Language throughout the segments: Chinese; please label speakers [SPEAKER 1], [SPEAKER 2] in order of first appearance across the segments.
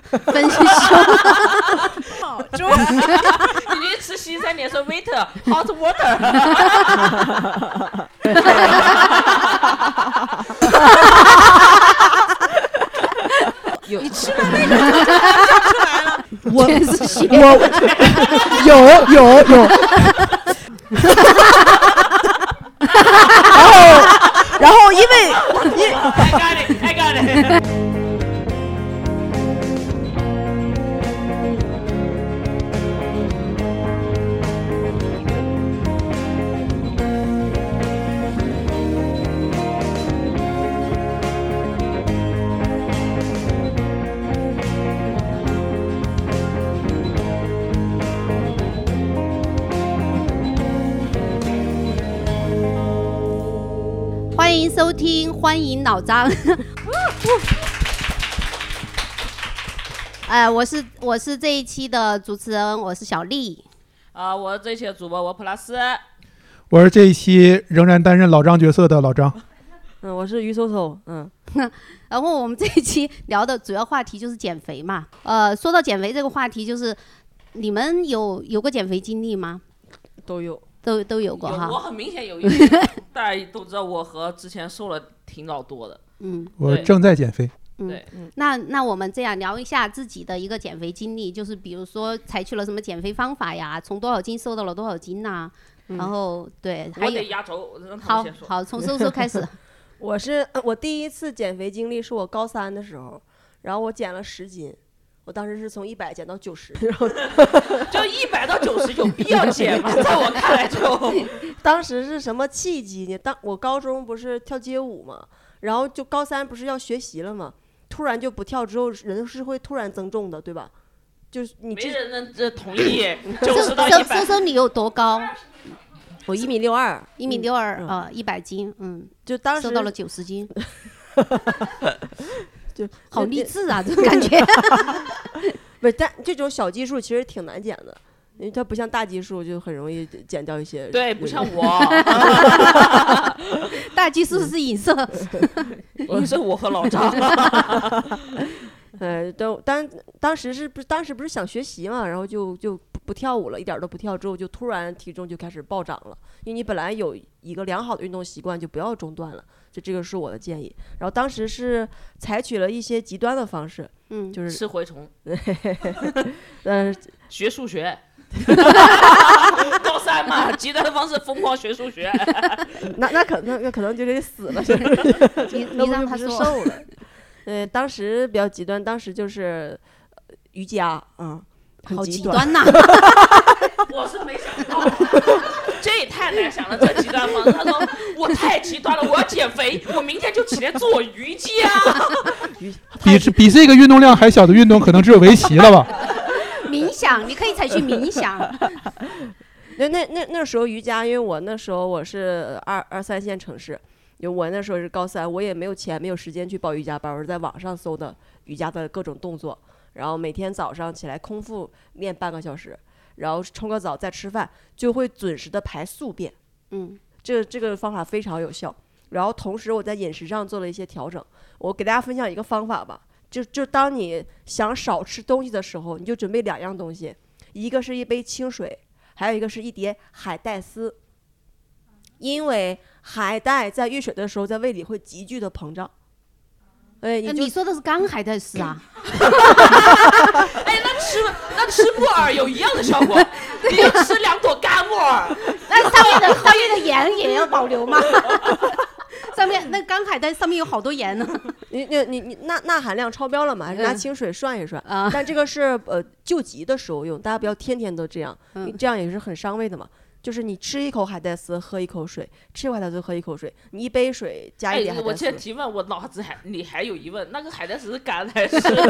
[SPEAKER 1] 分 析师
[SPEAKER 2] 好猪， 你去吃西餐，你说 waiter hot water，
[SPEAKER 3] 有
[SPEAKER 1] 全是血。
[SPEAKER 4] 有有有。然后，然后因为
[SPEAKER 2] I got it, I got it。
[SPEAKER 1] 欢迎收听，欢迎老张。 哎、我是我是这一期的主持人，我是小丽。
[SPEAKER 2] 啊，我这期的主播我普拉斯，
[SPEAKER 4] 我是这一期仍然担任老张角色的老张，
[SPEAKER 3] 嗯，我是于搜搜，嗯，
[SPEAKER 1] 然后我们这一期聊的主要话题就是减肥嘛。呃，说到减肥这个话题，就是你们有有过减肥经历吗？
[SPEAKER 3] 都有。
[SPEAKER 1] 都都有
[SPEAKER 2] 有
[SPEAKER 1] 过
[SPEAKER 2] 我
[SPEAKER 1] 哈。
[SPEAKER 2] 很明显有一点，大家都知道我和之前瘦了挺老多的。
[SPEAKER 1] 嗯，
[SPEAKER 4] 我
[SPEAKER 2] 对
[SPEAKER 4] 正在减肥。
[SPEAKER 5] 嗯
[SPEAKER 2] 对，
[SPEAKER 1] 那那我们这样聊一下自己的一个减肥经历，就是比如说采取了什么减肥方法呀，从多少斤瘦到了多少斤呐、
[SPEAKER 3] 嗯
[SPEAKER 1] 然后对，还
[SPEAKER 2] 我得
[SPEAKER 1] 有
[SPEAKER 2] 压轴，让他
[SPEAKER 1] 好
[SPEAKER 2] 们先说。
[SPEAKER 1] 好 从瘦瘦开始。
[SPEAKER 5] 我是呃我第一次减肥经历是我高三的时候，然后我减了十斤，我当时是从一百减到九十，然后
[SPEAKER 2] 就一百到九十有必要减 吗？在我看来就，
[SPEAKER 5] 当时是什么契机呢？当我高中不是跳街舞嘛，然后就高三不是要学习了嘛，突然就不跳之后，人是会突然增重的，对吧？就是你
[SPEAKER 2] 没
[SPEAKER 5] 这
[SPEAKER 2] 人能这 同意
[SPEAKER 1] 瘦
[SPEAKER 2] 九十到
[SPEAKER 1] 瘦
[SPEAKER 2] 一
[SPEAKER 1] 瘦
[SPEAKER 2] 百。
[SPEAKER 1] 瘦你有多高？
[SPEAKER 5] 我一米六二，
[SPEAKER 1] 一米六二
[SPEAKER 5] 嗯
[SPEAKER 1] 啊，一百斤，嗯，
[SPEAKER 5] 就当时
[SPEAKER 1] 瘦到了九十斤，
[SPEAKER 5] 就
[SPEAKER 1] 好
[SPEAKER 5] 就
[SPEAKER 1] 励志 啊，这种感觉。
[SPEAKER 5] 不是，但这种小基数其实挺难减的，因为它不像大基数就很容易减掉一些。
[SPEAKER 2] 对，不像
[SPEAKER 5] 我。
[SPEAKER 2] 我，
[SPEAKER 1] 大基数是隐射，
[SPEAKER 2] 你是 我和老张。
[SPEAKER 5] 呃，都当当时是不是当时不是想学习嘛，然后就就不不跳舞了，一点儿都不跳，之后就突然体重就开始暴涨了。因为你本来有一个良好的运动习惯，就不要中断了。就这个是我的建议。然后当时是采取了一些极端的方式，
[SPEAKER 1] 嗯，
[SPEAKER 5] 就是
[SPEAKER 2] 吃蛔虫，
[SPEAKER 5] 呃
[SPEAKER 2] 学数 学。高三嘛，极端的方式疯狂学数学，
[SPEAKER 5] 那那可能那可能就得死 了，就是
[SPEAKER 1] 你
[SPEAKER 5] 那
[SPEAKER 1] 你
[SPEAKER 5] 不
[SPEAKER 1] 让
[SPEAKER 5] 就
[SPEAKER 1] 他
[SPEAKER 5] 不是
[SPEAKER 1] 说，
[SPEAKER 5] 瘦 了。呃，当时比较极端，当时就是呃瑜伽啊、嗯很
[SPEAKER 1] 好
[SPEAKER 5] 极
[SPEAKER 1] 极
[SPEAKER 5] 端。
[SPEAKER 1] 端呐，
[SPEAKER 2] 我是没想到， 这也太难想了，这极端方式。他说我太极端了，我要减肥，我明天就起来做瑜伽。
[SPEAKER 4] 比这比这个运动量还小的运动，可能只有围棋了 吧？
[SPEAKER 1] 冥想，你可以 采取冥想，
[SPEAKER 5] 那那那那时候瑜伽，因为我那时候我是二二三线城市，有我那时候是高三，我也没有钱，没有时间去报瑜伽班，我是在网上搜的瑜伽的各种动作，然后每天早上起来空腹练半个小时，然后冲个澡再吃饭，就会准时的排宿便。
[SPEAKER 1] 嗯，
[SPEAKER 5] 这个这个方法非常有效。然后同时我在饮食上做了一些调整，我给大家分享一个方法吧，就就当你想少吃东西的时候，你就准备两样东西，一个是一杯清水，还有一个是一碟海带丝，因为海带在遇水的时候在胃里会急剧的膨胀，哎，你
[SPEAKER 1] 那
[SPEAKER 5] 就
[SPEAKER 1] 你说的是刚还在吃 啊？
[SPEAKER 2] 哎，那吃那吃木耳有一样的效 果，你就 吃两朵干木耳，
[SPEAKER 1] 那上面的上面的盐也要保 留吗？ 上面那刚海带上面有好多盐呢，
[SPEAKER 5] 你你你你钠钠含量超标了嘛，还是拿
[SPEAKER 1] 嗯
[SPEAKER 5] 清水涮一涮？
[SPEAKER 1] 啊
[SPEAKER 5] 但这个是呃救急的时候用，大家不要天天都这样，你
[SPEAKER 1] 嗯
[SPEAKER 5] 这样也是很伤胃的嘛。就是你吃一口海带丝，喝一口水；吃一口海带丝，喝一口水。你一杯水加一
[SPEAKER 2] 哎
[SPEAKER 5] 点海，
[SPEAKER 2] 我
[SPEAKER 5] 带丝
[SPEAKER 2] 现在，提问，我脑子还里还有疑问，那个海带丝是干的还是湿的？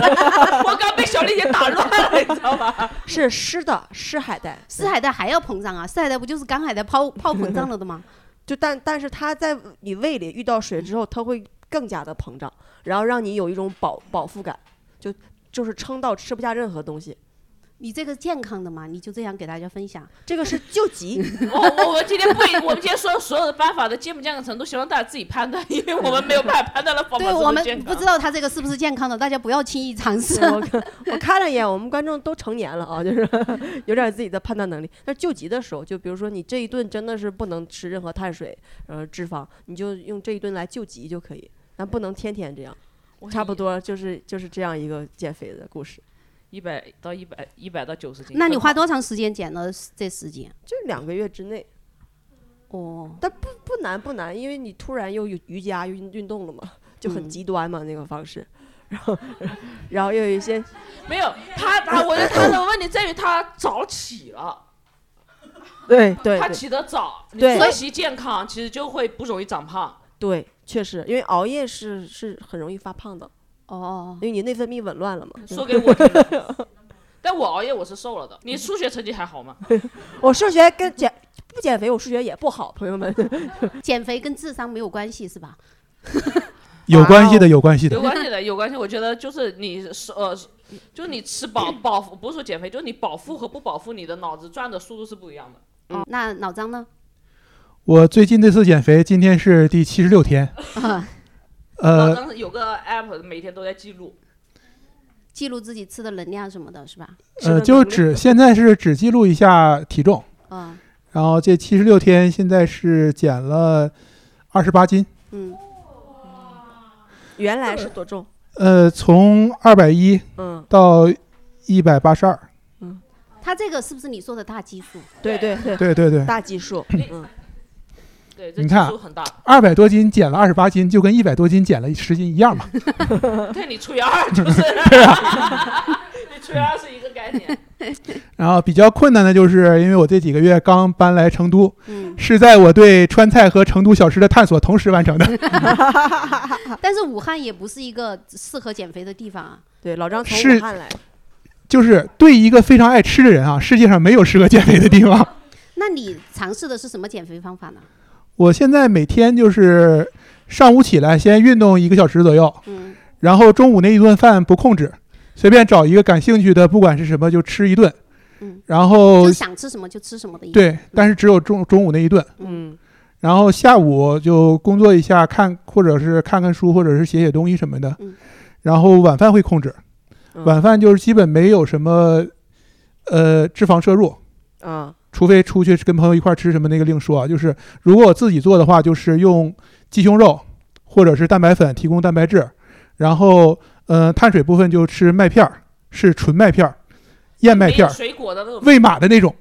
[SPEAKER 2] 我刚被小丽姐打乱了，你知道吧？
[SPEAKER 5] 是湿的，湿海带。
[SPEAKER 1] 四海带还要膨胀啊？四海带不就是刚海带 泡泡膨胀了的吗？
[SPEAKER 5] 就但但是它在你胃里遇到水之后，它会更加的膨胀，然后让你有一种饱饱腹感，就就是撑到吃不下任何东西。
[SPEAKER 1] 你这个健康的嘛，你就这样给大家分享。
[SPEAKER 5] 这个是救急，
[SPEAKER 2] 我我们今天不以，我们今天说所有的办法的健不健康程度，希望大家自己判断，因为我们没有办法判断了宝宝
[SPEAKER 1] 对
[SPEAKER 2] 是
[SPEAKER 1] 我
[SPEAKER 2] 不是
[SPEAKER 1] 们
[SPEAKER 2] 健
[SPEAKER 1] 不
[SPEAKER 2] 康。
[SPEAKER 1] 知道他这个是不是健康的，大家不要轻易尝试。
[SPEAKER 5] 我看我看了一眼，我们观众都成年了啊，就是 有点自己的判断能力。但是救急的时候，就比如说你这一顿真的是不能吃任何碳水，呃，脂肪，你就用这一顿来救急就可以，但不能天天这样。差不多就是就是这样一个减肥的故事，
[SPEAKER 2] 一百到一百，一百到九十斤。
[SPEAKER 1] 那你花多长时间减了这十斤？
[SPEAKER 5] 就两个月之内
[SPEAKER 1] 哦，
[SPEAKER 5] 不难不难，因为你突然又有瑜伽运运动了嘛，就很
[SPEAKER 1] 嗯
[SPEAKER 5] 极端嘛、那个方式，然后然后又有一些
[SPEAKER 2] 没有他他，我觉得他的问题在于他早起了，
[SPEAKER 5] 对对
[SPEAKER 2] 他
[SPEAKER 5] 对
[SPEAKER 2] 起得早，你
[SPEAKER 5] 对
[SPEAKER 2] 作息健康，其实就会不容易长胖。
[SPEAKER 5] 对，确实，因为熬夜是是很容易发胖的，
[SPEAKER 1] 哦哦
[SPEAKER 5] 因为你内分泌紊乱了嘛。
[SPEAKER 2] 说给我听的。但我熬夜我是瘦
[SPEAKER 5] 嗯
[SPEAKER 2] 了的，你数学成绩还好吗？
[SPEAKER 5] 我数学 跟减不减肥，我数学也不好，朋友们。
[SPEAKER 1] 哦，减肥跟智商没有关系是吧？
[SPEAKER 4] 有关系的，有关系
[SPEAKER 2] 哦有
[SPEAKER 4] 的。
[SPEAKER 2] 关系的， 有关系。我觉得就是你是呃，就是你吃 饱饱腹，不是说减肥，就是你饱腹和不饱腹，你的脑子转的速度是不一样的。
[SPEAKER 5] 嗯
[SPEAKER 1] 哦，那老张呢？
[SPEAKER 4] 我最近这次减肥，今天是第七十六天。
[SPEAKER 1] 啊
[SPEAKER 2] 老
[SPEAKER 4] 呃，
[SPEAKER 2] 张有个 app 每天都在记录，
[SPEAKER 1] 记录自己吃的能量什么的，是吧？
[SPEAKER 4] 呃，就只现在是只记录一下体重，
[SPEAKER 1] 嗯
[SPEAKER 4] 然后这七十六天现在是减了二十八斤，
[SPEAKER 1] 嗯，
[SPEAKER 5] 原来是多重？
[SPEAKER 4] 呃，从二百一
[SPEAKER 5] 嗯，
[SPEAKER 4] 到一百八十二。
[SPEAKER 1] 他这个是不是你说的大基数？
[SPEAKER 5] 对对对，
[SPEAKER 4] 对对对，
[SPEAKER 5] 大基数。嗯，
[SPEAKER 2] 哎对，这
[SPEAKER 4] 你
[SPEAKER 2] 基
[SPEAKER 4] 看啊嗯
[SPEAKER 2] 数很大。
[SPEAKER 4] 二 百多斤减了二十八斤，就跟一百多斤减了十斤一样嘛。
[SPEAKER 2] 对你除以 二就是，你除以二是一个概念。
[SPEAKER 4] 然后比较困难的就是，因为我这几个月刚搬来成都，
[SPEAKER 1] 嗯，
[SPEAKER 4] 是在我对川菜和成都小吃的探索同时完成的。
[SPEAKER 1] 但是武汉也不是一个适合减肥的地方啊。
[SPEAKER 5] 对，老张从
[SPEAKER 4] 是
[SPEAKER 5] 武汉来，
[SPEAKER 4] 就是对一个非常爱吃的人啊，世界上没有适合减肥的地方。
[SPEAKER 1] 那你尝试的是什么减肥方法呢？
[SPEAKER 4] 我现在每天就是上午起来先运动一个小时左右，
[SPEAKER 1] 嗯，
[SPEAKER 4] 然后中午那一顿饭不控制，随便找一个感兴趣的，不管是什么就吃一顿
[SPEAKER 1] 嗯。
[SPEAKER 4] 然
[SPEAKER 1] 就
[SPEAKER 4] 后
[SPEAKER 1] 是想吃嗯什么就吃什么的意思。
[SPEAKER 4] 对，但是只有中中午那一顿。
[SPEAKER 5] 嗯，
[SPEAKER 4] 然后下午就工作一下，看或者是看看书，或者是写写东西什么的。
[SPEAKER 1] 嗯
[SPEAKER 4] 然后晚饭会控制，
[SPEAKER 5] 嗯
[SPEAKER 4] 晚饭就是基本没有什么呃脂肪摄入，
[SPEAKER 5] 啊，
[SPEAKER 4] 除非出去跟朋友一块儿吃什么那个另说啊。就是如果我自己做的话，就是用鸡胸肉或者是蛋白粉提供蛋白质，然后呃碳水部分就吃麦片儿，是纯麦片儿、燕麦
[SPEAKER 2] 没
[SPEAKER 4] 片
[SPEAKER 2] 有
[SPEAKER 4] 儿、
[SPEAKER 2] 水果的那种。
[SPEAKER 4] 喂马的那种。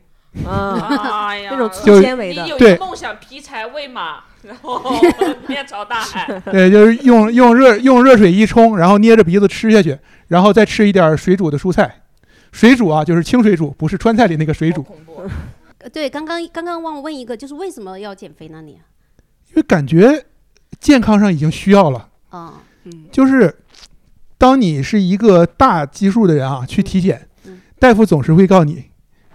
[SPEAKER 5] 啊，
[SPEAKER 2] 哎呀，
[SPEAKER 5] 那种粗
[SPEAKER 4] 就
[SPEAKER 5] 纤维
[SPEAKER 2] 你
[SPEAKER 5] 的，
[SPEAKER 2] 有一
[SPEAKER 4] 对
[SPEAKER 2] 个梦想，劈柴喂马， 然后面朝大海。
[SPEAKER 4] 对，呃就是用用热用热水一冲，然后捏着鼻子吃下去，然后再吃一点水煮的蔬菜。水煮啊，就是清水煮，不是川菜里那个水
[SPEAKER 2] 好
[SPEAKER 4] 煮，
[SPEAKER 2] 恐怖。
[SPEAKER 1] 呃 对，刚刚刚刚忘了问一个，就是为什么要减肥呢你？
[SPEAKER 4] 因为感觉健康上已经需要了。
[SPEAKER 1] 啊、
[SPEAKER 5] 嗯，
[SPEAKER 4] 就是当你是一个大基数的人啊，去体检
[SPEAKER 1] 嗯，
[SPEAKER 4] 大夫总是会告诉你，你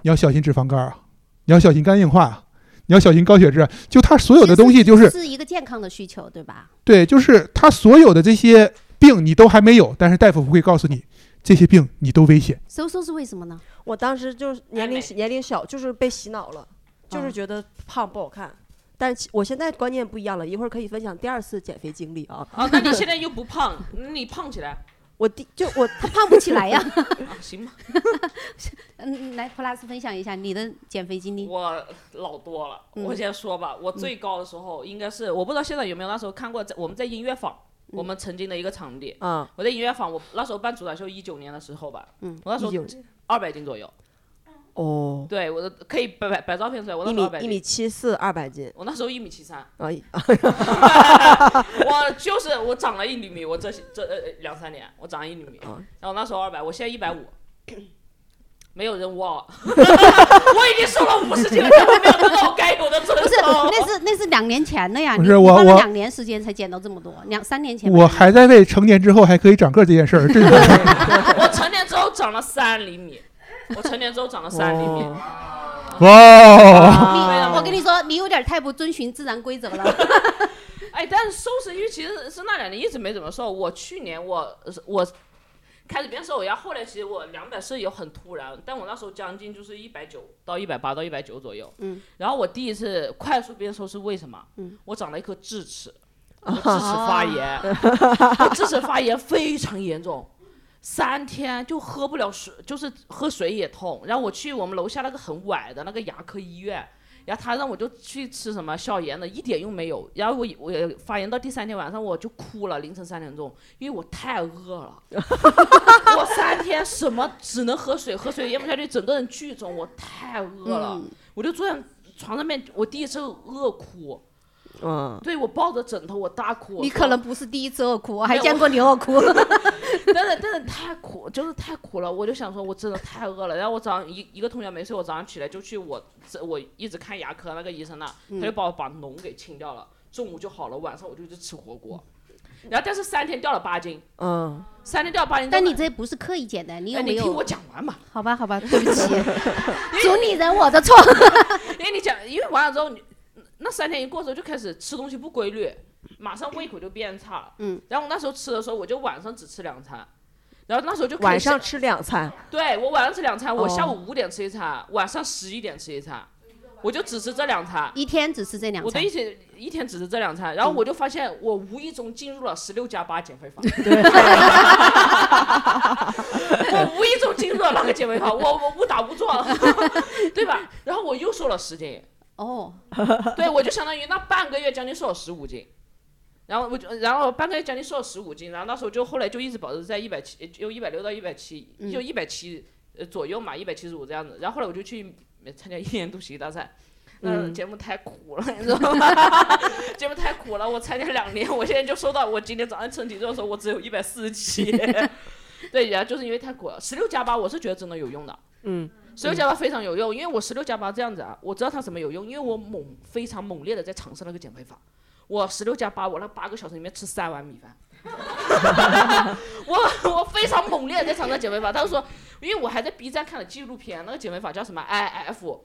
[SPEAKER 4] 要小心脂肪肝啊，你要小心肝硬化啊，你要小心高血脂啊，就他所有的东西就
[SPEAKER 1] 这
[SPEAKER 4] 是
[SPEAKER 1] 是一个健康的需求，对吧？
[SPEAKER 4] 对，就是他所有的这些病你都还没有，但是大夫不会告诉你这些病你都危险。
[SPEAKER 1] 收缩是为什么呢？
[SPEAKER 5] 我当时就是年龄
[SPEAKER 2] 爱
[SPEAKER 5] 年龄小，就是被洗脑了，就是
[SPEAKER 1] 嗯
[SPEAKER 5] 觉得胖不好看。但其我现在观念不一样了，一会儿可以分享第二次减肥经历啊。
[SPEAKER 2] 啊，那你现在又不胖，你胖起来
[SPEAKER 5] 我第就我
[SPEAKER 1] 他胖不起 来呀、
[SPEAKER 2] 啊行吧？
[SPEAKER 1] 嗯，来，普拉斯分享一下你的减肥经历。
[SPEAKER 2] 我老多了，
[SPEAKER 1] 嗯
[SPEAKER 2] 我先说 吧，我最高的时候应该是，我不知道现在有没有那时候看过在，我们在音乐坊，
[SPEAKER 5] 嗯
[SPEAKER 2] 我们曾经的一个场地，
[SPEAKER 5] 啊，
[SPEAKER 2] 我在音乐坊，我那时候办主打秀一九年的时候吧，
[SPEAKER 1] 嗯
[SPEAKER 2] 我那时候
[SPEAKER 5] 有
[SPEAKER 2] 二百斤左右，
[SPEAKER 5] 哦，
[SPEAKER 2] 对我的可以摆摆摆照片出来，我那
[SPEAKER 5] 一
[SPEAKER 2] 时候
[SPEAKER 5] 米
[SPEAKER 2] 二百
[SPEAKER 5] 一米七四，二百斤
[SPEAKER 2] 我那时候一米七三，
[SPEAKER 1] 哎
[SPEAKER 5] 啊，一
[SPEAKER 2] 我就是我长了一厘米，我这这呃两三年我长了一厘米，
[SPEAKER 5] 啊
[SPEAKER 2] 然后那时候二百，我现在一百五， 没有人哇， 我已经瘦了五十斤了，根本没有得到我该有的尊
[SPEAKER 1] 不是，
[SPEAKER 2] 重。
[SPEAKER 1] 那是那是两年前的呀，
[SPEAKER 4] 不
[SPEAKER 1] 你
[SPEAKER 4] 是
[SPEAKER 1] 你
[SPEAKER 4] 我
[SPEAKER 1] 花了
[SPEAKER 4] 我
[SPEAKER 1] 两年时间才减到这么多，两三年前吧。
[SPEAKER 4] 我还在为成年之后还可以长个儿这件事儿，这
[SPEAKER 2] 我成年之后长了三厘米，我成年之后长了三厘米。
[SPEAKER 5] 哦
[SPEAKER 4] 哇，哦
[SPEAKER 5] 啊
[SPEAKER 1] 哦你我跟你说，你有点太不遵循自然规则了。
[SPEAKER 2] 哎，但是瘦是因为其实是那两年一直没怎么瘦。我去年我我开始变瘦腰，后来其实我两百四有很突然，但我那时候将近就是一百九到一百八到一百九左右。
[SPEAKER 1] 嗯。
[SPEAKER 2] 然后我第一次快速变瘦是为什么？
[SPEAKER 1] 嗯。啊
[SPEAKER 2] 我长了一颗智齿，我智齿发炎， 我智齿发炎非常严重。三天就喝不了水，就是喝水也痛。然后我去我们楼下那个很歪的那个牙科医院，然后他让我就去吃什么消炎的，一点用没有。然后我我也发炎到第三天晚上我就哭了，凌晨三点钟，因为我太饿了，我三天什么只能喝水，喝水咽不下去，整个人剧肿，我太饿了，
[SPEAKER 1] 嗯
[SPEAKER 2] 我就坐在床上面，我第一次饿哭，
[SPEAKER 3] 嗯，
[SPEAKER 2] 对我抱着枕头我大 哭。我
[SPEAKER 1] 你
[SPEAKER 2] 说
[SPEAKER 1] 可能不是第一次饿哭，我还
[SPEAKER 2] 没有
[SPEAKER 1] 见过你饿 哭。
[SPEAKER 2] 真的真的太苦，就是太苦了。我就想说，我真的太饿了。然后我早上一一个通宵没睡，我早上起来就去我这我一直看牙科那个医生那，
[SPEAKER 1] 嗯
[SPEAKER 2] 他就帮我把脓给清掉了，中午就好了，晚上我就去吃火锅。然后但是三天掉了八斤，
[SPEAKER 3] 嗯，
[SPEAKER 2] 三天掉了八斤。
[SPEAKER 1] 但
[SPEAKER 2] 真
[SPEAKER 1] 你
[SPEAKER 2] 的
[SPEAKER 1] 这不是刻意减的，你
[SPEAKER 2] 哎
[SPEAKER 1] 有
[SPEAKER 2] 你
[SPEAKER 1] 没
[SPEAKER 2] 听我
[SPEAKER 1] 有？
[SPEAKER 2] 讲完嘛，
[SPEAKER 1] 好吧，好吧，对不起，主你人我的错。
[SPEAKER 2] 因为你讲，因为完了之后你那三天一过之后就开始吃东西不规律，马上胃口就变差了。
[SPEAKER 1] 嗯。
[SPEAKER 2] 然后我那时候吃的时候，我就晚上只吃两餐，然后那时候就开
[SPEAKER 5] 晚
[SPEAKER 2] 始
[SPEAKER 5] 上吃 两餐，
[SPEAKER 2] 对我晚上吃两餐，我
[SPEAKER 5] 哦
[SPEAKER 2] 下午五点吃一餐，晚上十一点吃一餐，我就只吃这两餐。
[SPEAKER 1] 一天只吃这两
[SPEAKER 2] 我的
[SPEAKER 1] 餐嗯
[SPEAKER 2] 一，天一天只吃这两餐，然后我就发现我无意中进入了十六加八减肥法。 我无意中进入了那个减肥法，我我误打误撞， 对吧？然后我又瘦了十斤，
[SPEAKER 1] 哦，
[SPEAKER 2] 对我就相当于那半个月将近瘦了十五斤。然后我就，然后半个月将近瘦了十五斤，然后那时候就后来就一直保持在一百七，就一百六到一百七，就一百七呃左右嘛，一百七十五这样子。然后后来我就去参加一年度喜剧大赛，那
[SPEAKER 3] 嗯
[SPEAKER 2] 节目太苦了，你知道吗？ 节目太苦了，我参加两年，我现在就收到我今天早上称体重的时候，我只有一百四十七。 对，然后就是因为太苦了，十六加八我是觉得真的有用的，
[SPEAKER 3] 嗯，
[SPEAKER 2] 十六加八非常有用，因为我十六加八这样子啊，我知道它什么有用，因为我猛非常猛烈的在尝试那个减肥法，我十六加八，我那八个小时里面吃三碗米饭。 我我非常猛烈的在尝试减肥法，他就说，因为我还在 B 站看了纪录片，那个减肥法叫什么 IF，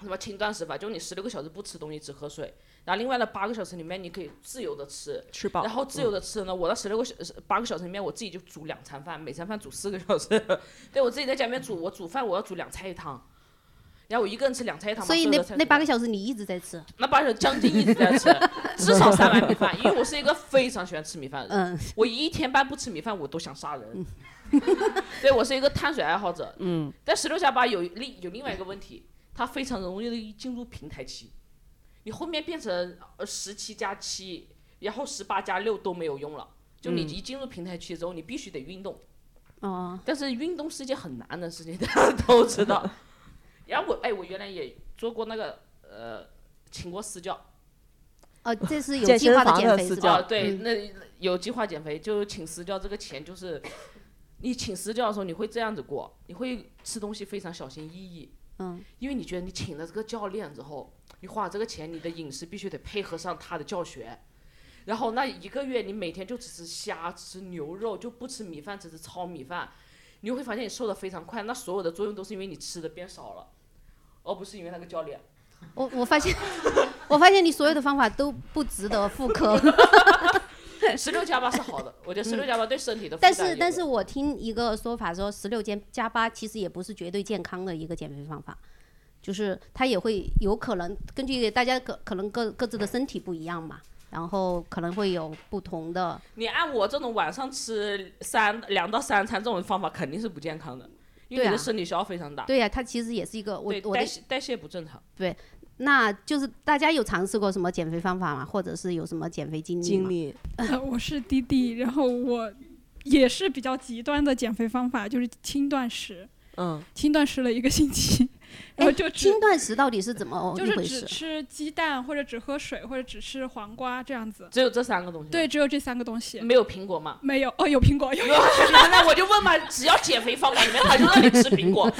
[SPEAKER 2] 什么轻断食法，就是你十六个小时不吃东西，只喝水，然后另外的八个小时里面你可以自由的吃，
[SPEAKER 5] 吃饱
[SPEAKER 2] 然后自由的吃呢，我那十六个小呃八个小时里面，我自己就煮两餐饭，每餐饭煮四个小时。 对我自己在家里面煮，我煮饭我要煮两菜一汤，然后我一个人吃两 菜一汤嘛。
[SPEAKER 1] 所以
[SPEAKER 2] 所有
[SPEAKER 1] 那
[SPEAKER 2] 的菜
[SPEAKER 1] 那
[SPEAKER 2] 煮
[SPEAKER 1] 八个小时你一直在吃，
[SPEAKER 2] 那八个小时将近一直在吃，至少三碗米饭，因为我是一个非常喜欢吃米饭的人，
[SPEAKER 1] 嗯，
[SPEAKER 2] 我一天半不吃米饭我都想杀人。 对我是一个碳水爱好者，嗯，但十六加八有另有另外一个问题，它非常容易进入平台期，你后面变成十七加七，然后十八加六都没有用了。就你一进入平台期之后，你必须得运动，
[SPEAKER 1] 哦，嗯
[SPEAKER 2] 但是运动是件很难的事 情，大家都知道。然后我哎，我原来也做过那个呃，请过私教，
[SPEAKER 1] 哦，这是有
[SPEAKER 3] 健
[SPEAKER 1] 计
[SPEAKER 3] 身
[SPEAKER 1] 划的
[SPEAKER 3] 房
[SPEAKER 1] 减
[SPEAKER 3] 的
[SPEAKER 1] 肥
[SPEAKER 3] 私
[SPEAKER 1] 是
[SPEAKER 3] 教
[SPEAKER 1] 吧？
[SPEAKER 2] 啊，对，
[SPEAKER 1] 嗯
[SPEAKER 2] 那有计划减肥，就请私教这个钱就是，你请私教的时候你会这样子过，你会吃东西非常小心翼翼，
[SPEAKER 1] 嗯，
[SPEAKER 2] 因为你觉得你请了这个教练之后，你花了这个钱，你的饮食必须得配合上他的教学。然后那一个月你每天就只吃虾、吃牛肉，就不吃米饭，只吃糙米饭，你会发现你瘦的非常快。那所有的作用都是因为你吃的变少了，而不是因为那个教 练。
[SPEAKER 1] 我我发现， 我发现你所有的方法都不值得复刻。
[SPEAKER 2] 十六加八是好的，我觉得十六加八对身体的负担
[SPEAKER 1] 但
[SPEAKER 2] 也
[SPEAKER 1] 是，
[SPEAKER 2] 有
[SPEAKER 1] 但是我听一个说法说，十六减加八其实也不是绝对健康的一个减肥方法，就是它也会有可能根据大家可可能各各自的身体不一样嘛，然后可能会有不同的。
[SPEAKER 2] 你按我这种晚上吃三两到三餐这种方法，肯定是不健康的，因为
[SPEAKER 1] 对啊
[SPEAKER 2] 你的身体消耗非常大，
[SPEAKER 1] 对呀、它其实也是一个我
[SPEAKER 2] 对
[SPEAKER 1] 我
[SPEAKER 2] 代
[SPEAKER 1] 的
[SPEAKER 2] 谢代谢不正常。
[SPEAKER 1] 那就是大家有尝试过什么减肥方法吗？或者是有什么减肥经历吗？
[SPEAKER 5] 经历
[SPEAKER 6] 呃，我是滴滴，然后我也是比较极端的减肥方法，就是轻断食，
[SPEAKER 3] 嗯，
[SPEAKER 6] 轻断食了一个星期，然后就只
[SPEAKER 1] 哎轻断食到底是怎么哦
[SPEAKER 6] 就
[SPEAKER 1] 一
[SPEAKER 6] 是
[SPEAKER 1] 回
[SPEAKER 6] 只
[SPEAKER 1] 事？
[SPEAKER 6] 吃鸡蛋或者只喝水或者只吃黄瓜这样 子。
[SPEAKER 2] 只有这三个东西，
[SPEAKER 6] 对，，只有这三个东西。。
[SPEAKER 2] 没有苹果嘛
[SPEAKER 6] 没有哦，有苹果，有
[SPEAKER 2] 那我就问嘛，只要减肥方法里面，他就 让你吃苹 果。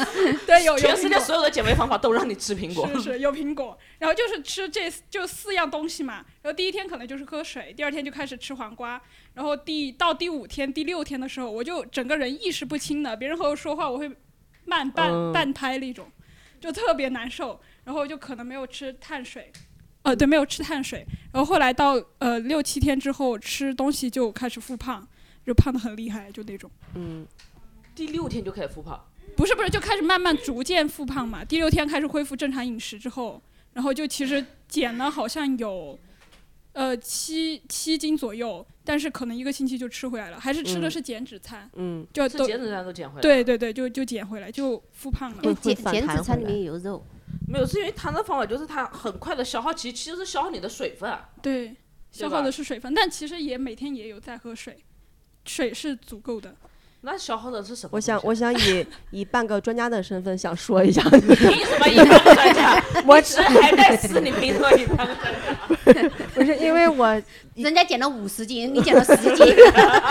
[SPEAKER 6] 对有有
[SPEAKER 2] 全世
[SPEAKER 6] 苹
[SPEAKER 2] 界
[SPEAKER 6] 果。
[SPEAKER 2] 所有的减肥方法都让你吃苹果。
[SPEAKER 6] 是是有苹果，然后就是吃这就四样东西嘛。然后第一天可能就是喝水，第二天就开始吃黄瓜，然后第到第五天、第六天的时候，我就整个人意识不清了，别人和我说话我会慢半、
[SPEAKER 3] 嗯
[SPEAKER 6] 半拍那种，就特别难受。然后就可能没有吃碳水，呃，对，没有吃碳水。然后后来到呃六七天之后，吃东西就开始复胖。就胖的很厉害，就那种。
[SPEAKER 5] 嗯，
[SPEAKER 2] 第六天就开始复胖，
[SPEAKER 6] 不是不是，就开始慢慢逐渐复胖嘛。第六天开始恢复正常饮食之后，然后就其实减了好像有，呃七七斤左右，但是可能一个星期就吃回来了，还是吃的
[SPEAKER 5] 嗯
[SPEAKER 6] 是减脂餐，
[SPEAKER 5] 嗯，
[SPEAKER 6] 就
[SPEAKER 2] 这
[SPEAKER 6] 都
[SPEAKER 2] 减脂餐都减回来。，
[SPEAKER 6] 对对对，就就减回来，就复胖了。
[SPEAKER 5] 会
[SPEAKER 1] 就减
[SPEAKER 5] 反
[SPEAKER 1] 减
[SPEAKER 5] 弹
[SPEAKER 1] 脂餐
[SPEAKER 5] 回
[SPEAKER 1] 里
[SPEAKER 5] 来
[SPEAKER 1] 面有肉，
[SPEAKER 2] 没有，是因为他的方法就是他很快的消耗，其实其实是消耗你的水分。啊
[SPEAKER 6] 对，消耗
[SPEAKER 2] 吧
[SPEAKER 6] 的是水分，但其实也每天也有在喝水，水是足够的。
[SPEAKER 2] 那消耗的是什么东
[SPEAKER 5] 我
[SPEAKER 2] 西啊？
[SPEAKER 5] 想我 想以以半个专家的身份想说一下，
[SPEAKER 2] 凭什么一般专 家？
[SPEAKER 5] 我
[SPEAKER 2] 你只还在试，你凭什么一般专家？
[SPEAKER 5] 不是因为我，
[SPEAKER 1] 人家减了五十斤，你减了十斤，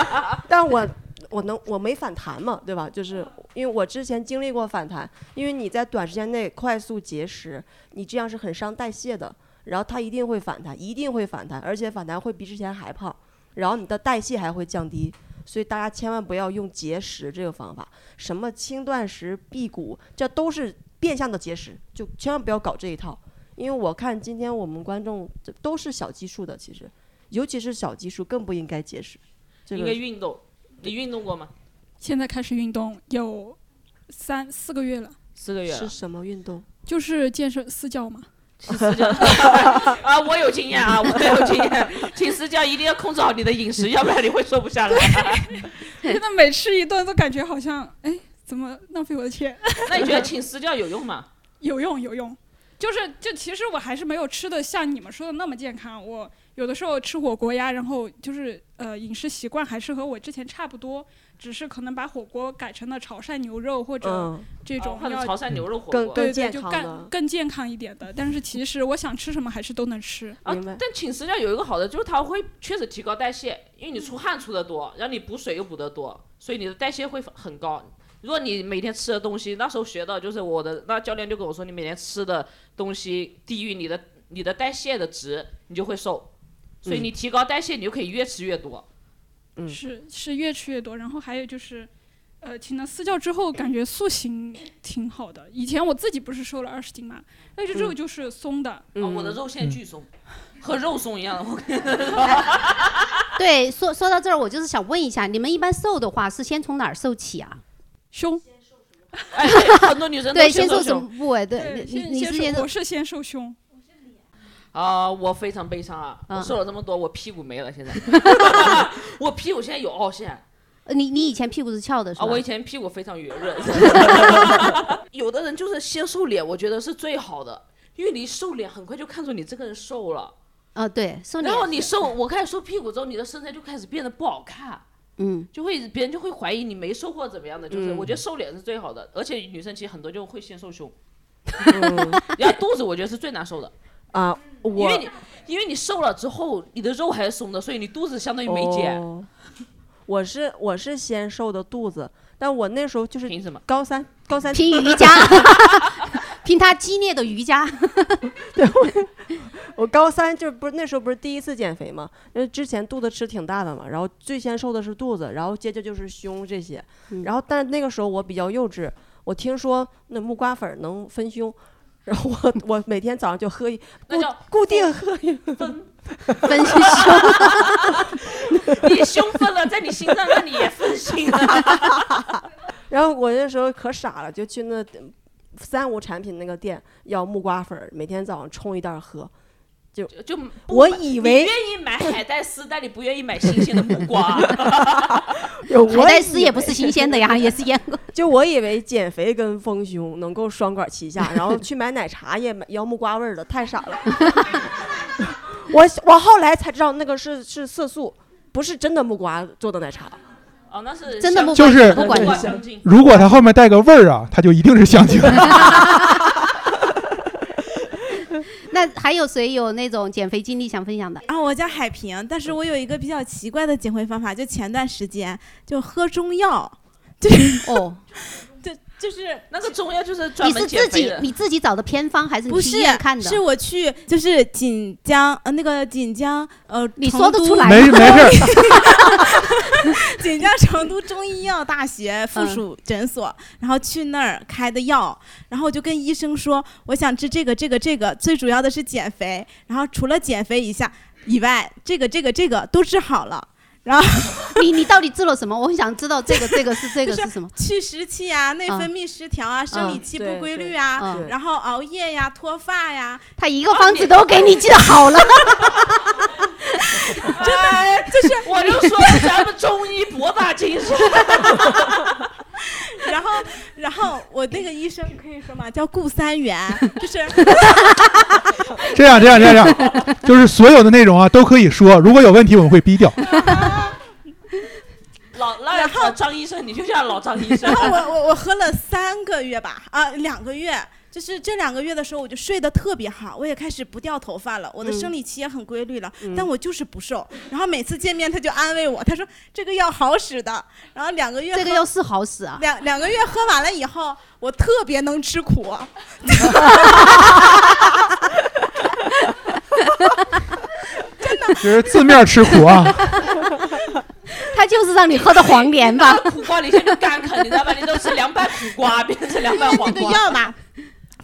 [SPEAKER 5] 但我我能我没反弹嘛，对吧？就是因为我之前经历过反弹，因为你在短时间内快速节食，你这样是很伤代谢的，然后它一定会反弹，一定会反弹，而且反弹会比之前还胖，然后你的代谢还会降低。所以大家千万不要用节食这个方法，什么轻断食、辟谷，这都是变相的节食，就千万不要搞这一套。因为我看今天我们观众这都是小基数的，其实，尤其是小基数更不应该节食。这
[SPEAKER 2] 应
[SPEAKER 5] 个
[SPEAKER 2] 该运动。你运动过吗？
[SPEAKER 6] 现在开始运动有三四个月了，
[SPEAKER 2] 四个月
[SPEAKER 5] 是
[SPEAKER 2] 了。
[SPEAKER 5] 什么运动？
[SPEAKER 6] 就是健身私教嘛。
[SPEAKER 2] 啊，我有经验啊，我有经 验。请私教一定要控制好你的饮食，要不然你会瘦不下来。
[SPEAKER 6] 现在每吃一顿都感觉好像，哎，怎么浪费我的钱？
[SPEAKER 2] 那你觉得请私教有用吗？
[SPEAKER 6] 有用有用，就是就其实我还是没有吃的像你们说的那么健康。我有的时候吃火锅呀，然后就是呃饮食习惯还是和我之前差不多，只是可能把火锅改成了潮汕牛肉或者
[SPEAKER 5] 嗯，
[SPEAKER 6] 这种
[SPEAKER 2] 或者
[SPEAKER 6] 要
[SPEAKER 2] 哦潮汕牛肉火
[SPEAKER 5] 更
[SPEAKER 2] 锅。
[SPEAKER 6] 对对，
[SPEAKER 5] 健
[SPEAKER 6] 就
[SPEAKER 5] 康
[SPEAKER 6] 更
[SPEAKER 5] 的
[SPEAKER 6] 更健康一点的。但是其实我想吃什么还是都能吃。
[SPEAKER 2] 啊
[SPEAKER 5] 明白，
[SPEAKER 2] 但请私教有一个好的，就是它会确实提高代谢，因为你出汗出的多，然后你补水又补得多，所以你的代谢会很高。如果你每天吃的东西，那时候学到就是我的那教练就跟我说，你每天吃的东西低于你的你的代谢的值，你就会瘦。所以你提高代谢，你就可以越吃越多。
[SPEAKER 5] 嗯
[SPEAKER 6] 是是越吃越多，然后还有就是，呃，请了私教之后，感觉塑形挺好的。以前我自己不是瘦了二十斤嘛，但是
[SPEAKER 1] 嗯
[SPEAKER 6] 肉就是松的，
[SPEAKER 5] 嗯
[SPEAKER 2] 啊我的肉现在巨松， 和肉松一样。我跟
[SPEAKER 1] 对，说说到这儿，我就是想问一下，你们一般瘦的话是先从哪儿瘦起啊？
[SPEAKER 6] 胸
[SPEAKER 2] 哎，对很多女生都
[SPEAKER 1] 对，先
[SPEAKER 2] 先
[SPEAKER 1] 瘦
[SPEAKER 2] 瘦
[SPEAKER 1] 什
[SPEAKER 2] 胸
[SPEAKER 1] 么部位？对，你
[SPEAKER 6] 先
[SPEAKER 1] 你
[SPEAKER 6] 先
[SPEAKER 1] 是先
[SPEAKER 6] 瘦，
[SPEAKER 1] 瘦
[SPEAKER 6] 我，是先瘦胸，
[SPEAKER 2] 啊，我非常悲伤啊！我
[SPEAKER 1] 嗯
[SPEAKER 2] 瘦了这么多，我屁股没了， 现在 我屁股现在有凹陷。
[SPEAKER 1] 呃你你以前屁股是翘的是
[SPEAKER 2] 啊，
[SPEAKER 1] 吧？
[SPEAKER 2] 我以前屁股非常圆润。 有的人就是先瘦脸，我觉得是最好的，因为你瘦脸很快就看出你这个人瘦了。
[SPEAKER 1] 啊，对，瘦
[SPEAKER 2] 然
[SPEAKER 1] 脸，
[SPEAKER 2] 后你瘦，我开始瘦屁股之后，你的身材就开始变得不好看，
[SPEAKER 1] 嗯，
[SPEAKER 2] 就会别人就会怀疑你没瘦或者怎么样的。就是
[SPEAKER 5] 嗯
[SPEAKER 2] 我觉得瘦脸是最好的，而且女生其实很多就会先瘦胸，嗯 然后肚子我觉得是最难瘦的，
[SPEAKER 5] 啊，
[SPEAKER 2] 因
[SPEAKER 5] 我
[SPEAKER 2] 为你因为你瘦了之后，你的肉还是松的，所以你肚子相当于没减。
[SPEAKER 5] 哦我是我是先瘦的肚子，但我那时候就是
[SPEAKER 2] 凭什么？
[SPEAKER 5] 高三高三
[SPEAKER 1] 拼 瑜伽，拼他激烈的瑜伽，
[SPEAKER 5] 我高三就不是那时候不是第一次减肥嘛，因为之前肚子吃挺大的嘛，然后最先瘦的是肚子，然后接着就是胸这些，
[SPEAKER 1] 嗯
[SPEAKER 5] 然后但是那个时候我比较幼稚，我听说那木瓜粉儿能分胸，然后我我每天早上就喝一
[SPEAKER 2] 那
[SPEAKER 5] 固
[SPEAKER 2] 叫
[SPEAKER 5] 固定喝一，
[SPEAKER 1] 分析胸，
[SPEAKER 2] 你胸分了，在你心脏那里也分心了。
[SPEAKER 5] 然后我那时候可傻了，就去那三无产品那个店要木瓜粉儿，每天早上冲一袋儿喝，
[SPEAKER 2] 就不
[SPEAKER 5] 我
[SPEAKER 2] 买
[SPEAKER 5] 以为
[SPEAKER 2] 你愿意买海带丝，但你不愿意买新鲜的 木瓜。
[SPEAKER 5] 我
[SPEAKER 1] 海带丝
[SPEAKER 5] 以
[SPEAKER 1] 也不
[SPEAKER 5] 为
[SPEAKER 1] 是新鲜 的呀，也是腌过。
[SPEAKER 5] 就我以为减肥跟丰胸能够双管齐下，然后去买奶茶也买要木瓜味儿的，太傻了。 我我后来才知道那个是是色素，不是真的木瓜做的奶茶。
[SPEAKER 2] 哦，那是
[SPEAKER 1] 真的木
[SPEAKER 2] 木
[SPEAKER 4] 就是
[SPEAKER 1] 不管
[SPEAKER 2] 木瓜
[SPEAKER 1] 是
[SPEAKER 2] 香精。
[SPEAKER 4] 如果它后面带个味儿啊，它就一定是香精。
[SPEAKER 1] 那还有谁有那种减肥经历想分享的？
[SPEAKER 7] 然啊后我叫海平，但是我有一个比较奇怪的减肥方法，就前段时间就喝中药，
[SPEAKER 1] 哦，
[SPEAKER 7] 就就是
[SPEAKER 2] 那个中药就是专
[SPEAKER 1] 你
[SPEAKER 2] 门
[SPEAKER 1] 是
[SPEAKER 2] 减
[SPEAKER 1] 自
[SPEAKER 2] 肥
[SPEAKER 1] 己
[SPEAKER 2] 的。
[SPEAKER 1] 你自己找的偏方还是
[SPEAKER 7] 不
[SPEAKER 1] 你去
[SPEAKER 7] 是
[SPEAKER 1] 医院看的？
[SPEAKER 7] 是我去就是锦江呃那个锦江呃
[SPEAKER 1] 你
[SPEAKER 7] 成
[SPEAKER 1] 说得
[SPEAKER 7] 都
[SPEAKER 1] 出来
[SPEAKER 4] 没没事儿，
[SPEAKER 7] 锦江成都中医药大学附
[SPEAKER 1] 嗯
[SPEAKER 7] 属诊所，然后去那儿开的药，然后我就跟医生说，我想吃这个这个这个，最主要的是减肥，然后除了减肥一下以外，这个这个这个都治好了。然后
[SPEAKER 1] 你你到底治了什么？我很想知道这个这个是这个
[SPEAKER 7] 就是
[SPEAKER 1] 什么？
[SPEAKER 7] 去湿气啊、内分泌失调啊、生理期不规律啊，
[SPEAKER 1] 嗯
[SPEAKER 7] 然后熬夜呀、脱发呀，啊
[SPEAKER 1] 他一个方子都给你记得 好了，
[SPEAKER 2] 真的
[SPEAKER 7] 哎就 是
[SPEAKER 2] 我就说咱们中医博大精深，
[SPEAKER 7] 然后，然后我那个医生可以说嘛，叫顾三元， 就是
[SPEAKER 4] 这样这样这样这样，就是所有的内容啊都可以说，如果有问题我们会逼 掉。
[SPEAKER 2] 老那
[SPEAKER 7] 然后
[SPEAKER 2] 老张医生，你就像老张医 生
[SPEAKER 7] 然，后 我我我喝了三个月吧，啊，两个月，就是这两个月的时候，我就睡得特别好，我也开始不掉头发了，我的
[SPEAKER 1] 嗯
[SPEAKER 7] 生理期也很规律了，但我就是不瘦。然后每次见面他就安慰我，他说这个药好使的，然后两个月
[SPEAKER 1] 这个
[SPEAKER 7] 喝
[SPEAKER 1] 要是好使啊！
[SPEAKER 7] 两两个月喝完了以后，我特别能吃苦。
[SPEAKER 4] 其实哎字面吃苦啊，
[SPEAKER 1] 他就是让你喝的黄连吧？
[SPEAKER 2] 苦瓜你现在干啃，你知道吧？你都吃凉拌苦瓜，变成凉拌 黄
[SPEAKER 7] 这个
[SPEAKER 2] 瓜。
[SPEAKER 7] 药吧，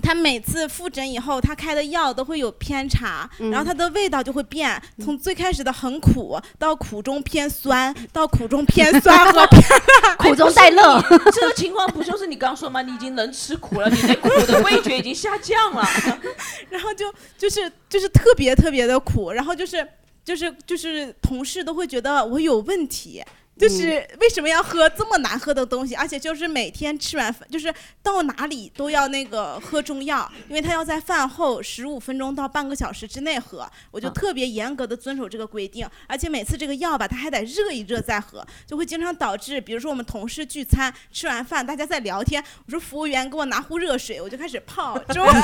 [SPEAKER 7] 他每次复诊以后，他开的药都会有偏差，
[SPEAKER 1] 嗯
[SPEAKER 7] 然后它的味道就会变，从最开始的很苦，到苦中偏酸，到苦中偏酸和偏
[SPEAKER 1] 苦
[SPEAKER 2] 哎
[SPEAKER 1] 中带乐，
[SPEAKER 2] 这个情况不就是你刚说吗？你已经能吃苦了，你对苦的味觉已经下降了。
[SPEAKER 7] 然后就就是就是特别特别的苦，然后就是就是就是同事都会觉得我有问题。就是为什么要喝这么难喝的东西，而且就是每天吃完饭，就是到哪里都要那个喝中药，因为他要在饭后十五分钟到半个小时之内喝，我
[SPEAKER 5] 嗯
[SPEAKER 7] 就
[SPEAKER 1] 啊
[SPEAKER 7] 特别严格的遵守这个规定，而且每次这个药吧，它还得热一热再喝，就会经常导致，比如说我们同事聚餐吃完饭，大家在聊天，我说服务员给我拿壶热水，我就开始泡，之后
[SPEAKER 2] 你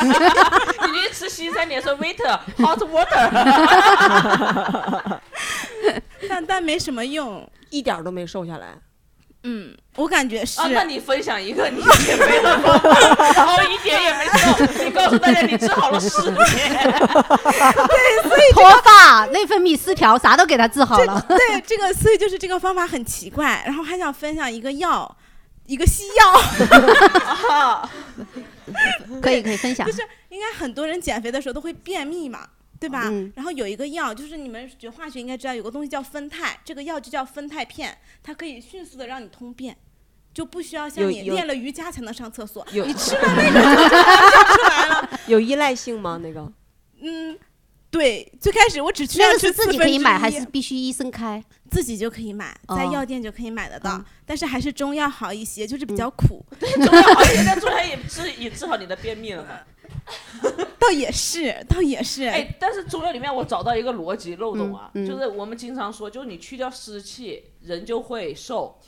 [SPEAKER 2] 去吃西餐，你说 waiter 啊 hot water，
[SPEAKER 7] 但但没什么用。
[SPEAKER 5] 一点儿都没瘦下来。
[SPEAKER 7] 嗯，我感觉是，
[SPEAKER 2] 啊，那你分享一个你减肥的方法，然后一点也没瘦，你告诉大家你治好了失眠。
[SPEAKER 1] 脱发、内分泌失调，啥都给他治好了。
[SPEAKER 7] 对这个，所以就是这个方法很奇怪。然后还想分享一个药，一个西药，
[SPEAKER 1] 可以可以分享
[SPEAKER 7] 就，是应该很多人减肥的时候都会便秘嘛，对吧？
[SPEAKER 1] 嗯
[SPEAKER 7] 然后有一个药，就是你们学化学应该知道，有个东西叫酚酞，这个药就叫酚酞片，它可以迅速的让你通便。就不需要像
[SPEAKER 5] 有
[SPEAKER 7] 你
[SPEAKER 5] 有
[SPEAKER 7] 练了瑜伽才能上厕所，
[SPEAKER 5] 有
[SPEAKER 7] 你吃了那个就 出来了。
[SPEAKER 5] 有依赖性吗？那个
[SPEAKER 7] 嗯，对，最开始我只去
[SPEAKER 1] 那个
[SPEAKER 7] 吃
[SPEAKER 1] 是自己可
[SPEAKER 7] 4分
[SPEAKER 1] 以
[SPEAKER 7] 之
[SPEAKER 1] 买
[SPEAKER 7] 一
[SPEAKER 1] 还是必须医生开？
[SPEAKER 7] 自己就可以买，在
[SPEAKER 1] 哦
[SPEAKER 7] 药店就可以买得到，
[SPEAKER 1] 嗯
[SPEAKER 7] 但是还是中药好一些，就是比较 苦，
[SPEAKER 2] 中药好，现在中药也治也治好你的便秘了嘛。
[SPEAKER 7] 倒也是，倒也是，
[SPEAKER 2] 哎，但是中药里面我找到一个逻辑漏洞啊，
[SPEAKER 1] 嗯嗯
[SPEAKER 2] 就是我们经常说，就是你去掉湿气，人就会瘦。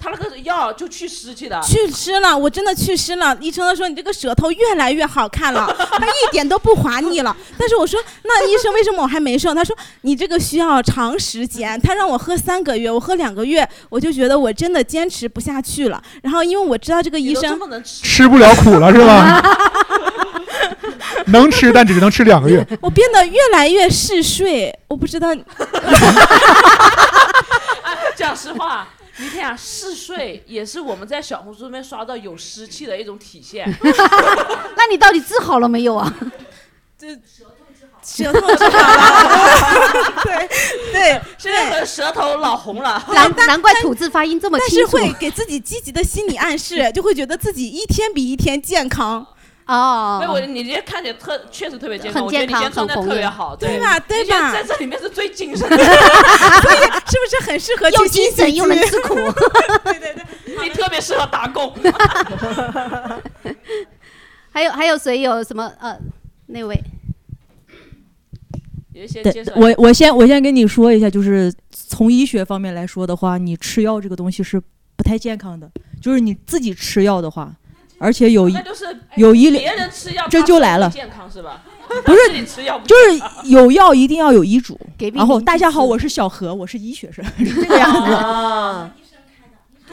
[SPEAKER 2] 他那个药就去湿气的，
[SPEAKER 7] 去湿了，我真的去湿了。医生都说你这个舌头越来越好看了， 它一点都不滑腻了。但是我说那医生为什么我还没瘦？他说你这个需要长时间，他让我喝三个月，我喝两个月，我就觉得我真的坚持不下去了。然后因为我知道这个
[SPEAKER 2] 你
[SPEAKER 7] 医
[SPEAKER 2] 都这
[SPEAKER 7] 生
[SPEAKER 2] 么能吃，
[SPEAKER 4] 吃不了苦了是吧？能吃，但只能吃两个月。
[SPEAKER 7] 我变得越来越嗜睡，我不知道
[SPEAKER 2] 讲实话，你看啊，嗜睡也是我们在小红书上面刷到有湿气的一种体现。
[SPEAKER 1] 那你到底治好了没有啊？
[SPEAKER 7] 舌头治好了。对对，
[SPEAKER 2] 现在我的舌头老红了，
[SPEAKER 1] 难难怪吐字发音这么
[SPEAKER 7] 但
[SPEAKER 1] 清
[SPEAKER 7] 是
[SPEAKER 1] 楚
[SPEAKER 7] 会给自己积极的心理暗示，就会觉得自己一天比一天健康，
[SPEAKER 1] 哦
[SPEAKER 2] 对，我你这看起来特确实特别健康，
[SPEAKER 1] 很
[SPEAKER 2] 我觉得
[SPEAKER 1] 健
[SPEAKER 2] 你
[SPEAKER 1] 康
[SPEAKER 2] 现在状态
[SPEAKER 1] 很红
[SPEAKER 2] 特别
[SPEAKER 1] 艳
[SPEAKER 2] 好，
[SPEAKER 7] 对吧？对
[SPEAKER 2] 你现在
[SPEAKER 7] 吧
[SPEAKER 2] 在？这里面是最精 神的，
[SPEAKER 7] 是不是很适合
[SPEAKER 1] 又
[SPEAKER 7] 去新
[SPEAKER 1] 精
[SPEAKER 7] 喜
[SPEAKER 1] 神
[SPEAKER 7] 剧
[SPEAKER 1] 又？能吃 苦。
[SPEAKER 2] 你特别适合打 工。
[SPEAKER 1] 还有还有谁有什么呃那位？
[SPEAKER 2] 有一些介
[SPEAKER 8] 对
[SPEAKER 2] 绍，，
[SPEAKER 8] 我我先我先跟你说一下，就是从医学方面来说的话，你吃药这个东西是不太健康的，就是你自己吃药的话，而且有一
[SPEAKER 2] 那就是哎
[SPEAKER 8] 有医疗
[SPEAKER 2] 别人吃药，
[SPEAKER 8] 这
[SPEAKER 2] 他
[SPEAKER 8] 就
[SPEAKER 2] 说
[SPEAKER 8] 来
[SPEAKER 2] 不
[SPEAKER 8] 了
[SPEAKER 2] 健康是吧？
[SPEAKER 8] 不是
[SPEAKER 2] 自己吃药不
[SPEAKER 8] 就是有药一定要有医嘱。
[SPEAKER 1] 给命
[SPEAKER 8] 然后
[SPEAKER 1] 令
[SPEAKER 8] 大
[SPEAKER 1] 之
[SPEAKER 8] 家好，
[SPEAKER 1] 师
[SPEAKER 8] 我是小何，我是医学生， 是这个样子。
[SPEAKER 5] 啊，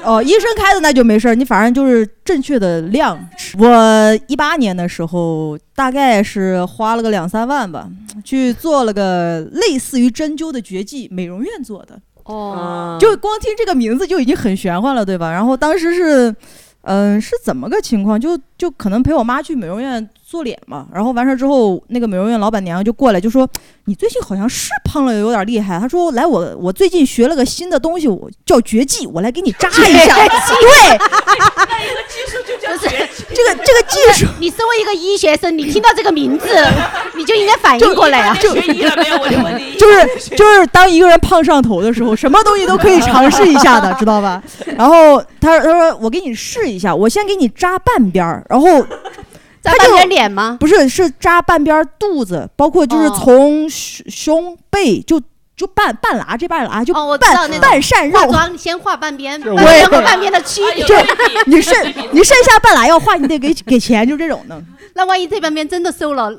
[SPEAKER 8] 哦，医生开的那就没事儿，你反正就是正确的量吃。我一八年的时候，大概是花了个两三万吧，去做了个类似于针灸的绝技，美容院做的。
[SPEAKER 1] 哦，
[SPEAKER 9] 嗯
[SPEAKER 8] 就光听这个名字就已经很玄幻了，对呃吧？然后当时是，嗯、是怎么个情况？就就可能陪我妈去美容院做脸嘛，然后完事儿之后，那个美容院老板娘就过来就说：“你最近好像是胖了，有点厉害。”她说：“来，我我最近学了个新的东西，我叫绝技，我来给你扎一
[SPEAKER 1] 哎
[SPEAKER 8] 下。”对，
[SPEAKER 1] 就是
[SPEAKER 8] 这个这个技术，
[SPEAKER 1] 你身为一个医学生，你听到这个名 字，你就应该反应过来啊！
[SPEAKER 2] 就学医了没有？我就问你，
[SPEAKER 8] 就是就是当一个人胖上头的时候，什么东西都可以尝试一 下的，知道吧？ 然后他他说我给你试一下，我先给你扎半边儿，然后
[SPEAKER 1] 咱
[SPEAKER 8] 他
[SPEAKER 1] 半
[SPEAKER 8] 就
[SPEAKER 1] 边脸吗？
[SPEAKER 8] 不是是扎半边儿肚子，包括就是
[SPEAKER 1] 哦
[SPEAKER 8] 从胸胸背就就半半拉这半拉就
[SPEAKER 1] 哦，我知
[SPEAKER 8] 半、
[SPEAKER 1] 道那种
[SPEAKER 8] 半扇肉
[SPEAKER 1] 化，妆先画半边，
[SPEAKER 4] 这我
[SPEAKER 1] 半边和半边的区
[SPEAKER 2] 哎
[SPEAKER 1] 别
[SPEAKER 2] 有。
[SPEAKER 8] 就
[SPEAKER 2] 对比，
[SPEAKER 8] 你剩 你剩下半拉要画，你得给给钱，就这种的。
[SPEAKER 1] 那万一这半边真的瘦了，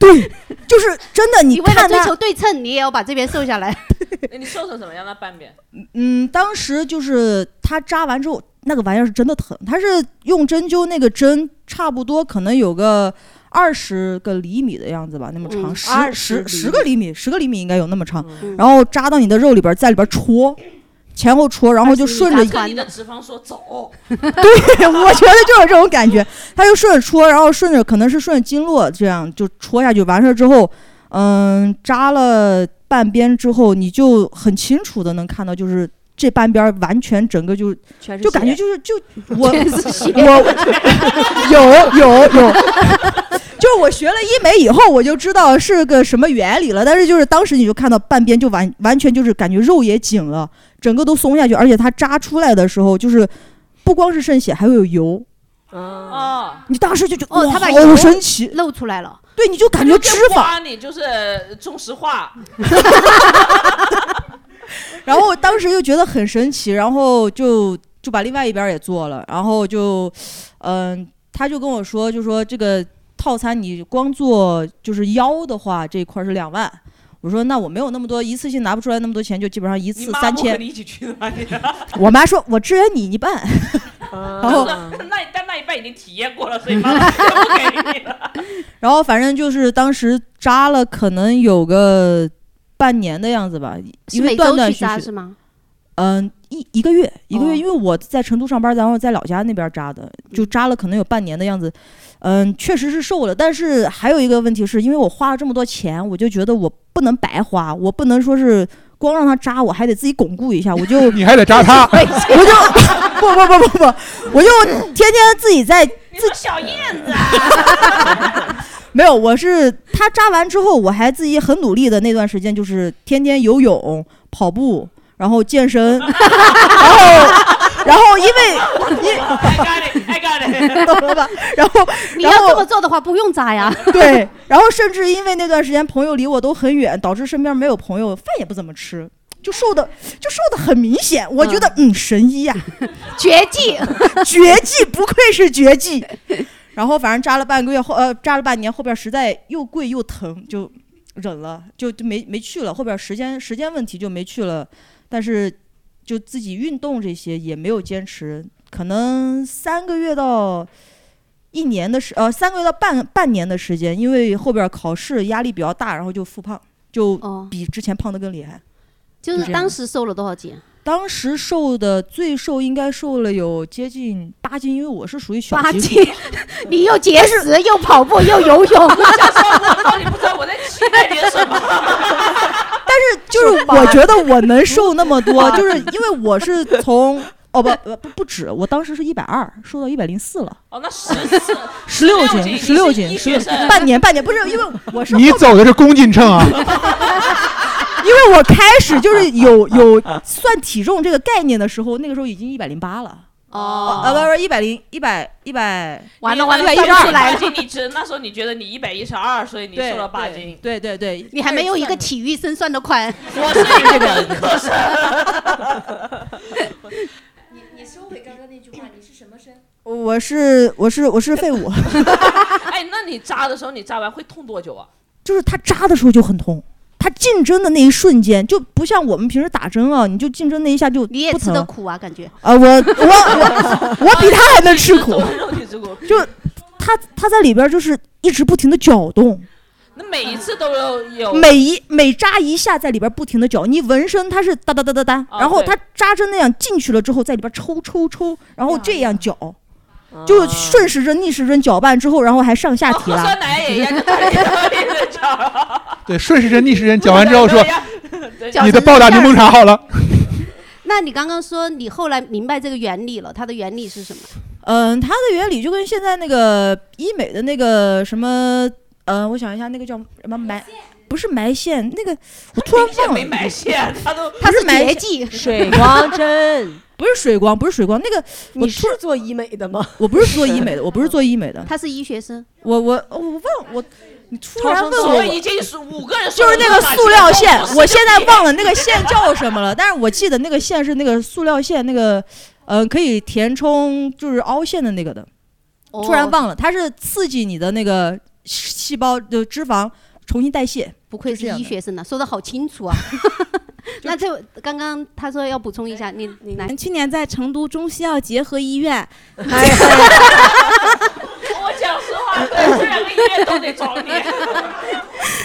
[SPEAKER 8] 对，就是真的，
[SPEAKER 1] 你为了
[SPEAKER 8] 看
[SPEAKER 1] 追
[SPEAKER 8] 他
[SPEAKER 1] 求对称，你也要把这边瘦下来。
[SPEAKER 2] 哎你瘦成什么 样？那半边
[SPEAKER 8] 嗯，当时就是他扎完之后，那个玩意儿是真的疼，他是用针灸那个针，差不多可能有个二十个厘米的样子吧，那么长，
[SPEAKER 1] 嗯
[SPEAKER 8] 十
[SPEAKER 5] 20
[SPEAKER 8] 十十
[SPEAKER 5] 厘
[SPEAKER 8] 个厘米，十个厘米应该有那么长，
[SPEAKER 1] 嗯
[SPEAKER 8] 然后扎到你的肉里边儿，在里边儿戳。前后戳，然后就顺着
[SPEAKER 1] 20厘米
[SPEAKER 2] 跟你的脂肪说走，
[SPEAKER 8] 对，我觉得就有这种感觉，他就顺着戳，然后顺着可能是顺着经络这样就戳下去，完事儿之后，嗯，扎了半边之后，你就很清楚的能看到，就是这半边儿完全整个就
[SPEAKER 5] 全是
[SPEAKER 8] 就感觉
[SPEAKER 5] 血
[SPEAKER 8] 就是就 我
[SPEAKER 1] 全是血
[SPEAKER 8] 我有有有， 就是我学了医美以后，我就知道是个什么原理了，但是就是当时你就看到半边就完完全就是感觉肉也紧了，整个都松下去，而且它扎出来的时候就是。不光是渗血，还会有油，
[SPEAKER 5] 啊，
[SPEAKER 2] 啊，
[SPEAKER 8] 你当时就觉得
[SPEAKER 1] 哦
[SPEAKER 8] 哇
[SPEAKER 1] 他把
[SPEAKER 8] 好
[SPEAKER 1] 油
[SPEAKER 8] 神奇，
[SPEAKER 1] 露出来了，
[SPEAKER 8] 对，你就感觉脂肪。
[SPEAKER 2] 刮你就是中石化，
[SPEAKER 8] 然后我当时就觉得很神奇，然后就就把另外一边儿也做了，然后就，嗯、他就跟我说，就说这个套餐你光做就是腰的话，这一块儿是两万。我说那我没有那么多，一次性拿不出来那么多钱，就基本上一
[SPEAKER 2] 你
[SPEAKER 8] 次
[SPEAKER 2] 妈
[SPEAKER 8] 三
[SPEAKER 2] 不和
[SPEAKER 8] 千。
[SPEAKER 2] 你一起去啊的吗？你
[SPEAKER 8] 我妈说，我支援你一半。
[SPEAKER 5] 然
[SPEAKER 8] 然后
[SPEAKER 2] 嗯那但那一半已经体验过了，所以妈 妈不给你了。
[SPEAKER 8] 然后反正就是当时扎了，可能有个半年的样子吧，
[SPEAKER 1] 是
[SPEAKER 8] 因
[SPEAKER 1] 每
[SPEAKER 8] 为断
[SPEAKER 1] 周
[SPEAKER 8] 断
[SPEAKER 1] 去
[SPEAKER 8] 续
[SPEAKER 1] 扎
[SPEAKER 8] 续
[SPEAKER 1] 是。吗？
[SPEAKER 8] 嗯，一一个月，一个月，
[SPEAKER 1] 哦
[SPEAKER 8] 因为我在成都上班，然后在老家那边扎的，就扎了可能有半年的样子。嗯，确实是瘦了，但是还有一个问题是，因为我花了这么多钱，我就觉得我不能白花，我不能说是光让他扎，我还得自己巩固一下，我就我
[SPEAKER 4] 你还得扎 他，
[SPEAKER 8] 就 不不不不不，我就天天自己在
[SPEAKER 2] 你说小燕子，啊
[SPEAKER 8] 没有，我是他扎完之后，我还自己很努力的那段时间，就是天天游泳、跑步，然后健身， 然后然后因为因
[SPEAKER 2] I got it, I got it。
[SPEAKER 8] 懂了吧？然后，
[SPEAKER 1] 你要
[SPEAKER 8] 然
[SPEAKER 1] 这么
[SPEAKER 8] 后
[SPEAKER 1] 做的话，啊不用扎呀。
[SPEAKER 8] 对，然后甚至因为那段时间朋友离我都很远，导致身边没有朋友，饭也不怎么吃，就瘦的就瘦的很明显。我觉得，嗯，神医呀、
[SPEAKER 1] 绝技，
[SPEAKER 8] 绝技，不愧是绝技。然后反正扎了半个月后，呃，扎了半年，后边实在又贵又疼，就忍了，就就没没去了。后边时间时间问题就没去了，但是就自己运动这些也没有坚持，可能三个月到一年的时，呃，三个月到半半年的时间，因为后边考试压力比较大，然后就复胖，就
[SPEAKER 1] 哦，
[SPEAKER 8] 比之前胖的更厉害。
[SPEAKER 1] 就
[SPEAKER 8] 就这
[SPEAKER 1] 是
[SPEAKER 8] 样
[SPEAKER 1] 当时瘦了多少斤？啊
[SPEAKER 8] 当时瘦的最瘦应该瘦了有接近八斤，因为我是属于小
[SPEAKER 1] 八
[SPEAKER 8] 型
[SPEAKER 1] 斤， 你又节食，又跑步，又游泳，
[SPEAKER 2] 我到底不知道我在期待点什么。
[SPEAKER 8] 就是我觉得我能瘦那 么 多，就是因为我是从哦不不不不止，我当时是一百二，瘦到一百零四了，
[SPEAKER 2] 哦，那十四
[SPEAKER 8] 十六斤，十六斤，十
[SPEAKER 2] 学
[SPEAKER 8] 六
[SPEAKER 2] 生。
[SPEAKER 8] 半年半年不是因为我是后
[SPEAKER 4] 你走的是公斤秤啊！
[SPEAKER 8] 因为我开始就是有有算体重这个概念的时候，那个时候已经一百零八了，
[SPEAKER 1] 哦
[SPEAKER 8] 啊不不一百零一百一百
[SPEAKER 1] 完了完了，
[SPEAKER 8] 112
[SPEAKER 1] 算不出来了。
[SPEAKER 2] 斤你只那时候你觉得你一百一十二，所以你
[SPEAKER 8] 对
[SPEAKER 2] 瘦了八斤。
[SPEAKER 8] 对对对，
[SPEAKER 1] 你还没有一个体育生算得宽，
[SPEAKER 2] 我是一个文科生，
[SPEAKER 10] 你你收回刚刚那句话，你是什么身？
[SPEAKER 8] 我是我是我是废 物，
[SPEAKER 2] 哎，那你扎的时候，你扎完会痛多 久啊？
[SPEAKER 8] 就是他扎的时候就很痛。他进针的那一瞬间，就不像我们平时打针啊，你就进针那一下就
[SPEAKER 1] 你也
[SPEAKER 8] 不
[SPEAKER 1] 吃
[SPEAKER 8] 疼
[SPEAKER 1] 得苦啊，感觉。
[SPEAKER 8] 啊，我我 我我比他还能吃苦。
[SPEAKER 2] 肉体之苦，
[SPEAKER 8] 就他他在里边就是一直不停的搅动，
[SPEAKER 2] 那每一次都有有
[SPEAKER 8] 每一每扎一下在里边不停的搅，你纹身它是哒哒哒哒哒，
[SPEAKER 2] 啊
[SPEAKER 8] 然后
[SPEAKER 2] 对啊
[SPEAKER 8] 它扎针那样进去了之后在里边抽抽抽，然后这样搅，就是顺时针、逆时针搅拌之后，然后还上下提
[SPEAKER 2] 喝
[SPEAKER 8] 拉。
[SPEAKER 2] 酸奶哦也一样，就大家都一直吵。
[SPEAKER 4] 对，顺时针、逆时针搅完之后说
[SPEAKER 2] 对
[SPEAKER 4] 你的爆打柠檬茶好了。
[SPEAKER 1] 那你刚刚说你后来明白这个原理了，它的原理是什么？
[SPEAKER 8] 嗯，它的原理就跟现在那个医美的那个什么，嗯，我想一下，那个叫什么埋，不是埋线，那个我突然
[SPEAKER 2] 明
[SPEAKER 8] 忘
[SPEAKER 2] 显
[SPEAKER 8] 了，
[SPEAKER 2] 没埋线，他都
[SPEAKER 8] 它是埋
[SPEAKER 1] 绝
[SPEAKER 8] 线
[SPEAKER 1] 技，
[SPEAKER 5] 水光针，
[SPEAKER 8] 不是水光，不是水光，那个我
[SPEAKER 5] 你是做医美的吗？
[SPEAKER 8] 我不是做医美的，我不是做医美的，
[SPEAKER 1] 他是医学生，
[SPEAKER 8] 我我我忘我，你突然问
[SPEAKER 2] 我
[SPEAKER 8] 我，
[SPEAKER 2] 已经是五个人，
[SPEAKER 8] 就是那个塑料线，我现在忘了那个线叫什么了，但是我记得那个线是那个塑料线，那个嗯、呃可以填充就是凹陷的那个的，突然
[SPEAKER 1] 哦
[SPEAKER 8] 忘了，它是刺激你的那个细胞的脂肪重新代谢。
[SPEAKER 1] 不愧
[SPEAKER 8] 就是这
[SPEAKER 1] 是
[SPEAKER 8] 样的
[SPEAKER 1] 医学生呢，说的好清楚啊。那就刚刚他说要补充一下，你来
[SPEAKER 7] 去年在成都中西药结合医院，
[SPEAKER 2] 我讲实话，这两个医院都得找你。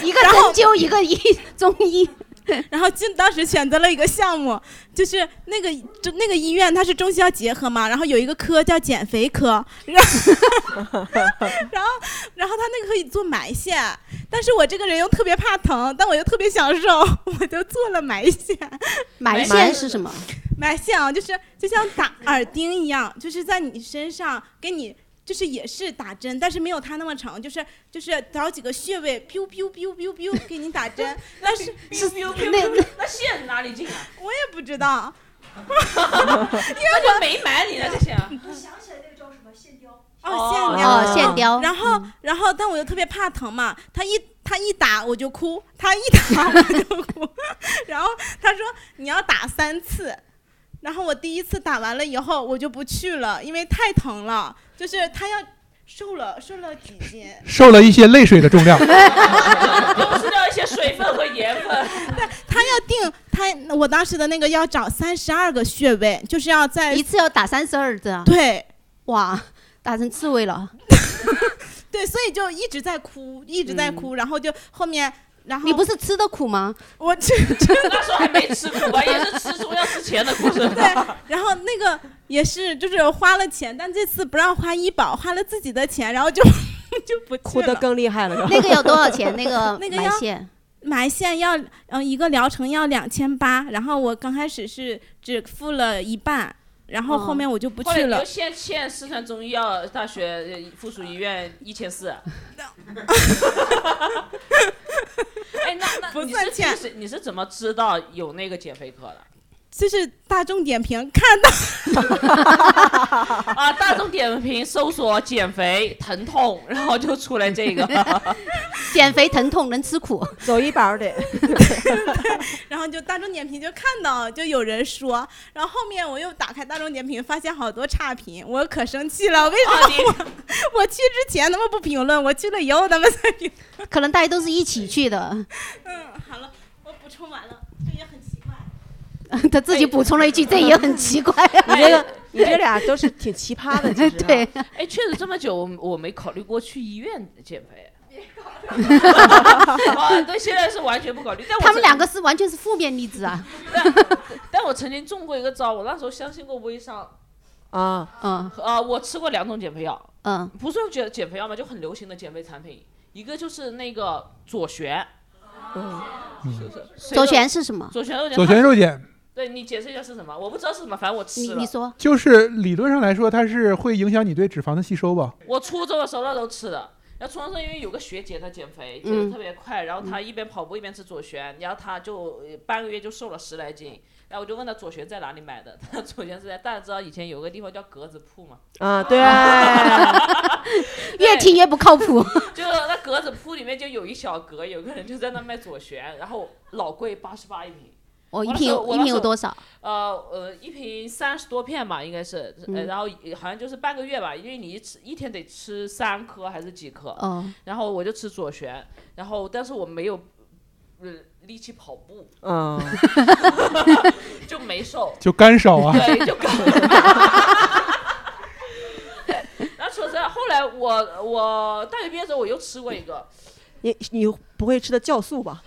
[SPEAKER 1] 一个针灸，一个 医中 医，
[SPEAKER 7] 然后就当时选择了一个项目，就是那个就那个医院它是中西药结合嘛，然后有一个科叫减肥 科，然后 然后然后他那个可以做埋线，但是我这个人又特别怕疼，但我又特别想瘦，我就做了埋线。
[SPEAKER 1] 埋线是什么？
[SPEAKER 7] 埋线啊，就是就像打耳钉一样，就是在你身上给你。就是也是打针，但是没有它那么长，就是就是找几个穴位，biu biu biu biu biu 给你打 针，但是
[SPEAKER 2] 是那那线哪里进啊？
[SPEAKER 7] 我也不 知道，
[SPEAKER 2] 那就没埋你了这些。啊
[SPEAKER 10] 我想起来那个叫什么线雕，
[SPEAKER 7] 哦，线
[SPEAKER 2] 哦
[SPEAKER 7] 疗
[SPEAKER 1] 哦，线雕。
[SPEAKER 7] 然后，然后，但我又特别怕疼嘛，他一他一打我就哭， 他一打我就哭。 然后他说你要打三次，然后我第一次打完了以后我就不去了，因为太疼了，就是他要瘦了瘦了几斤，
[SPEAKER 4] 受了一些泪水的重 量，
[SPEAKER 1] 哎
[SPEAKER 2] 流失掉一些水分和盐分。
[SPEAKER 7] 他要定他我当时的那个要找三十二个穴位，就是要在
[SPEAKER 1] 一次要打三十二针啊，
[SPEAKER 7] 对
[SPEAKER 1] 哇，打成刺猬了。
[SPEAKER 7] 对，所以就一直在哭，一直在哭，然后就后面。然后
[SPEAKER 1] 你不是吃的苦吗？
[SPEAKER 7] 我这
[SPEAKER 2] 那时候还没吃苦吧，也是吃中药之前的故事。
[SPEAKER 7] 对，然后那个也是，就是花了钱，但这次不让花医保，花了自己的钱，然后就 就不去
[SPEAKER 5] 哭得
[SPEAKER 7] 了
[SPEAKER 5] 更厉害了，然后
[SPEAKER 1] 那个要多少钱？那 个
[SPEAKER 7] 那个
[SPEAKER 1] 埋
[SPEAKER 7] 要
[SPEAKER 1] 线
[SPEAKER 7] 埋线要，嗯、一个疗程要两千八，然后我刚开始是只付了一半，然后后
[SPEAKER 1] 哦
[SPEAKER 7] 面我就不
[SPEAKER 2] 嗯后来
[SPEAKER 7] 去
[SPEAKER 2] 你
[SPEAKER 7] 了。
[SPEAKER 2] 就现欠四川中医药大学呃附属医院一千 四。哎，那那
[SPEAKER 7] 不
[SPEAKER 2] 你
[SPEAKER 7] 算
[SPEAKER 2] 是
[SPEAKER 7] 欠
[SPEAKER 2] 你是你是怎么知道有那个减肥课的？
[SPEAKER 7] 就是大众点评看到，
[SPEAKER 2] 啊，大众点评搜索减肥疼痛，然后就出来这个。
[SPEAKER 1] 减肥疼痛能吃苦，
[SPEAKER 5] 走一包的。
[SPEAKER 7] 然后就大众点评就看到就有人说，然后后面我又打开大众点评，发现好多差评，我可生气了。为什么
[SPEAKER 1] 哦
[SPEAKER 2] 啊，你
[SPEAKER 7] 我 去之前他们不评论，我去了以后他们才评论
[SPEAKER 1] 可能大家都是一起去的。
[SPEAKER 7] 嗯，好了，我补充完了，这也很奇怪。
[SPEAKER 1] 他自己补充了一句，这也很奇怪。啊
[SPEAKER 5] 你这个，你这俩都是挺奇葩 的，其实啊。
[SPEAKER 1] 对，
[SPEAKER 2] 哎，确实这么久，我我没考虑过去医院减肥。 啊，对，现在是完全不考虑。但我
[SPEAKER 1] 他们
[SPEAKER 2] 曾
[SPEAKER 1] 两个是完全是负面例子 啊。
[SPEAKER 2] 但我曾经中过一个招，我那时候相信过微商，
[SPEAKER 5] 啊，
[SPEAKER 1] 嗯
[SPEAKER 2] 啊、我吃过两种减肥药，
[SPEAKER 1] 嗯，
[SPEAKER 2] 不是减减肥药嘛，就很流行的减肥产品，一个就是那个左旋，
[SPEAKER 5] 嗯
[SPEAKER 2] 是是谁
[SPEAKER 1] 左
[SPEAKER 2] 都
[SPEAKER 1] 旋是什么？
[SPEAKER 2] 左旋有点
[SPEAKER 4] 左旋肉碱
[SPEAKER 2] 对你解释一下是什么？我不知道是什啊么，反正我吃
[SPEAKER 1] 你
[SPEAKER 2] 了
[SPEAKER 1] 你。说
[SPEAKER 4] 就是理论上来说，它是会影响你对脂肪的吸收吧？
[SPEAKER 2] 我初中的时候那时候吃的，然后初中的时候因为有个学姐她减肥减
[SPEAKER 1] 嗯
[SPEAKER 2] 得特别快，然后她一边跑步一边吃左旋，然后她就呃半个月就瘦了十来斤。然后我就问她左旋在哪里买的，她说左旋是在大家知道以前有个地方叫格子铺嘛，
[SPEAKER 5] 啊，对，
[SPEAKER 1] 越听越不靠谱。
[SPEAKER 2] 就是那格子铺里面就有一小格，有个人就在那卖左旋，然后老贵八十八一瓶，
[SPEAKER 1] 哦，一
[SPEAKER 2] 我那
[SPEAKER 1] 瓶
[SPEAKER 2] 时候
[SPEAKER 1] 有
[SPEAKER 2] 我
[SPEAKER 1] 一
[SPEAKER 2] 那
[SPEAKER 1] 瓶
[SPEAKER 2] 时
[SPEAKER 1] 有
[SPEAKER 2] 候
[SPEAKER 1] 多少？
[SPEAKER 2] 呃呃，一瓶三十多片吧，应该是，呃，
[SPEAKER 1] 嗯
[SPEAKER 2] 然后也好像就是半个月吧，因为你一吃一天得吃三颗还是几颗，
[SPEAKER 1] 哦，
[SPEAKER 2] 然后我就吃左旋，然后但是我没有，呃，力气跑步，
[SPEAKER 5] 嗯，
[SPEAKER 2] 就没瘦，
[SPEAKER 4] 就干烧啊，
[SPEAKER 2] 对，就 搞。 然后说实在，后来我我大学毕业的时候我又吃过一个，
[SPEAKER 5] 你你不会吃的酵素吧？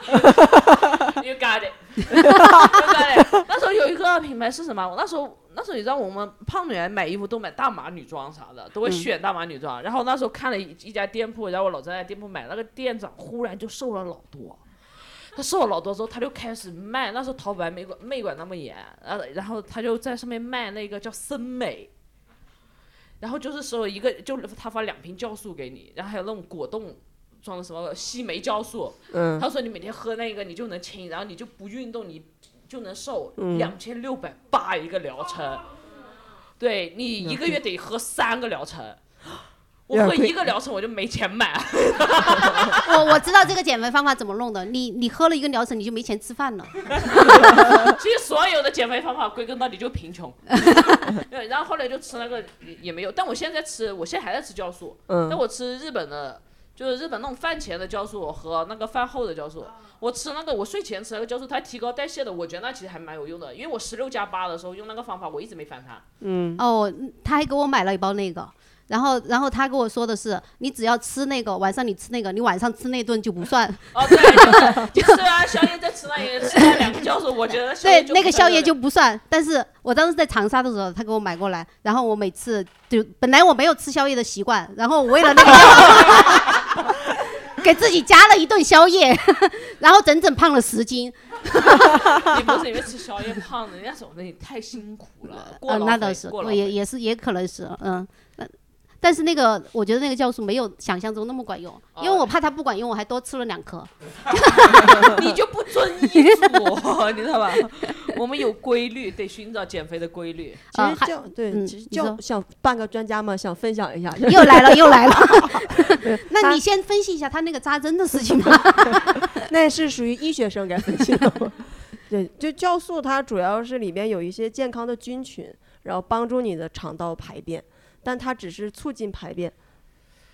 [SPEAKER 2] You got it，You got it。那时候有一个品牌是什么？我那时候那时候你知道我们胖女人买衣服都买大码女装啥的，都会选大码女装。然后那时候看了一一家店铺，然后我老在那店铺买，那个店长忽然就瘦了老多。他瘦了老多之后，他就开始卖。那时候淘宝没管没管那么严，然后然后他就在上面卖那个叫森美，然后就是说一个就他发两瓶酵素给你，然后还有那种果冻装的什么西梅酵素，
[SPEAKER 5] 嗯
[SPEAKER 2] 他说你每天喝那个你就能轻，然后你就不运动你就能瘦，
[SPEAKER 5] 嗯
[SPEAKER 2] 两千六百八一个疗程，对你一个月得喝三个疗程。我
[SPEAKER 5] 有点
[SPEAKER 2] 喝
[SPEAKER 5] 贵
[SPEAKER 2] 一个疗程我就没钱买，
[SPEAKER 1] 我我知道这个减肥方法怎么弄的，你你喝了一个疗程你就没钱吃饭了，
[SPEAKER 2] 其实所有的减肥方法归根到底就贫 穷。对，然后后来就吃那个也也没有，但我现在吃，我现在还在吃酵素，但
[SPEAKER 5] 嗯，
[SPEAKER 2] 我吃日本的，就是日本那种饭前的酵素和那个饭后的酵素。我吃那个，我睡前吃那个酵素，它提高代谢的，我觉得那其实还蛮有用的。因为我十六加八的时候用那个方法，我一直没反弹。
[SPEAKER 1] 哦，他还给我买了一包那个，然后然后他跟我说的是，你只要吃那个，晚上你吃那个，你晚上吃那顿就不算，
[SPEAKER 2] 哦， 对，就是就是啊，宵夜再吃那也吃那两个酵素，我觉得宵
[SPEAKER 1] 对
[SPEAKER 2] 夜，就
[SPEAKER 1] 那
[SPEAKER 2] 不
[SPEAKER 1] 个
[SPEAKER 2] 算
[SPEAKER 1] 宵夜
[SPEAKER 2] 热
[SPEAKER 1] 就不算。但是我当时在长沙的时候，他给我买过来，然后我每次就本来我没有吃宵夜的习惯，然后我为了那 个药给自己加了一顿宵夜， 然后整整胖了十斤。
[SPEAKER 2] 你不是因为吃宵夜胖的，人家总说你太辛苦了，过
[SPEAKER 1] 嗯，
[SPEAKER 2] 劳
[SPEAKER 1] 那
[SPEAKER 2] 肥
[SPEAKER 1] 倒是，
[SPEAKER 2] 过劳
[SPEAKER 1] 我也
[SPEAKER 2] 肥
[SPEAKER 1] 也是也可能是，嗯，那但是那个我觉得那个酵素没有想象中那么管用，因为
[SPEAKER 2] 哦
[SPEAKER 1] 我怕它不管用，我还多吃了 两颗。
[SPEAKER 2] 你就不遵医嘱，你知道吧？我们有规律，得寻找减肥的规律。
[SPEAKER 5] 其
[SPEAKER 1] 呃
[SPEAKER 8] 啊
[SPEAKER 5] 实
[SPEAKER 1] 还
[SPEAKER 5] 这样对，
[SPEAKER 1] 嗯
[SPEAKER 5] 其实
[SPEAKER 1] 你说
[SPEAKER 5] 就想半个专家嘛，想分享一下，
[SPEAKER 1] 又来了，又 来了。
[SPEAKER 5] 对
[SPEAKER 1] 那
[SPEAKER 5] 他
[SPEAKER 1] 你先分析一下他那个扎针的事情吧。
[SPEAKER 5] 那是属于医学生该分析的嘛。对，就酵素它主要是里面有一些健康的菌群，然后帮助你的肠道排便，但它只是促进排便，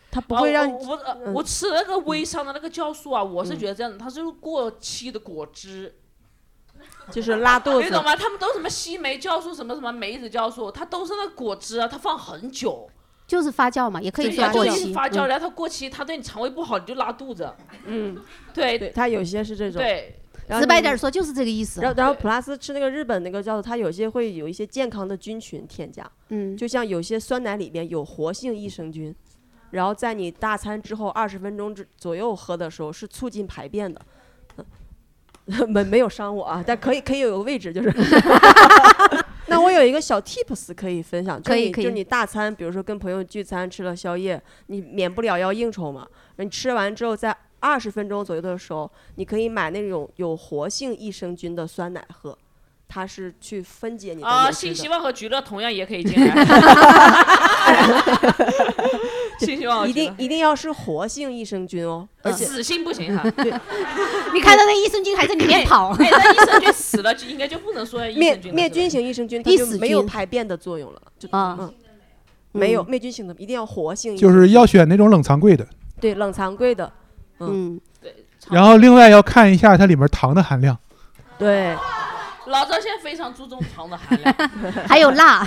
[SPEAKER 5] 它不
[SPEAKER 2] 啊
[SPEAKER 5] 会让
[SPEAKER 2] 我
[SPEAKER 5] 你
[SPEAKER 2] 我呃
[SPEAKER 5] 嗯
[SPEAKER 2] 我吃那个微商的那个酵素啊，我是
[SPEAKER 9] 嗯
[SPEAKER 2] 觉得这样的，它是过期的果汁，
[SPEAKER 5] 就是拉肚
[SPEAKER 2] 你
[SPEAKER 5] 子。
[SPEAKER 2] 懂吗？他们都什么西梅酵素，什么什么梅子酵素，它都是那果汁啊，它放很久，
[SPEAKER 1] 就是发酵嘛，也可以
[SPEAKER 2] 对
[SPEAKER 1] 说
[SPEAKER 2] 它就
[SPEAKER 1] 过
[SPEAKER 2] 一直
[SPEAKER 1] 期。嗯
[SPEAKER 2] 发酵，然后它过期，它对你肠胃不好，你就拉肚子。
[SPEAKER 5] 嗯，
[SPEAKER 2] 对
[SPEAKER 5] 对，它有些是这种。
[SPEAKER 2] 对，
[SPEAKER 5] 然后
[SPEAKER 1] 直白
[SPEAKER 5] 你
[SPEAKER 1] 点说，就是这个意思
[SPEAKER 5] 然。后，然后
[SPEAKER 2] 对
[SPEAKER 5] 普拉斯吃那个日本那个酵素，它有些会有一些健康的菌群添加，
[SPEAKER 1] 嗯，
[SPEAKER 5] 就像有些酸奶里边有活性益生菌，然后在你大餐之后二十分钟之左右喝的时候是促进排便的，嗯 没没有伤我啊，但可以可以有个位置 就是。那我有一个小 tips 可以分享，就
[SPEAKER 1] 可以
[SPEAKER 5] 你
[SPEAKER 1] 可以
[SPEAKER 5] 就你大餐，比如说跟朋友聚餐吃了宵夜，你免不了要应酬嘛，你吃完之后在二十分钟左右的时候，你可以买那种有活性益生菌的酸奶喝。它是去分解你的
[SPEAKER 2] 啊，
[SPEAKER 5] 饮食
[SPEAKER 2] 新
[SPEAKER 5] 的
[SPEAKER 2] 希望和娱乐同样也可以进 来。 新希望和
[SPEAKER 5] 一
[SPEAKER 2] 娱
[SPEAKER 5] 定
[SPEAKER 2] 乐，
[SPEAKER 5] 一定要是活性益生菌哦，而且
[SPEAKER 2] 呃死性不行哈。
[SPEAKER 1] 你看到那益生菌还在里面跑，
[SPEAKER 2] 哎，那益生菌死了就应该就不能说益
[SPEAKER 5] 灭
[SPEAKER 2] 生菌了
[SPEAKER 5] 灭
[SPEAKER 2] 是吧
[SPEAKER 5] 菌型益生菌它
[SPEAKER 1] 一
[SPEAKER 5] 就
[SPEAKER 1] 死
[SPEAKER 5] 没有
[SPEAKER 1] 菌
[SPEAKER 5] 排便的作用了，就
[SPEAKER 1] 啊
[SPEAKER 5] 嗯，没有灭菌型的，一定要活性益
[SPEAKER 4] 嗯
[SPEAKER 5] 生
[SPEAKER 4] 就
[SPEAKER 5] 菌，
[SPEAKER 4] 是要选那种冷藏柜的，
[SPEAKER 5] 对冷藏柜的，
[SPEAKER 1] 嗯，
[SPEAKER 2] 对，长
[SPEAKER 4] 然后另外要看一下它里面糖的含量。
[SPEAKER 5] 对
[SPEAKER 2] 老赵现在非常注重糖的含量，
[SPEAKER 1] 还有 钠，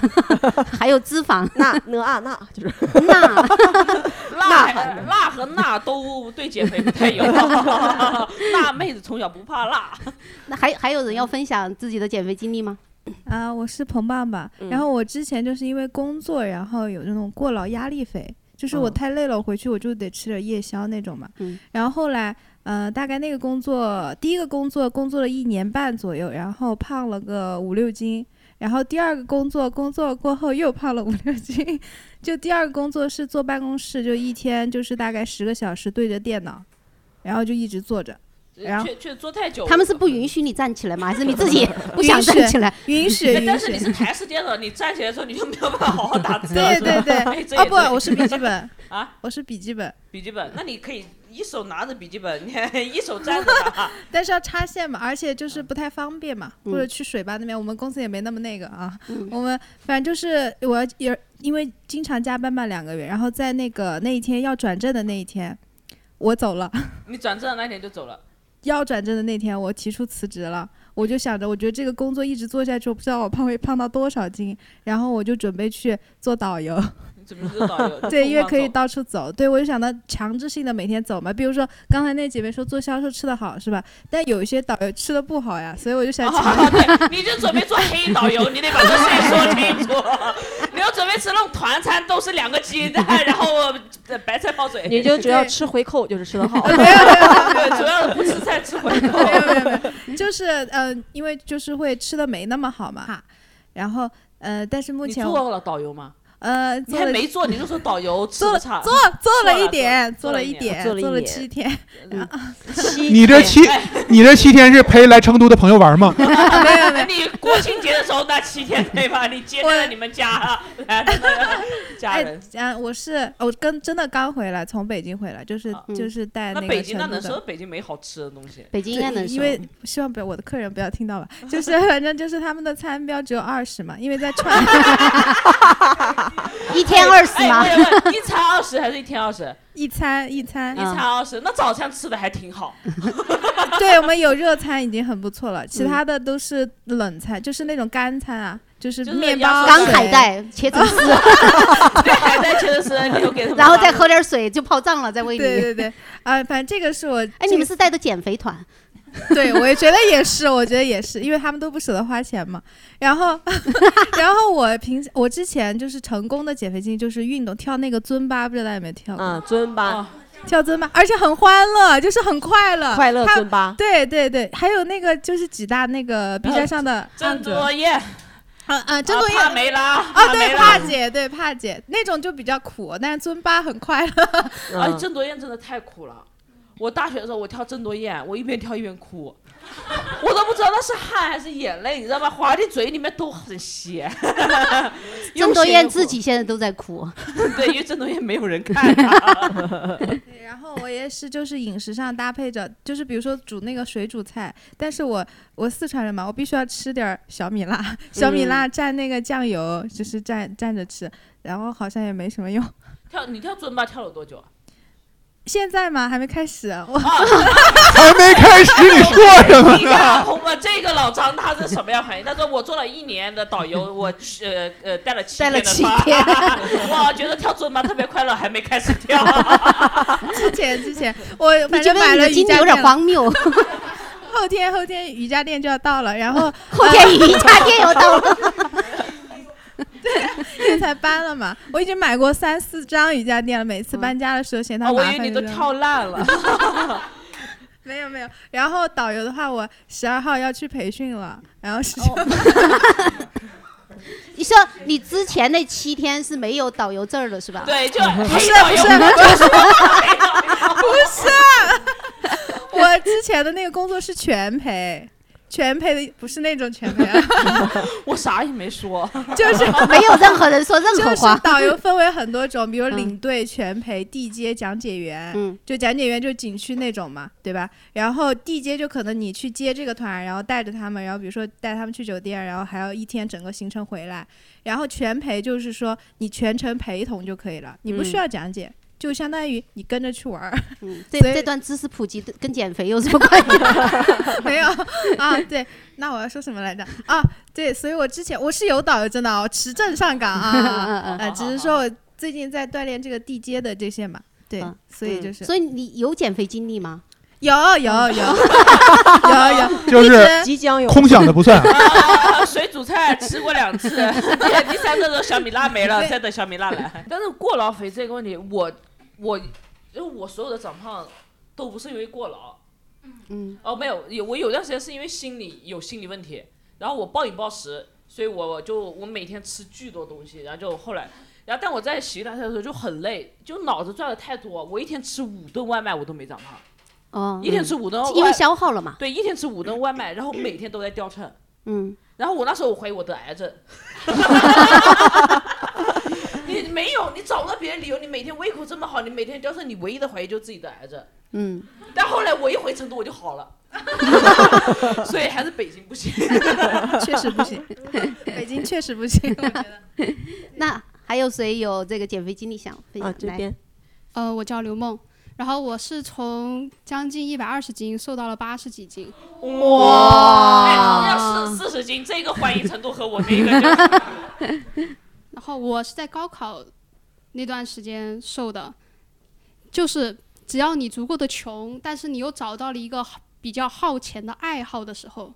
[SPEAKER 1] 还有脂 肪，
[SPEAKER 5] 钠呢啊钠就是
[SPEAKER 1] 钠
[SPEAKER 2] 辣 辣和钠都对减肥不太 友好。辣妹子从小不怕辣，
[SPEAKER 1] 那还还有人要分享自己的减肥经历吗？
[SPEAKER 11] 啊，我是彭爸爸。
[SPEAKER 5] 嗯
[SPEAKER 11] 然后我之前就是因为工作，然后有那种过劳压力肥，就是我
[SPEAKER 5] 嗯
[SPEAKER 11] 太累了，我回去我就得吃点夜宵那种嘛。
[SPEAKER 1] 嗯
[SPEAKER 11] 然后后来，呃，大概那个工作，第一个工作工作了一年半左右，然后胖了个五六斤。然后第二个工作，工作过后又胖了五六斤。就第二个工作是坐办公室，就一天就是大概十个小时对着电脑，然后就一直坐着。然后
[SPEAKER 2] 却却坐太久了。
[SPEAKER 1] 他们是不允许你站起来吗？还是 你自己不想
[SPEAKER 11] 允许
[SPEAKER 1] 站 起来？
[SPEAKER 11] 允许，
[SPEAKER 2] 对，
[SPEAKER 11] 允
[SPEAKER 2] 但是
[SPEAKER 11] 许
[SPEAKER 2] 你。是排时间的，你站起来的时候你就没有办法好好打字了。
[SPEAKER 11] 对
[SPEAKER 2] 是吧
[SPEAKER 11] 对
[SPEAKER 2] 哎 这
[SPEAKER 11] 对，
[SPEAKER 2] 也
[SPEAKER 11] 哦
[SPEAKER 2] 对
[SPEAKER 11] 不，我是笔记本
[SPEAKER 2] 啊，
[SPEAKER 11] 我是笔记本，
[SPEAKER 2] 笔记 本，那你可以一手拿着笔记本，你还 一手站着 打。
[SPEAKER 11] 但是要插线嘛，而且就是不太方便嘛，
[SPEAKER 1] 嗯
[SPEAKER 11] 或者去水吧那边，我们公司也没那么那个啊。我们反正就是我也因为经常加班嘛，两个月，然后在那个那一天要转正的那一天，我走了。
[SPEAKER 2] 你转正的那天就走 了，
[SPEAKER 11] 要转正的那天，我提出辞职了。我就想着，我觉得这个工作一直做下去，我不知道我胖会胖到多少斤，然后我就准备去做导游。
[SPEAKER 2] 怎么是导游？
[SPEAKER 11] 对，因为可以
[SPEAKER 2] 疯狂
[SPEAKER 11] 到处走。对我就想到强制性的每天走嘛，比如说刚才那姐妹说做销售吃的好是吧？但有一些导游吃的不好呀，所以我就想强制。
[SPEAKER 2] 走。你就准备做黑导游，你得把这事情说清 楚。你要准备吃那种团餐，都是两个鸡蛋，然后呃白菜泡水。
[SPEAKER 5] 你就只要吃回扣就是吃 的好。
[SPEAKER 2] 对，主要是不吃菜吃回 扣。
[SPEAKER 11] 就是呃，因为就是会吃的没那么好嘛，然后呃，但是目
[SPEAKER 2] 你
[SPEAKER 11] 前我
[SPEAKER 2] 做了导游吗？
[SPEAKER 11] 呃，
[SPEAKER 2] 你
[SPEAKER 11] 做
[SPEAKER 2] 还
[SPEAKER 11] 了
[SPEAKER 2] 没做，你就说导游吃
[SPEAKER 11] 做
[SPEAKER 2] 不
[SPEAKER 11] 了
[SPEAKER 2] 差
[SPEAKER 11] 做做了一点，
[SPEAKER 2] 做
[SPEAKER 11] 了
[SPEAKER 2] 了一
[SPEAKER 11] 点，
[SPEAKER 2] 点嗯哎
[SPEAKER 11] 做
[SPEAKER 2] 做了一年
[SPEAKER 11] 七天，
[SPEAKER 4] 你这七， 你这七天是陪来成都的朋友玩吗？
[SPEAKER 11] 没有没有
[SPEAKER 2] 你国庆节的时候那七天对吧？你接待了你们 家来的家
[SPEAKER 11] 哎
[SPEAKER 2] 人。，
[SPEAKER 11] 嗯，我是我跟真的刚回来，从北京回来，就是就是带
[SPEAKER 2] 啊那
[SPEAKER 11] 个
[SPEAKER 2] 北京那
[SPEAKER 11] 成都
[SPEAKER 2] 能说
[SPEAKER 11] 的。
[SPEAKER 2] 北京没好吃的东西？
[SPEAKER 11] 对因为希望不要我的客人不要听到吧，就是反正就是他们的餐标只有二十嘛，因为在 川
[SPEAKER 1] 一
[SPEAKER 2] 哎我也问一餐二十还是一天二十？
[SPEAKER 11] 一餐一餐
[SPEAKER 2] 一餐嗯二十，那早餐吃的还挺好。
[SPEAKER 11] 对我们有热餐已经很不错了，其
[SPEAKER 1] 嗯
[SPEAKER 11] 他的都是冷餐，就是那种干餐啊，就是
[SPEAKER 2] 就是
[SPEAKER 11] 面
[SPEAKER 2] 鸭
[SPEAKER 11] 包、啊
[SPEAKER 2] 血干
[SPEAKER 11] 水
[SPEAKER 1] 海带 切成丝
[SPEAKER 2] 对，还在吃的时候你就给他们
[SPEAKER 1] 然后
[SPEAKER 2] 发
[SPEAKER 1] 再喝点水就泡胀了，再喂你。
[SPEAKER 11] 对对对，啊，反正这个是我。
[SPEAKER 1] 哎，你们是带的减肥团？
[SPEAKER 11] 对，我也觉得也是，我觉得也是，因为他们都不舍得花钱嘛。然 后，然后我平时我之前就是成功的减肥经历就是运动，跳那个尊巴，不知道大家有没有跳过？
[SPEAKER 5] 啊，尊
[SPEAKER 2] 哦
[SPEAKER 5] 巴，
[SPEAKER 11] 跳尊巴，而且很欢乐，就是很快乐，
[SPEAKER 5] 快乐
[SPEAKER 11] 还有
[SPEAKER 5] 尊巴
[SPEAKER 11] 对对对，还有那个就是几大 那个 B 站上的案
[SPEAKER 2] 郑
[SPEAKER 11] 子
[SPEAKER 2] 多燕，
[SPEAKER 11] 啊啊，郑多燕
[SPEAKER 2] 帕梅拉
[SPEAKER 11] 啊，对，帕
[SPEAKER 2] 帕
[SPEAKER 11] 姐，对帕姐那种就比较苦，但是尊巴很快乐。
[SPEAKER 2] 而哎
[SPEAKER 11] 嗯
[SPEAKER 2] 且郑多啊燕真的太苦了。我大学的时候，我跳郑多燕，我一边跳一边哭，我都不知道那是汗还是眼泪，你知道吧？滑进嘴里面都很咸。
[SPEAKER 1] 郑多燕自己现在都在哭。
[SPEAKER 2] 对，因为郑多燕没有人 看她。
[SPEAKER 11] 然后我也是，就是饮食上搭配着，就是比如说煮那个水煮菜，但是我我四川人嘛，我必须要吃点儿小米辣，小米辣蘸那个酱油，就是蘸蘸着吃，然后好像也没什么用。
[SPEAKER 2] 跳你跳尊巴跳了多久啊？啊
[SPEAKER 11] 现在嘛，还没开始，啊 我
[SPEAKER 4] 还没开始，你说什么
[SPEAKER 2] 你看，
[SPEAKER 4] 呢？
[SPEAKER 2] 红吧，这个老张他是什么样反应？他说我做了一年的导游，我去呃呃带了七
[SPEAKER 11] 带了
[SPEAKER 2] 的
[SPEAKER 11] 七
[SPEAKER 2] 团
[SPEAKER 11] 天
[SPEAKER 2] 哇，觉得跳尊巴特别快乐，还没开始跳。
[SPEAKER 11] 之前之前我
[SPEAKER 1] 你
[SPEAKER 11] 反正
[SPEAKER 1] 觉得
[SPEAKER 11] 买
[SPEAKER 1] 你
[SPEAKER 11] 了
[SPEAKER 1] 的
[SPEAKER 11] 瑜
[SPEAKER 1] 经历
[SPEAKER 11] 伽
[SPEAKER 1] 有点
[SPEAKER 11] 垫了
[SPEAKER 1] 荒谬，
[SPEAKER 11] 后天后天瑜伽垫就要到了，然后
[SPEAKER 1] 后天瑜伽垫要到 了。
[SPEAKER 11] 因为才搬了嘛，我已经买过三四张瑜伽垫了，每次搬家的时候嫌它
[SPEAKER 2] 哦
[SPEAKER 11] 麻
[SPEAKER 2] 我
[SPEAKER 11] 烦、
[SPEAKER 2] 以为你都跳烂了。
[SPEAKER 11] 没有没有，然后导游的话，我十二号要去培训了，然后是、
[SPEAKER 1] 哦 你说你之前那七天是没有导游证儿的是吧？
[SPEAKER 2] 对，就
[SPEAKER 5] 嗯
[SPEAKER 11] 不是
[SPEAKER 2] 黑
[SPEAKER 11] 不
[SPEAKER 2] 导
[SPEAKER 11] 是
[SPEAKER 2] 游
[SPEAKER 11] 不是不是，啊我之前的那个工作是全陪，全陪的不是那种全陪啊，
[SPEAKER 2] 我啥也没 说，
[SPEAKER 11] 就是
[SPEAKER 1] 没有任何人说任何话
[SPEAKER 11] 就是导游分为很多种，比如领队、全陪、地接、讲解员。
[SPEAKER 1] 嗯，
[SPEAKER 11] 就讲解员就是景区那种嘛，对吧？然后地接就可能你去接这个团，然后带着他们，然后比如说带他们去酒店，然后还要一天整个行程回来。然后全陪就是说你全程陪同就可以了，你不
[SPEAKER 1] 嗯
[SPEAKER 11] 需要讲解，就相当于你跟着去玩儿。
[SPEAKER 1] 这
[SPEAKER 11] 所以
[SPEAKER 1] 这段知识普及的跟减肥有什么关系？
[SPEAKER 11] 没有啊，对，那我要说什么来着啊？对，所以我之前我是有导游证的哦，我持证上岗
[SPEAKER 1] 嗯
[SPEAKER 11] 啊， 呃，只是说我最近在锻炼这个地接的这些嘛，对，
[SPEAKER 1] 嗯
[SPEAKER 11] 所以就是、
[SPEAKER 1] 所以你有减肥经历吗？ 嗯
[SPEAKER 11] 有有有
[SPEAKER 2] 哎
[SPEAKER 11] 有有，
[SPEAKER 4] 就是
[SPEAKER 11] 一直
[SPEAKER 5] 即将有
[SPEAKER 4] 空想的不算。
[SPEAKER 2] 啊水煮菜吃过两 次，第第三个时候小米辣没了，再等小米辣来。但是过劳肥这个问题，我我因为我所有的长胖都不是因为过劳，
[SPEAKER 1] 嗯，
[SPEAKER 2] 哦，没有，有我有段时间是因为心理有心理问题，然后我暴饮暴食，所以我就我每天吃巨多东西，然后就后来，然后但我在洗大菜的时候就很累，就脑子转的太多，我一天吃五顿外卖我都没长胖，
[SPEAKER 1] 哦，
[SPEAKER 2] 一天吃五顿外，
[SPEAKER 1] 因为消耗了嘛。
[SPEAKER 2] 对，一天吃五顿外卖，然后每天都在掉秤，
[SPEAKER 1] 嗯，
[SPEAKER 2] 然后我那时候我怀疑我得癌症。 你没有，你找不到别的理由。你每天胃口这么好，你每天掉秤，你唯一的怀疑就是自己得癌症。
[SPEAKER 1] 嗯，
[SPEAKER 2] 但后来我一回成都我就好了， 所以还是北京不行。
[SPEAKER 11] 确实不 行，北京确实不行，我觉得。
[SPEAKER 1] 那还有谁有这个减肥经历想分享？
[SPEAKER 5] 啊，这
[SPEAKER 1] 来
[SPEAKER 5] 边
[SPEAKER 12] 呃，我叫刘梦，然后我是从将近一百二十斤瘦到了八十几斤。
[SPEAKER 2] 哎要四四十斤， 这个欢迎程度和我那个就
[SPEAKER 12] 然后我是在高考那段时间瘦的，就是只要你足够的穷，但是你又找到了一个好比较耗钱的爱好的时候，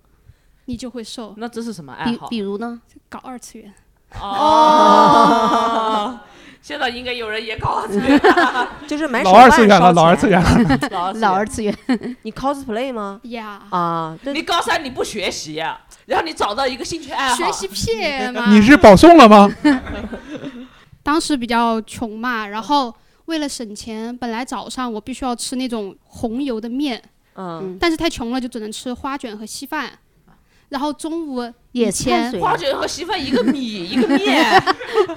[SPEAKER 12] 你就会瘦。
[SPEAKER 2] 那这是什么爱好？
[SPEAKER 1] 比如呢？
[SPEAKER 12] 搞二次元。
[SPEAKER 2] 哦， 现在应该有人也搞二次元了
[SPEAKER 5] 就是买
[SPEAKER 4] 老
[SPEAKER 5] 手
[SPEAKER 4] 二
[SPEAKER 5] 办
[SPEAKER 4] 次元了，
[SPEAKER 5] 烧
[SPEAKER 4] 老二次元
[SPEAKER 5] 钱
[SPEAKER 4] 了。
[SPEAKER 1] 老二次元。
[SPEAKER 5] 你 cosplay 吗？
[SPEAKER 12] 呀
[SPEAKER 5] 啊，
[SPEAKER 2] 你高三你不学习呀、然后你找到一个兴趣爱好，
[SPEAKER 12] 学习屁
[SPEAKER 1] 啊
[SPEAKER 12] 嘛！
[SPEAKER 4] 你是保送了 吗？
[SPEAKER 12] 当时比较穷嘛，然后为了省钱，本来早上我必须要吃那种红油的面，
[SPEAKER 5] 嗯
[SPEAKER 12] 但是太穷了，就只能吃花卷和稀饭。然后中午
[SPEAKER 1] 也
[SPEAKER 12] 以前
[SPEAKER 1] 碳水
[SPEAKER 2] 花卷和稀饭一个米一个面，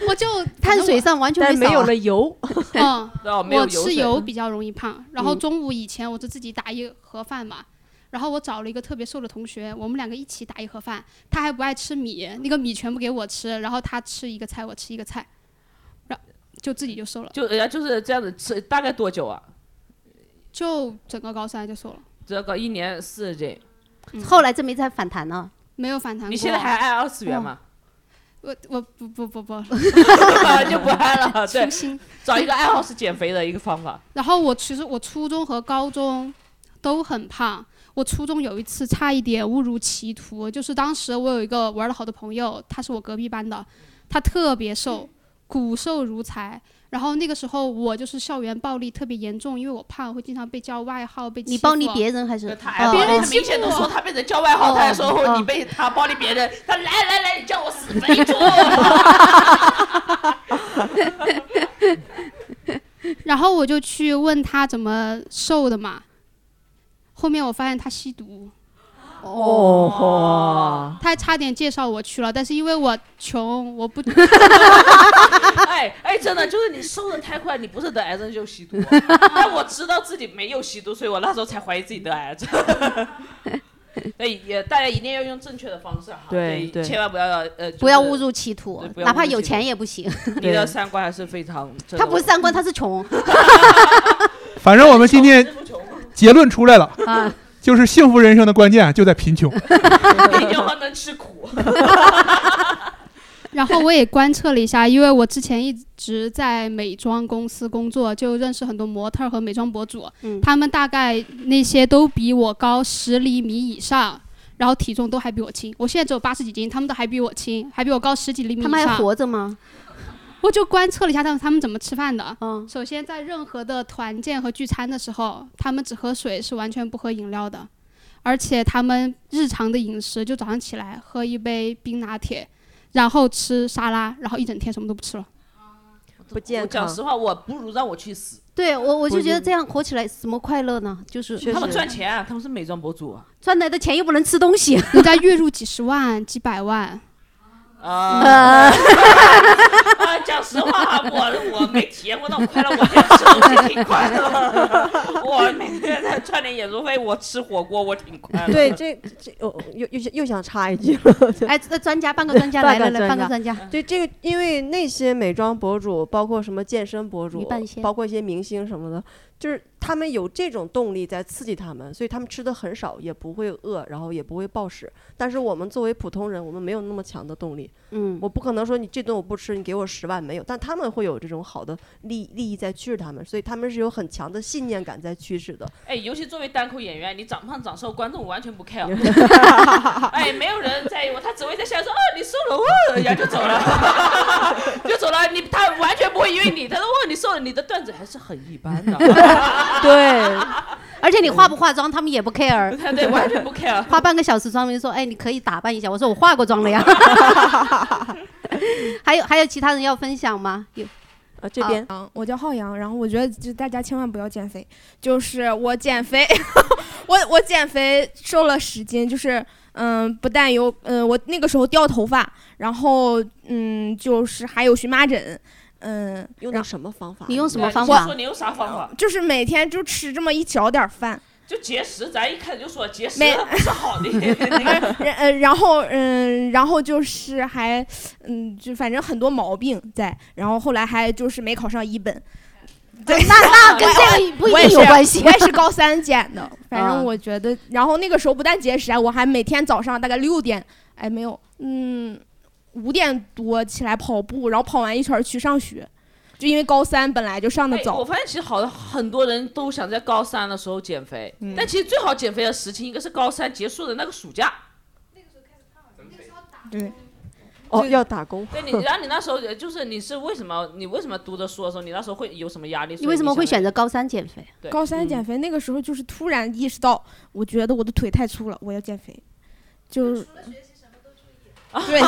[SPEAKER 12] 我就
[SPEAKER 1] 碳水上完全
[SPEAKER 5] 但没
[SPEAKER 1] 少
[SPEAKER 5] 有
[SPEAKER 1] 啊
[SPEAKER 5] 了 油。
[SPEAKER 12] 嗯，
[SPEAKER 2] 哦没有油
[SPEAKER 12] 我吃
[SPEAKER 2] 水
[SPEAKER 12] 油比较容易胖。然后
[SPEAKER 1] 嗯
[SPEAKER 12] 中午以前我就自己打一盒饭嘛，然后我找了一个特别瘦的同学，我们两个一起打一盒饭，他还不爱吃米，那个米全部给我吃，然后他吃一个菜，我吃一个菜，然就自己就瘦了，
[SPEAKER 2] 就人家就是这样子吃，大概多久啊？
[SPEAKER 12] 就整个高三就瘦了，
[SPEAKER 2] 这个一年四十 斤，
[SPEAKER 1] 后来这没再反弹哦了。
[SPEAKER 12] 没有反弹过。
[SPEAKER 2] 你现在还爱二次元吗？
[SPEAKER 12] 我我不不不 不，
[SPEAKER 2] 就不爱了，对
[SPEAKER 12] 粗心。
[SPEAKER 2] 找一个爱好是减肥的一个方法。
[SPEAKER 12] 然后我其实我初中和高中都很胖。我初中有一次差一点误入歧途，就是当时我有一个玩的好的朋友，他是我隔壁班的，他特别
[SPEAKER 1] 嗯
[SPEAKER 12] 瘦，骨瘦如柴。然后那个时候我就是校园暴力特别严重，因为我胖会经常被叫外号被欺负。
[SPEAKER 1] 你暴力别人还是
[SPEAKER 2] 哎
[SPEAKER 1] 哦
[SPEAKER 2] 别
[SPEAKER 1] 哦
[SPEAKER 2] 人明显都说他被人叫外号，
[SPEAKER 1] 哦
[SPEAKER 2] 他还说
[SPEAKER 1] 哦
[SPEAKER 2] 你被他暴力别人，他来来来，你叫我死肥猪。
[SPEAKER 12] 然后我就去问他怎么瘦的嘛，后面我发现他吸毒。
[SPEAKER 2] 哦
[SPEAKER 5] 哦，
[SPEAKER 12] 他还差点介绍我去了，但是因为我 穷，我不
[SPEAKER 2] 哎哎，真的就是你瘦的太快，你不是得癌症就吸 毒。哦但我知道自己没有吸毒，所以我那时候才怀疑自己得癌 症。哎，也大家一定要用正确的方式哈，啊
[SPEAKER 3] 对对
[SPEAKER 2] 千万不要呃，就是
[SPEAKER 1] 不要误入歧途
[SPEAKER 2] 对，不要
[SPEAKER 1] 哪怕
[SPEAKER 2] 误入
[SPEAKER 1] 有
[SPEAKER 2] 歧
[SPEAKER 1] 钱
[SPEAKER 2] 途
[SPEAKER 1] 也不行。
[SPEAKER 2] 你的三观还是非常。真的
[SPEAKER 1] 他不是上官，他是穷。
[SPEAKER 4] 反正我们今天结论出来了
[SPEAKER 1] 啊，
[SPEAKER 4] 就是幸福人生的关键啊就在贫穷。
[SPEAKER 2] 我要么能吃 苦。
[SPEAKER 12] 然后我也观测了一下，因为我之前一直在美妆公司工作，就认识很多模特儿和美妆博主，
[SPEAKER 1] 嗯
[SPEAKER 12] 他们大概那些都比我高十厘米以上，然后体重都还比我轻。我现在只有八十几斤，他们都还比我轻，还比我高十几厘米以
[SPEAKER 1] 他
[SPEAKER 12] 上。
[SPEAKER 1] 们还活着吗？
[SPEAKER 12] 我就观测了一下他们他们怎么吃饭的。
[SPEAKER 1] 嗯
[SPEAKER 12] 首先，在任何的团建和聚餐的时候，他们只喝水，是完全不喝饮料的。而且他们日常的饮食就早上起来喝一杯冰拿铁，然后吃沙拉，然后一整天什么都不吃了。
[SPEAKER 5] 不健
[SPEAKER 2] 我
[SPEAKER 5] 康
[SPEAKER 2] 讲。实话，我不如让我去死。
[SPEAKER 1] 对我，我就
[SPEAKER 5] 不
[SPEAKER 1] 觉得
[SPEAKER 5] 一
[SPEAKER 1] 这样活起来什么快乐呢？就是
[SPEAKER 5] 确
[SPEAKER 2] 他们
[SPEAKER 5] 实
[SPEAKER 2] 赚钱啊，他们是美妆博主啊。
[SPEAKER 1] 赚来的钱又不能吃东 西，
[SPEAKER 12] 人家月入几十万、几百万，
[SPEAKER 2] 啊，啊讲实话 啊，我我没体验过那种快乐，我觉得吃东西挺快乐 的。我每天在赚点演出费，我吃火锅我挺快乐。
[SPEAKER 5] 对，，这这我又又又想插一句了。
[SPEAKER 1] 哎，这专家半个专家来
[SPEAKER 5] 半个
[SPEAKER 1] 来来，
[SPEAKER 5] 专
[SPEAKER 1] 半个
[SPEAKER 5] 家
[SPEAKER 1] 专家，
[SPEAKER 5] 对这个，因为那些美妆博主，包括什么健身博
[SPEAKER 1] 一
[SPEAKER 5] 主
[SPEAKER 1] 半仙，
[SPEAKER 5] 包括一些明星什么的，就是他们有这种动力在刺激他们，所以他们吃的很少，也不会饿，然后也不会暴食。但是我们作为普通人，我们没有那么强的动力，
[SPEAKER 1] 嗯，
[SPEAKER 5] 我不可能说你这顿我不吃，你给我十万没有。但他们会有这种好的利利益在驱使他们，所以他们是有很强的信念感在驱使的。
[SPEAKER 2] 哎，尤其作为单口演员，你长胖长瘦，观众完全不 care。哎，没有人在意我，他只会在下面说哦你瘦 了哦，然后就走了， 就走了。你他完全不会因为你，他说哦你瘦了，你的段子还是很一般的。
[SPEAKER 5] 对，
[SPEAKER 1] 而且你化不化妆，他们也不 care。
[SPEAKER 2] 他对完全不 care。
[SPEAKER 1] 化半个小时妆，人说：“哎，你可以打扮一下。”我说：“我化过 妆了呀。”还有还有其他人要分享吗？有
[SPEAKER 5] 啊，这边
[SPEAKER 7] 嗯，我叫浩洋，然后我觉得就大家千万不要减肥，就是我减肥， 我我减肥瘦了十斤，就是嗯，不但有嗯，我那个时候掉头发，然后嗯，就是还有荨麻疹，嗯，
[SPEAKER 5] 用的什么方法？
[SPEAKER 1] 你用什么方
[SPEAKER 2] 你说
[SPEAKER 1] 法？
[SPEAKER 2] 你用啥方法？
[SPEAKER 7] 就是每天就吃这么一小点儿饭，
[SPEAKER 2] 就节食，咱一开始就说节食
[SPEAKER 7] 没
[SPEAKER 2] 它不是好的。那个
[SPEAKER 7] 然呃，然后嗯，然后就是还嗯，就反正很多毛病在，然后后来还就是没考上一本，对，那
[SPEAKER 1] 那跟哎这个不
[SPEAKER 7] 我
[SPEAKER 1] 一
[SPEAKER 7] 也
[SPEAKER 1] 定
[SPEAKER 7] 是
[SPEAKER 1] 有关系
[SPEAKER 7] 我。也是高三减 的，反
[SPEAKER 1] 啊
[SPEAKER 7] 正我觉得，然后那个时候不但节食啊，我还每天早上大概六点，哎没有，嗯，五点多起来跑步，然后跑完一圈儿去上学，
[SPEAKER 13] 就因为高三本来就上的
[SPEAKER 2] 哎
[SPEAKER 13] 早。
[SPEAKER 2] 我发现其实好很多人都想在高三的时候减肥，但其实最好减肥的时期应该是高三结束的那个暑假。
[SPEAKER 5] 对，哦，要打工。
[SPEAKER 2] 对你，然后你那时候就是你是为什么你为什么读的书的时候，你那时候会有什么压力？所以
[SPEAKER 1] 你为什么
[SPEAKER 2] 想
[SPEAKER 1] 会
[SPEAKER 2] 着
[SPEAKER 1] 选择高三减肥？
[SPEAKER 2] 对
[SPEAKER 13] 高三减肥那个时候就是突然意识到，我觉得我的腿太粗了，我要减肥，就
[SPEAKER 1] 嗯 对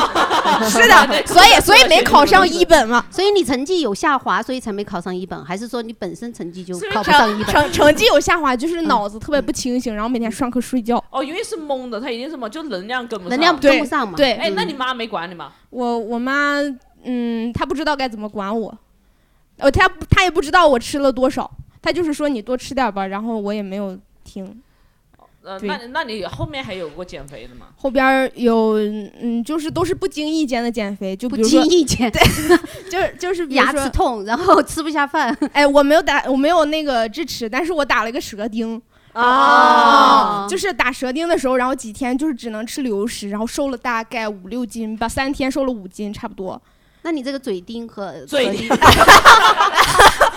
[SPEAKER 13] 是的所以所以没考上一本啊嘛。
[SPEAKER 1] 所以你成绩有下滑，所以才没考上一本，还是说你本身成绩就考不上一
[SPEAKER 13] 成
[SPEAKER 1] 本？嗯
[SPEAKER 13] 成成绩有下滑，就是脑子特别不清醒，然后每天上课睡觉。
[SPEAKER 2] 哦，因为是懵的，他一定是懵，就能量跟不上，
[SPEAKER 13] 能量跟不上嘛对
[SPEAKER 2] 哎，
[SPEAKER 13] 嗯
[SPEAKER 2] 那你妈没管你吗？
[SPEAKER 13] 我我妈，嗯，她不知道该怎么管我，呃，她不她也不知道我吃了多少，她就是说你多吃点儿吧，然后我也没有听。
[SPEAKER 2] 呃，
[SPEAKER 13] 对
[SPEAKER 2] 那你那你后面还有过减肥的吗？
[SPEAKER 13] 后边儿有，嗯，就是都是不经意间的减肥，就
[SPEAKER 1] 不
[SPEAKER 13] 比如说
[SPEAKER 1] 经意间，
[SPEAKER 13] 对， 就是就是比如
[SPEAKER 1] 牙
[SPEAKER 13] 说
[SPEAKER 1] 齿痛，然后 吃不下饭。
[SPEAKER 13] 哎，我没有打，我没有那个智齿，但是我打了一个舌钉。
[SPEAKER 1] 哦啊
[SPEAKER 13] 就是打舌钉的时候，然后几天就是只能吃流食，然后瘦了大概五六斤吧，三天瘦了五斤差不多。
[SPEAKER 1] 那你这个嘴钉和
[SPEAKER 2] 嘴
[SPEAKER 1] 钉，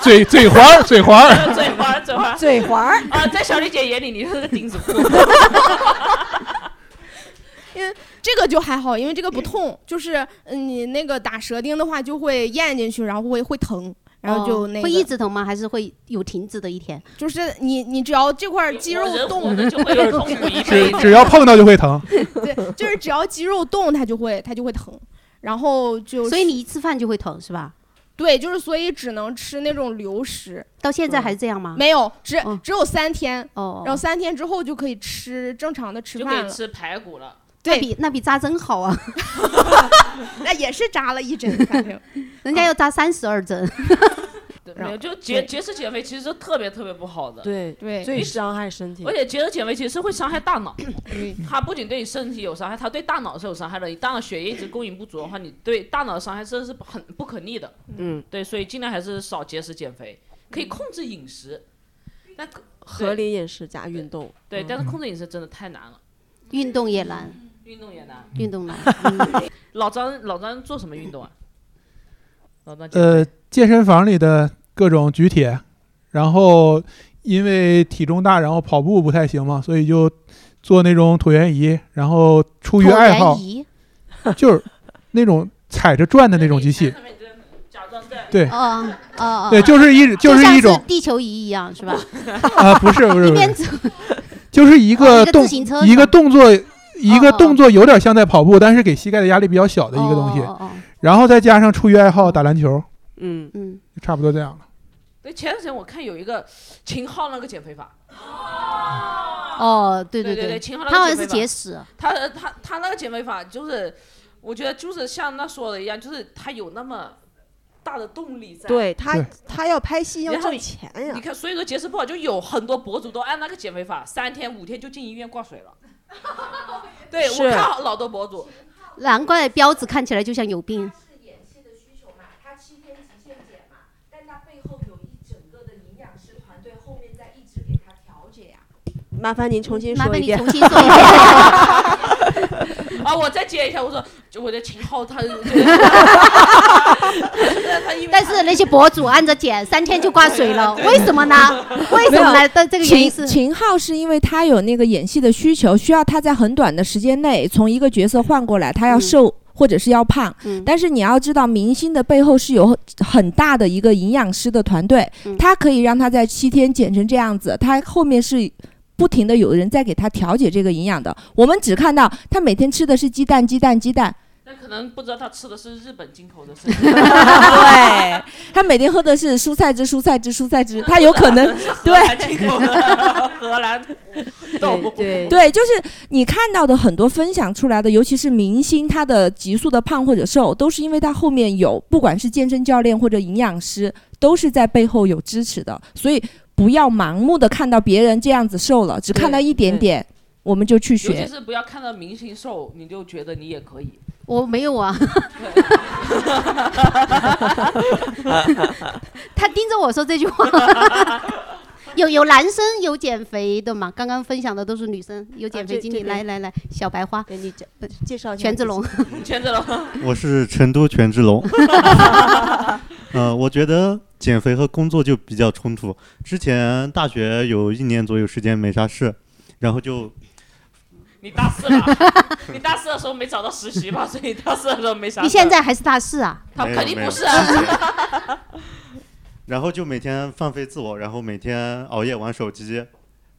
[SPEAKER 4] 嘴嘴环儿，嘴环 儿，
[SPEAKER 2] 嘴环儿，嘴环儿，
[SPEAKER 5] 嘴环儿
[SPEAKER 2] 啊，在小丽姐眼里，你是个钉子户。
[SPEAKER 13] 因为 这个就还好，因为这个不痛，就是嗯你那个打舌钉的话就会咽进去，然后会会疼，然后就
[SPEAKER 1] 哦
[SPEAKER 13] 那个、
[SPEAKER 1] 会一直疼吗？还是会有停止的一天？
[SPEAKER 13] 就是你你只要这块肌肉动，
[SPEAKER 4] 只 只要碰到就会疼。
[SPEAKER 13] 对，就是只要肌肉动，它就会它就会疼，然后就
[SPEAKER 1] 所以你一吃饭就会疼是吧？
[SPEAKER 13] 对，就是所以只能吃那种流食。
[SPEAKER 1] 到现在还是这样吗？
[SPEAKER 13] 嗯没有，只、只有三天，
[SPEAKER 1] 哦
[SPEAKER 13] 然后三天之后就可以吃正常的吃
[SPEAKER 2] 就
[SPEAKER 13] 饭
[SPEAKER 2] 可
[SPEAKER 13] 了，
[SPEAKER 2] 以吃排骨了。
[SPEAKER 1] 对，那比那比扎针好啊！
[SPEAKER 13] 那也是扎了一针，反正
[SPEAKER 1] 人家要扎三十二针。
[SPEAKER 2] 对，没
[SPEAKER 1] 然后
[SPEAKER 2] 有，就节
[SPEAKER 1] 对
[SPEAKER 2] 节食减肥其实是特别特别不好的。
[SPEAKER 3] 对
[SPEAKER 13] 对
[SPEAKER 3] 最伤害身体
[SPEAKER 2] 而。且节食减肥其实是会伤害大脑，
[SPEAKER 13] 对
[SPEAKER 2] 它不仅对你身体有伤害，它对大脑是有伤害的。你大脑血液一直供应不足的话，你对大脑的伤害真的是很不可逆的。
[SPEAKER 3] 嗯，
[SPEAKER 2] 对，所以尽量还是少节食减肥，
[SPEAKER 13] 嗯
[SPEAKER 2] 可以控制饮食。但
[SPEAKER 3] 合理饮食加运动。
[SPEAKER 2] 对，
[SPEAKER 3] 嗯
[SPEAKER 2] 但是控制饮食真的太难了，
[SPEAKER 1] 运动也难，
[SPEAKER 2] 运动也难。
[SPEAKER 1] 运动难。
[SPEAKER 2] 老张，老张做什么运动啊？老张减
[SPEAKER 4] 呃，健身房里的各种举铁，然后因为体重大，然后跑步不太行嘛，所以就做那种椭圆仪，然后出于爱好，就是那种踩着转的那种机器。对，
[SPEAKER 1] 哦哦哦，
[SPEAKER 4] 对就是一就
[SPEAKER 1] 就是
[SPEAKER 4] 一
[SPEAKER 1] 像
[SPEAKER 4] 种
[SPEAKER 1] 地球仪一样是吧？
[SPEAKER 4] 啊，不是不是
[SPEAKER 1] 一
[SPEAKER 4] 不
[SPEAKER 1] 边
[SPEAKER 4] 是，
[SPEAKER 1] 走
[SPEAKER 4] 就是一
[SPEAKER 1] 哦一
[SPEAKER 4] 个
[SPEAKER 1] 个
[SPEAKER 4] 动
[SPEAKER 1] 自行车
[SPEAKER 4] 一
[SPEAKER 1] 是
[SPEAKER 4] 个
[SPEAKER 1] 吧
[SPEAKER 4] 动作一个动作有点像在跑步，但是给膝盖的压力比较小的一个东西
[SPEAKER 1] 哦哦哦哦，
[SPEAKER 4] 然后再加上出于爱好打篮球，
[SPEAKER 3] 嗯
[SPEAKER 1] 嗯，
[SPEAKER 4] 就差不多这样了。
[SPEAKER 2] 对，前段时间我看有一个秦昊那个减肥法，
[SPEAKER 1] 哦，对
[SPEAKER 2] 对
[SPEAKER 1] 对
[SPEAKER 2] 对秦昊那个
[SPEAKER 1] 他好
[SPEAKER 2] 减肥
[SPEAKER 1] 像是
[SPEAKER 2] 法
[SPEAKER 1] 节食，啊
[SPEAKER 2] 他他他那个减肥法就是，我觉得就是像那说的一样，就是他有那么大的动力在。
[SPEAKER 5] 对他，他要拍戏要
[SPEAKER 2] 然后
[SPEAKER 5] 挣钱呀
[SPEAKER 2] 你。看，所以说节食不好，就有很多博主都按那个减肥法，三天五天就进医院挂水 了。对，
[SPEAKER 1] 是
[SPEAKER 2] 我看好老多博主，
[SPEAKER 1] 难怪标志看起来就像有病。
[SPEAKER 10] 他七天极限减嘛，但他背后有一整个的营养师团队，后面在一直给他调节呀、
[SPEAKER 5] 麻烦您重新
[SPEAKER 10] 麻
[SPEAKER 5] 说
[SPEAKER 10] 烦
[SPEAKER 5] 一
[SPEAKER 10] 你
[SPEAKER 5] 遍。哦
[SPEAKER 10] 重新说 一遍
[SPEAKER 2] 啊，我再接一下，我说，就我的秦昊 他，就是
[SPEAKER 1] 但是那些博主按着减，三天就挂水了，为什么呢？啊 为什
[SPEAKER 9] 没有
[SPEAKER 1] 么呢？但这个原因
[SPEAKER 9] 秦
[SPEAKER 1] 是
[SPEAKER 9] 秦昊是因为他有那个演戏的需求，需要他在很短的时间内从一个角色换过来，他要瘦。
[SPEAKER 1] 嗯
[SPEAKER 9] 或者是要胖，但是你要知道，明星的背后是有很大的一个营养师的团队，
[SPEAKER 1] 嗯
[SPEAKER 9] 他可以让他在七天减成这样子，他后面是不停的有人在给他调节这个营养的。我们只看到他每天吃的是鸡蛋，鸡蛋，鸡 蛋，。
[SPEAKER 2] 但可能不知道他吃的是日 本进口的生
[SPEAKER 9] 对，他每天喝的是蔬菜汁、蔬菜汁、蔬菜汁，他有可 能对。
[SPEAKER 2] 荷兰豆腐，对
[SPEAKER 9] 对，就是你看到的很多分享出来的，尤其是明星，他的急速的胖或者瘦，都是因为他后面有，不管是健身教练或者营养师，都是在背后有支持的。所以不要盲目的看到别人这样子瘦了，只看到一点点，我们就去
[SPEAKER 2] 尤其
[SPEAKER 9] 学。
[SPEAKER 2] 是不要看到明星瘦，你就觉得你也可 以。
[SPEAKER 1] 我没有啊。 他盯着我说这句话。 有有男生有减肥的嘛？刚刚分享的都是女生，有减肥
[SPEAKER 5] 啊这
[SPEAKER 1] 经历。
[SPEAKER 5] 这
[SPEAKER 1] 来
[SPEAKER 5] 边
[SPEAKER 1] 来来，小白花，
[SPEAKER 5] 给你介介绍一下
[SPEAKER 1] 权志
[SPEAKER 5] 自己
[SPEAKER 1] 龙，
[SPEAKER 2] 权志龙，
[SPEAKER 14] 我是成都权志龙，呃，我觉得减肥和工作就比较冲突。之前大学有一年左右时间没啥事，然后就
[SPEAKER 2] 你大四了，你大四的时候没找到实习吧？所以大四的时候没啥事儿。
[SPEAKER 1] 你现在还是大四啊？
[SPEAKER 2] 他
[SPEAKER 14] 没有
[SPEAKER 2] 肯定
[SPEAKER 14] 没
[SPEAKER 2] 不
[SPEAKER 14] 有
[SPEAKER 2] 是啊。
[SPEAKER 14] 然后就每天放飞自我，然后每天熬夜玩手机，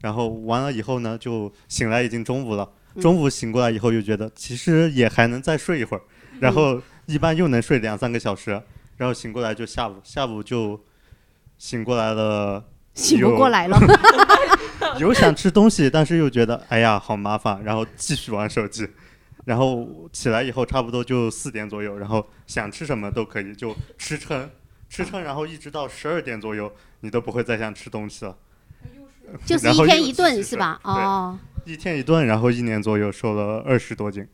[SPEAKER 14] 然后完了以后呢，就醒来已经中午了。
[SPEAKER 1] 嗯
[SPEAKER 14] 中午醒过来以后，又觉得其实也还能再睡一会儿，然后一般又能睡两三个小时，然后醒过来就下午，下午就醒过来了。
[SPEAKER 1] 醒不
[SPEAKER 14] 有
[SPEAKER 1] 过来了
[SPEAKER 14] 有想吃东西，但是又觉得哎呀好麻烦，然后继续玩手机，然后起来以后差不多就四点左右，然后想吃什么都可以，就吃撑，吃撑，然后一直到十二点左右，你都不会再想吃东西了。
[SPEAKER 1] 就是
[SPEAKER 14] 然
[SPEAKER 1] 一
[SPEAKER 14] 后
[SPEAKER 1] 天
[SPEAKER 14] 又
[SPEAKER 1] 一
[SPEAKER 14] 继
[SPEAKER 1] 顿
[SPEAKER 14] 续
[SPEAKER 1] 是
[SPEAKER 14] 睡
[SPEAKER 1] 吧？哦，
[SPEAKER 14] 一天一顿，然后一年左右瘦了二十多斤。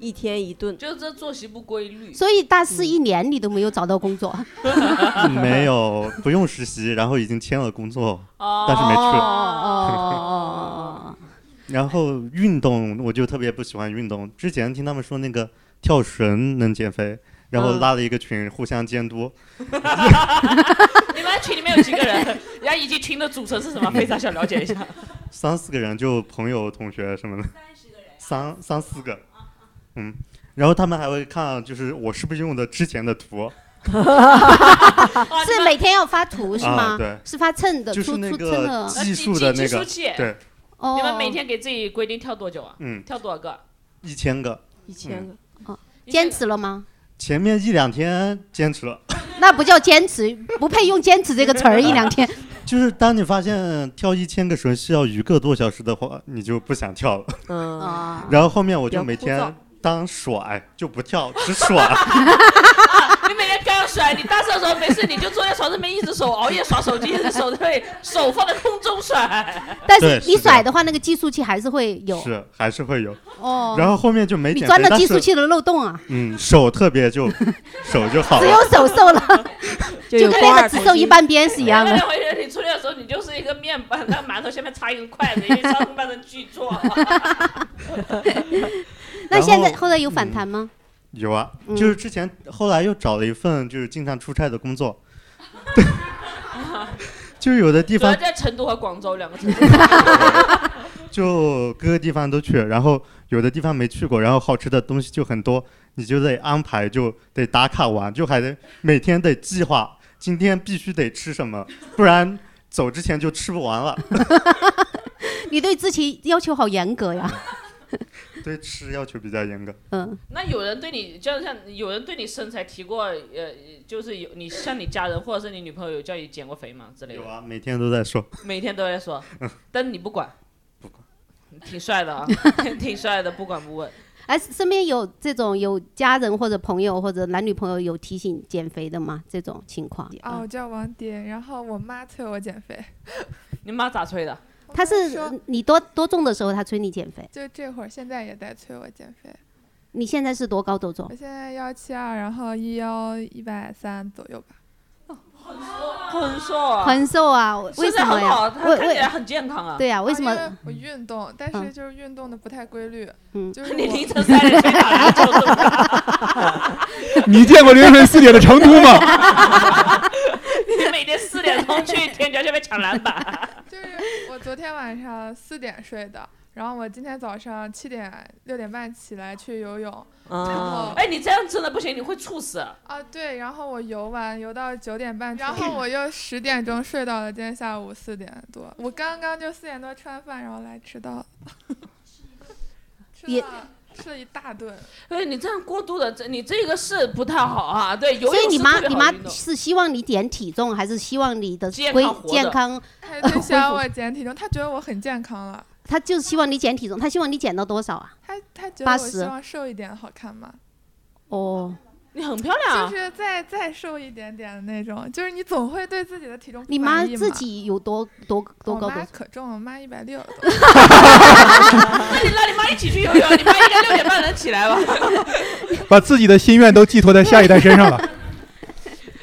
[SPEAKER 5] 一天一顿，
[SPEAKER 2] 就是这作息不规律。
[SPEAKER 1] 所以大四一年你都没有找到工作，
[SPEAKER 14] 嗯 没有，不用实习，然后已经签了工作，
[SPEAKER 1] 哦
[SPEAKER 14] 但是没去。然后运动，我就特别不喜欢运动。之前听他们说那个跳绳能减肥，然后
[SPEAKER 2] 嗯
[SPEAKER 14] 拉了一个群互相监 督，
[SPEAKER 2] 你们群里面有几个人？人家以及群的组成是什么？非常想了解一下。
[SPEAKER 14] 三四个人就朋友、同学什么的，三三四个，嗯。然后他们还会看，就是我是不是用的之前的图，
[SPEAKER 1] 哦是每天要发图是吗？
[SPEAKER 14] 啊对
[SPEAKER 1] 是发秤的，
[SPEAKER 14] 就是
[SPEAKER 1] 出
[SPEAKER 14] 那
[SPEAKER 1] 出称
[SPEAKER 14] 个
[SPEAKER 1] 的。
[SPEAKER 14] 计数的那
[SPEAKER 5] 呃
[SPEAKER 2] 计数
[SPEAKER 14] 个
[SPEAKER 2] 器，
[SPEAKER 14] 对，
[SPEAKER 1] 哦
[SPEAKER 2] 你们每天给自己规定跳多久啊？
[SPEAKER 14] 嗯
[SPEAKER 2] 跳多少个？
[SPEAKER 14] 一千个，嗯
[SPEAKER 1] 个。哦，坚持了吗？
[SPEAKER 14] 前面一两天坚持了，
[SPEAKER 1] 那不叫坚持，不配用“坚持”这个词儿。一两天，
[SPEAKER 14] 就是当你发现跳一千个绳需要一个多小时的话，你就不想跳了。
[SPEAKER 5] 嗯
[SPEAKER 1] 啊
[SPEAKER 14] 然后后面我就每
[SPEAKER 2] 比较枯燥
[SPEAKER 14] 天当甩，就不跳，只甩。
[SPEAKER 2] 你每天刚甩，你大四的时候没事，你就坐在床上面一只手熬夜耍手机，一只手对手放在空中甩。
[SPEAKER 1] 但是
[SPEAKER 14] 对
[SPEAKER 1] 你
[SPEAKER 14] 是这
[SPEAKER 1] 甩
[SPEAKER 14] 样
[SPEAKER 1] 的话，那个计数器还是会有。
[SPEAKER 14] 是还是会有。
[SPEAKER 1] 哦
[SPEAKER 14] 然后后面就没
[SPEAKER 1] 你
[SPEAKER 14] 减
[SPEAKER 1] 钻
[SPEAKER 14] 肥，
[SPEAKER 1] 了
[SPEAKER 14] 但
[SPEAKER 1] 计数
[SPEAKER 14] 是
[SPEAKER 1] 器的漏洞啊，
[SPEAKER 14] 嗯，手特别 就手就好
[SPEAKER 1] 只
[SPEAKER 14] 了。
[SPEAKER 1] 有手 瘦了，
[SPEAKER 14] 就
[SPEAKER 1] 就
[SPEAKER 14] 有
[SPEAKER 1] 跟
[SPEAKER 14] 肱
[SPEAKER 1] 那
[SPEAKER 14] 二
[SPEAKER 1] 个只
[SPEAKER 14] 头
[SPEAKER 1] 瘦
[SPEAKER 14] 肌
[SPEAKER 1] 一半边是一样
[SPEAKER 2] 那
[SPEAKER 1] 的。
[SPEAKER 2] 回学你出去的时候，你就是一个面板，那馒头下面插一根筷子，因为上半身巨壮。
[SPEAKER 1] 那现在
[SPEAKER 14] 然后
[SPEAKER 1] 后来有反弹吗？
[SPEAKER 14] 有啊，
[SPEAKER 1] 嗯
[SPEAKER 14] 就是之前后来又找了一份就是经常出差的工作， 就有的地
[SPEAKER 2] 主要
[SPEAKER 14] 方
[SPEAKER 2] 在成都和广州两个城市。
[SPEAKER 14] 就各个地方都去，然后有的地方没去过，然后好吃的东西就很多，你就得安排，就得打卡完，就还得每天得计划，今天必须得吃什么，不然走之前就吃不完了。
[SPEAKER 1] 你对自己要求好严 格呀。
[SPEAKER 14] 对吃要求比较严格。
[SPEAKER 1] 嗯，
[SPEAKER 2] 那有人对你，就像有人对你身材提过，呃，就是有你像你家人或者是你女朋友有叫你减过肥吗之类的？有
[SPEAKER 14] 啊，每天都在说，
[SPEAKER 2] 每天都 在说，但是你不管，不管，挺帅 的啊，挺帅的，不管不问。
[SPEAKER 1] 哎，身边有这种有家人或者朋友或者男女朋友有提醒减肥的吗？这种情况？
[SPEAKER 2] 哦
[SPEAKER 1] 嗯
[SPEAKER 15] 啊，我叫王蝶，然后我妈催我减肥，
[SPEAKER 2] 你妈咋催的？
[SPEAKER 1] 他是你多多重的时候他催你减肥，
[SPEAKER 15] 就这会儿现在也在催我减肥。
[SPEAKER 1] 你现在是多高多重
[SPEAKER 15] 我？现在幺七二，然后一幺一百三左右吧。
[SPEAKER 2] 哦很瘦啊，
[SPEAKER 1] 很瘦啊，我为
[SPEAKER 2] 身
[SPEAKER 1] 什
[SPEAKER 2] 材
[SPEAKER 1] 么
[SPEAKER 2] 很好，
[SPEAKER 1] 呀？
[SPEAKER 2] 她
[SPEAKER 1] 为
[SPEAKER 2] 看起
[SPEAKER 1] 为
[SPEAKER 2] 来很健康啊。
[SPEAKER 1] 对呀、为什么？
[SPEAKER 15] 因为我运动，但是就是运动的不太规律。
[SPEAKER 1] 嗯，
[SPEAKER 15] 就是
[SPEAKER 2] 你
[SPEAKER 15] 我
[SPEAKER 2] 凌晨三点睡哪来的这么大
[SPEAKER 4] 你见过凌晨四点的成都吗？
[SPEAKER 2] 你每天四点钟去天桥下面抢篮 板，
[SPEAKER 15] 我昨天晚上四点睡的，然后我今天早上七点六点半起来去游泳，然
[SPEAKER 4] 啊
[SPEAKER 15] 后
[SPEAKER 2] 哎，你这样真的不行，你会猝死。
[SPEAKER 15] 啊对，然后我游完游到九点半，然后我又十点钟睡到了今天下午四点多，我刚刚就四点多吃完饭，然后来迟到 了，吃了吃了一大顿，
[SPEAKER 2] 对哎你这样过度的，这你这个是不太好啊。对，游泳
[SPEAKER 1] 所以你
[SPEAKER 2] 是
[SPEAKER 1] 妈
[SPEAKER 2] 特别
[SPEAKER 1] 你
[SPEAKER 2] 好
[SPEAKER 1] 妈
[SPEAKER 2] 运动
[SPEAKER 1] 是希望你减体重，还是希望你的
[SPEAKER 2] 健
[SPEAKER 1] 归
[SPEAKER 2] 康活
[SPEAKER 1] 健
[SPEAKER 2] 着哎
[SPEAKER 1] 康？
[SPEAKER 15] 他
[SPEAKER 1] 呃
[SPEAKER 15] 就想
[SPEAKER 1] 恢
[SPEAKER 15] 我减体重，他觉得我很健康了，
[SPEAKER 1] 她就是希望你减体重，她希望你减到多少啊？
[SPEAKER 15] 他他觉得我
[SPEAKER 1] 80
[SPEAKER 15] 希望瘦一点好看嘛，
[SPEAKER 1] 哦，
[SPEAKER 2] 你很漂亮啊
[SPEAKER 15] 就是再再瘦一点点的那种，就是你总会对自己的体重不
[SPEAKER 1] 你妈
[SPEAKER 15] 满意
[SPEAKER 1] 自
[SPEAKER 15] 嘛
[SPEAKER 1] 己有多多多高
[SPEAKER 15] 我
[SPEAKER 1] 多
[SPEAKER 15] 妈
[SPEAKER 1] 重？
[SPEAKER 15] 可重了，我妈一百六。
[SPEAKER 2] 那你让你妈一起去游泳，你妈应该六点半能起 来吧？
[SPEAKER 4] 把自己的心愿都寄托在下一代身上了。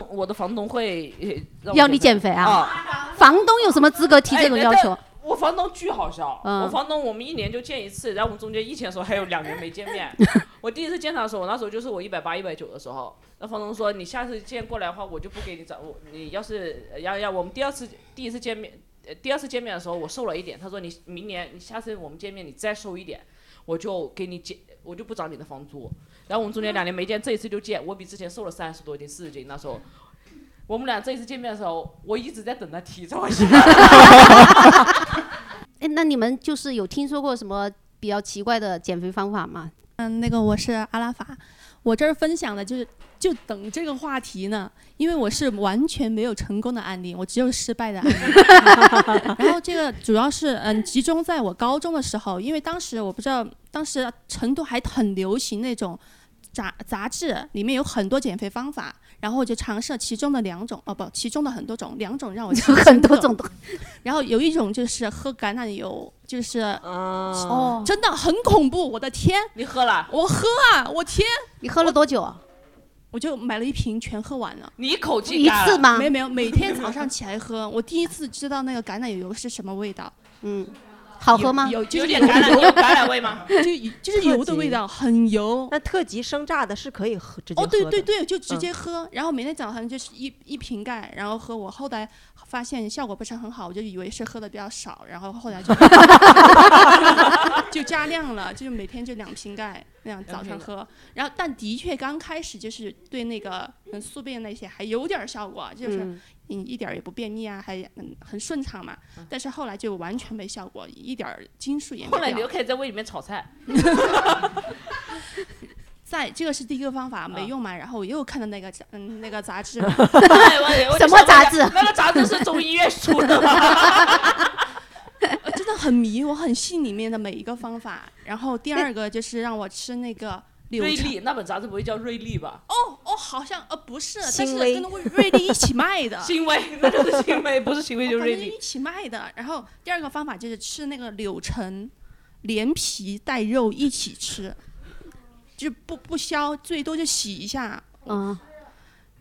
[SPEAKER 2] 我的房东会呃让我啊
[SPEAKER 15] 哎
[SPEAKER 1] 要你减肥啊？房东有什么资格提这种要求？
[SPEAKER 2] 我房东巨好笑，
[SPEAKER 1] 嗯
[SPEAKER 2] 我房东我们一年就见一次，然后我们中间疫情的时候还有两年没见面。我第一次见他的时候，我那时候就是我一百八、一百九的时候，那房东说你下次见过来的话，我就不给你涨，我你要是呃要要我们第二次第一次见面。呃第二次见面的时候，我瘦了一点。他说：“你明年，你下次我们见面，你再瘦一点，我就给你减，我就不涨你的房租。”然后我们中间两年没见，这一次就见。我比之前瘦了三十多斤、四十斤。那时候，我们俩这一次见面的时候，我一直在等他提这 我下。
[SPEAKER 1] 哎，那你们就是有听说过什么比较奇怪的减肥方法吗？
[SPEAKER 16] 嗯，那个我是阿拉法，我这儿分享的就是就等这个话题呢，因为我是完全没有成功的案例，我只有失败的案例。 然后这个主要是嗯集中在我高中的时候，因为当时我不知道，当时啊成都还很流行那种杂杂志，里面有很多减肥方法，然后我就尝试了其中的两种，哦不，其中的很多种，两种让我 很多种， 然后有一种就是喝橄榄油，就是哦，真的很恐怖，我的天！
[SPEAKER 2] 你喝了？
[SPEAKER 16] 我喝啊，我天！
[SPEAKER 1] 你喝了多久啊？
[SPEAKER 16] 我就买了一瓶，全喝完了。
[SPEAKER 2] 你一口气一干次了吗
[SPEAKER 16] 没有没有，每天早上起来喝。我第一次知道那个橄榄油是什么味道。
[SPEAKER 1] 嗯，好
[SPEAKER 16] 有
[SPEAKER 1] 喝吗
[SPEAKER 16] 有，就是
[SPEAKER 2] 有点橄榄
[SPEAKER 16] 油
[SPEAKER 2] 有橄榄味吗
[SPEAKER 16] 就就是油的味道，很油。
[SPEAKER 5] 那特级生榨的是可以喝，直接
[SPEAKER 16] 哦，对
[SPEAKER 5] 喝
[SPEAKER 16] 对
[SPEAKER 5] 的
[SPEAKER 16] 对，就直接。
[SPEAKER 5] 嗯
[SPEAKER 16] 喝，然后每天早上就是一一瓶盖，然后喝。我后来发现效果不是很好，我就以为是喝的比较少，然后后来 就 就加量了，就是每天就两瓶盖那样早上喝。然后但的确刚开始就是对那个嗯宿便那些还有点儿效果，就是
[SPEAKER 1] 嗯
[SPEAKER 16] 你一点儿也不便秘啊，还嗯很顺畅嘛。
[SPEAKER 5] 嗯
[SPEAKER 16] 但是后来就完全没效果，一点儿斤数也没
[SPEAKER 2] 后来你就
[SPEAKER 16] 掉
[SPEAKER 2] 开始在胃里面 炒菜。
[SPEAKER 16] 在这个是第一个方法
[SPEAKER 2] 嗯
[SPEAKER 16] 没用嘛，然后我又看到那个杂嗯那个杂 志
[SPEAKER 2] 我，什么杂志那个杂志是中医院 出的
[SPEAKER 16] 吗？真的很迷，我很信里面的每一个方法。然后第二个就是让我吃那个柳
[SPEAKER 2] 瑞
[SPEAKER 16] 橙
[SPEAKER 2] 丽那本杂志不会叫瑞丽吧？
[SPEAKER 16] 哦哦，好像呃不是，但是
[SPEAKER 2] 欣薇
[SPEAKER 16] 跟瑞瑞丽一起卖 的。
[SPEAKER 2] 欣薇那就是欣薇不是欣
[SPEAKER 16] 哦
[SPEAKER 2] 薇就是
[SPEAKER 16] 反
[SPEAKER 2] 瑞
[SPEAKER 16] 正
[SPEAKER 2] 丽
[SPEAKER 16] 一起卖的。然后第二个方法就是吃那个柳橙，连皮带肉一起吃，就不不削，最多就洗一下。
[SPEAKER 1] 嗯，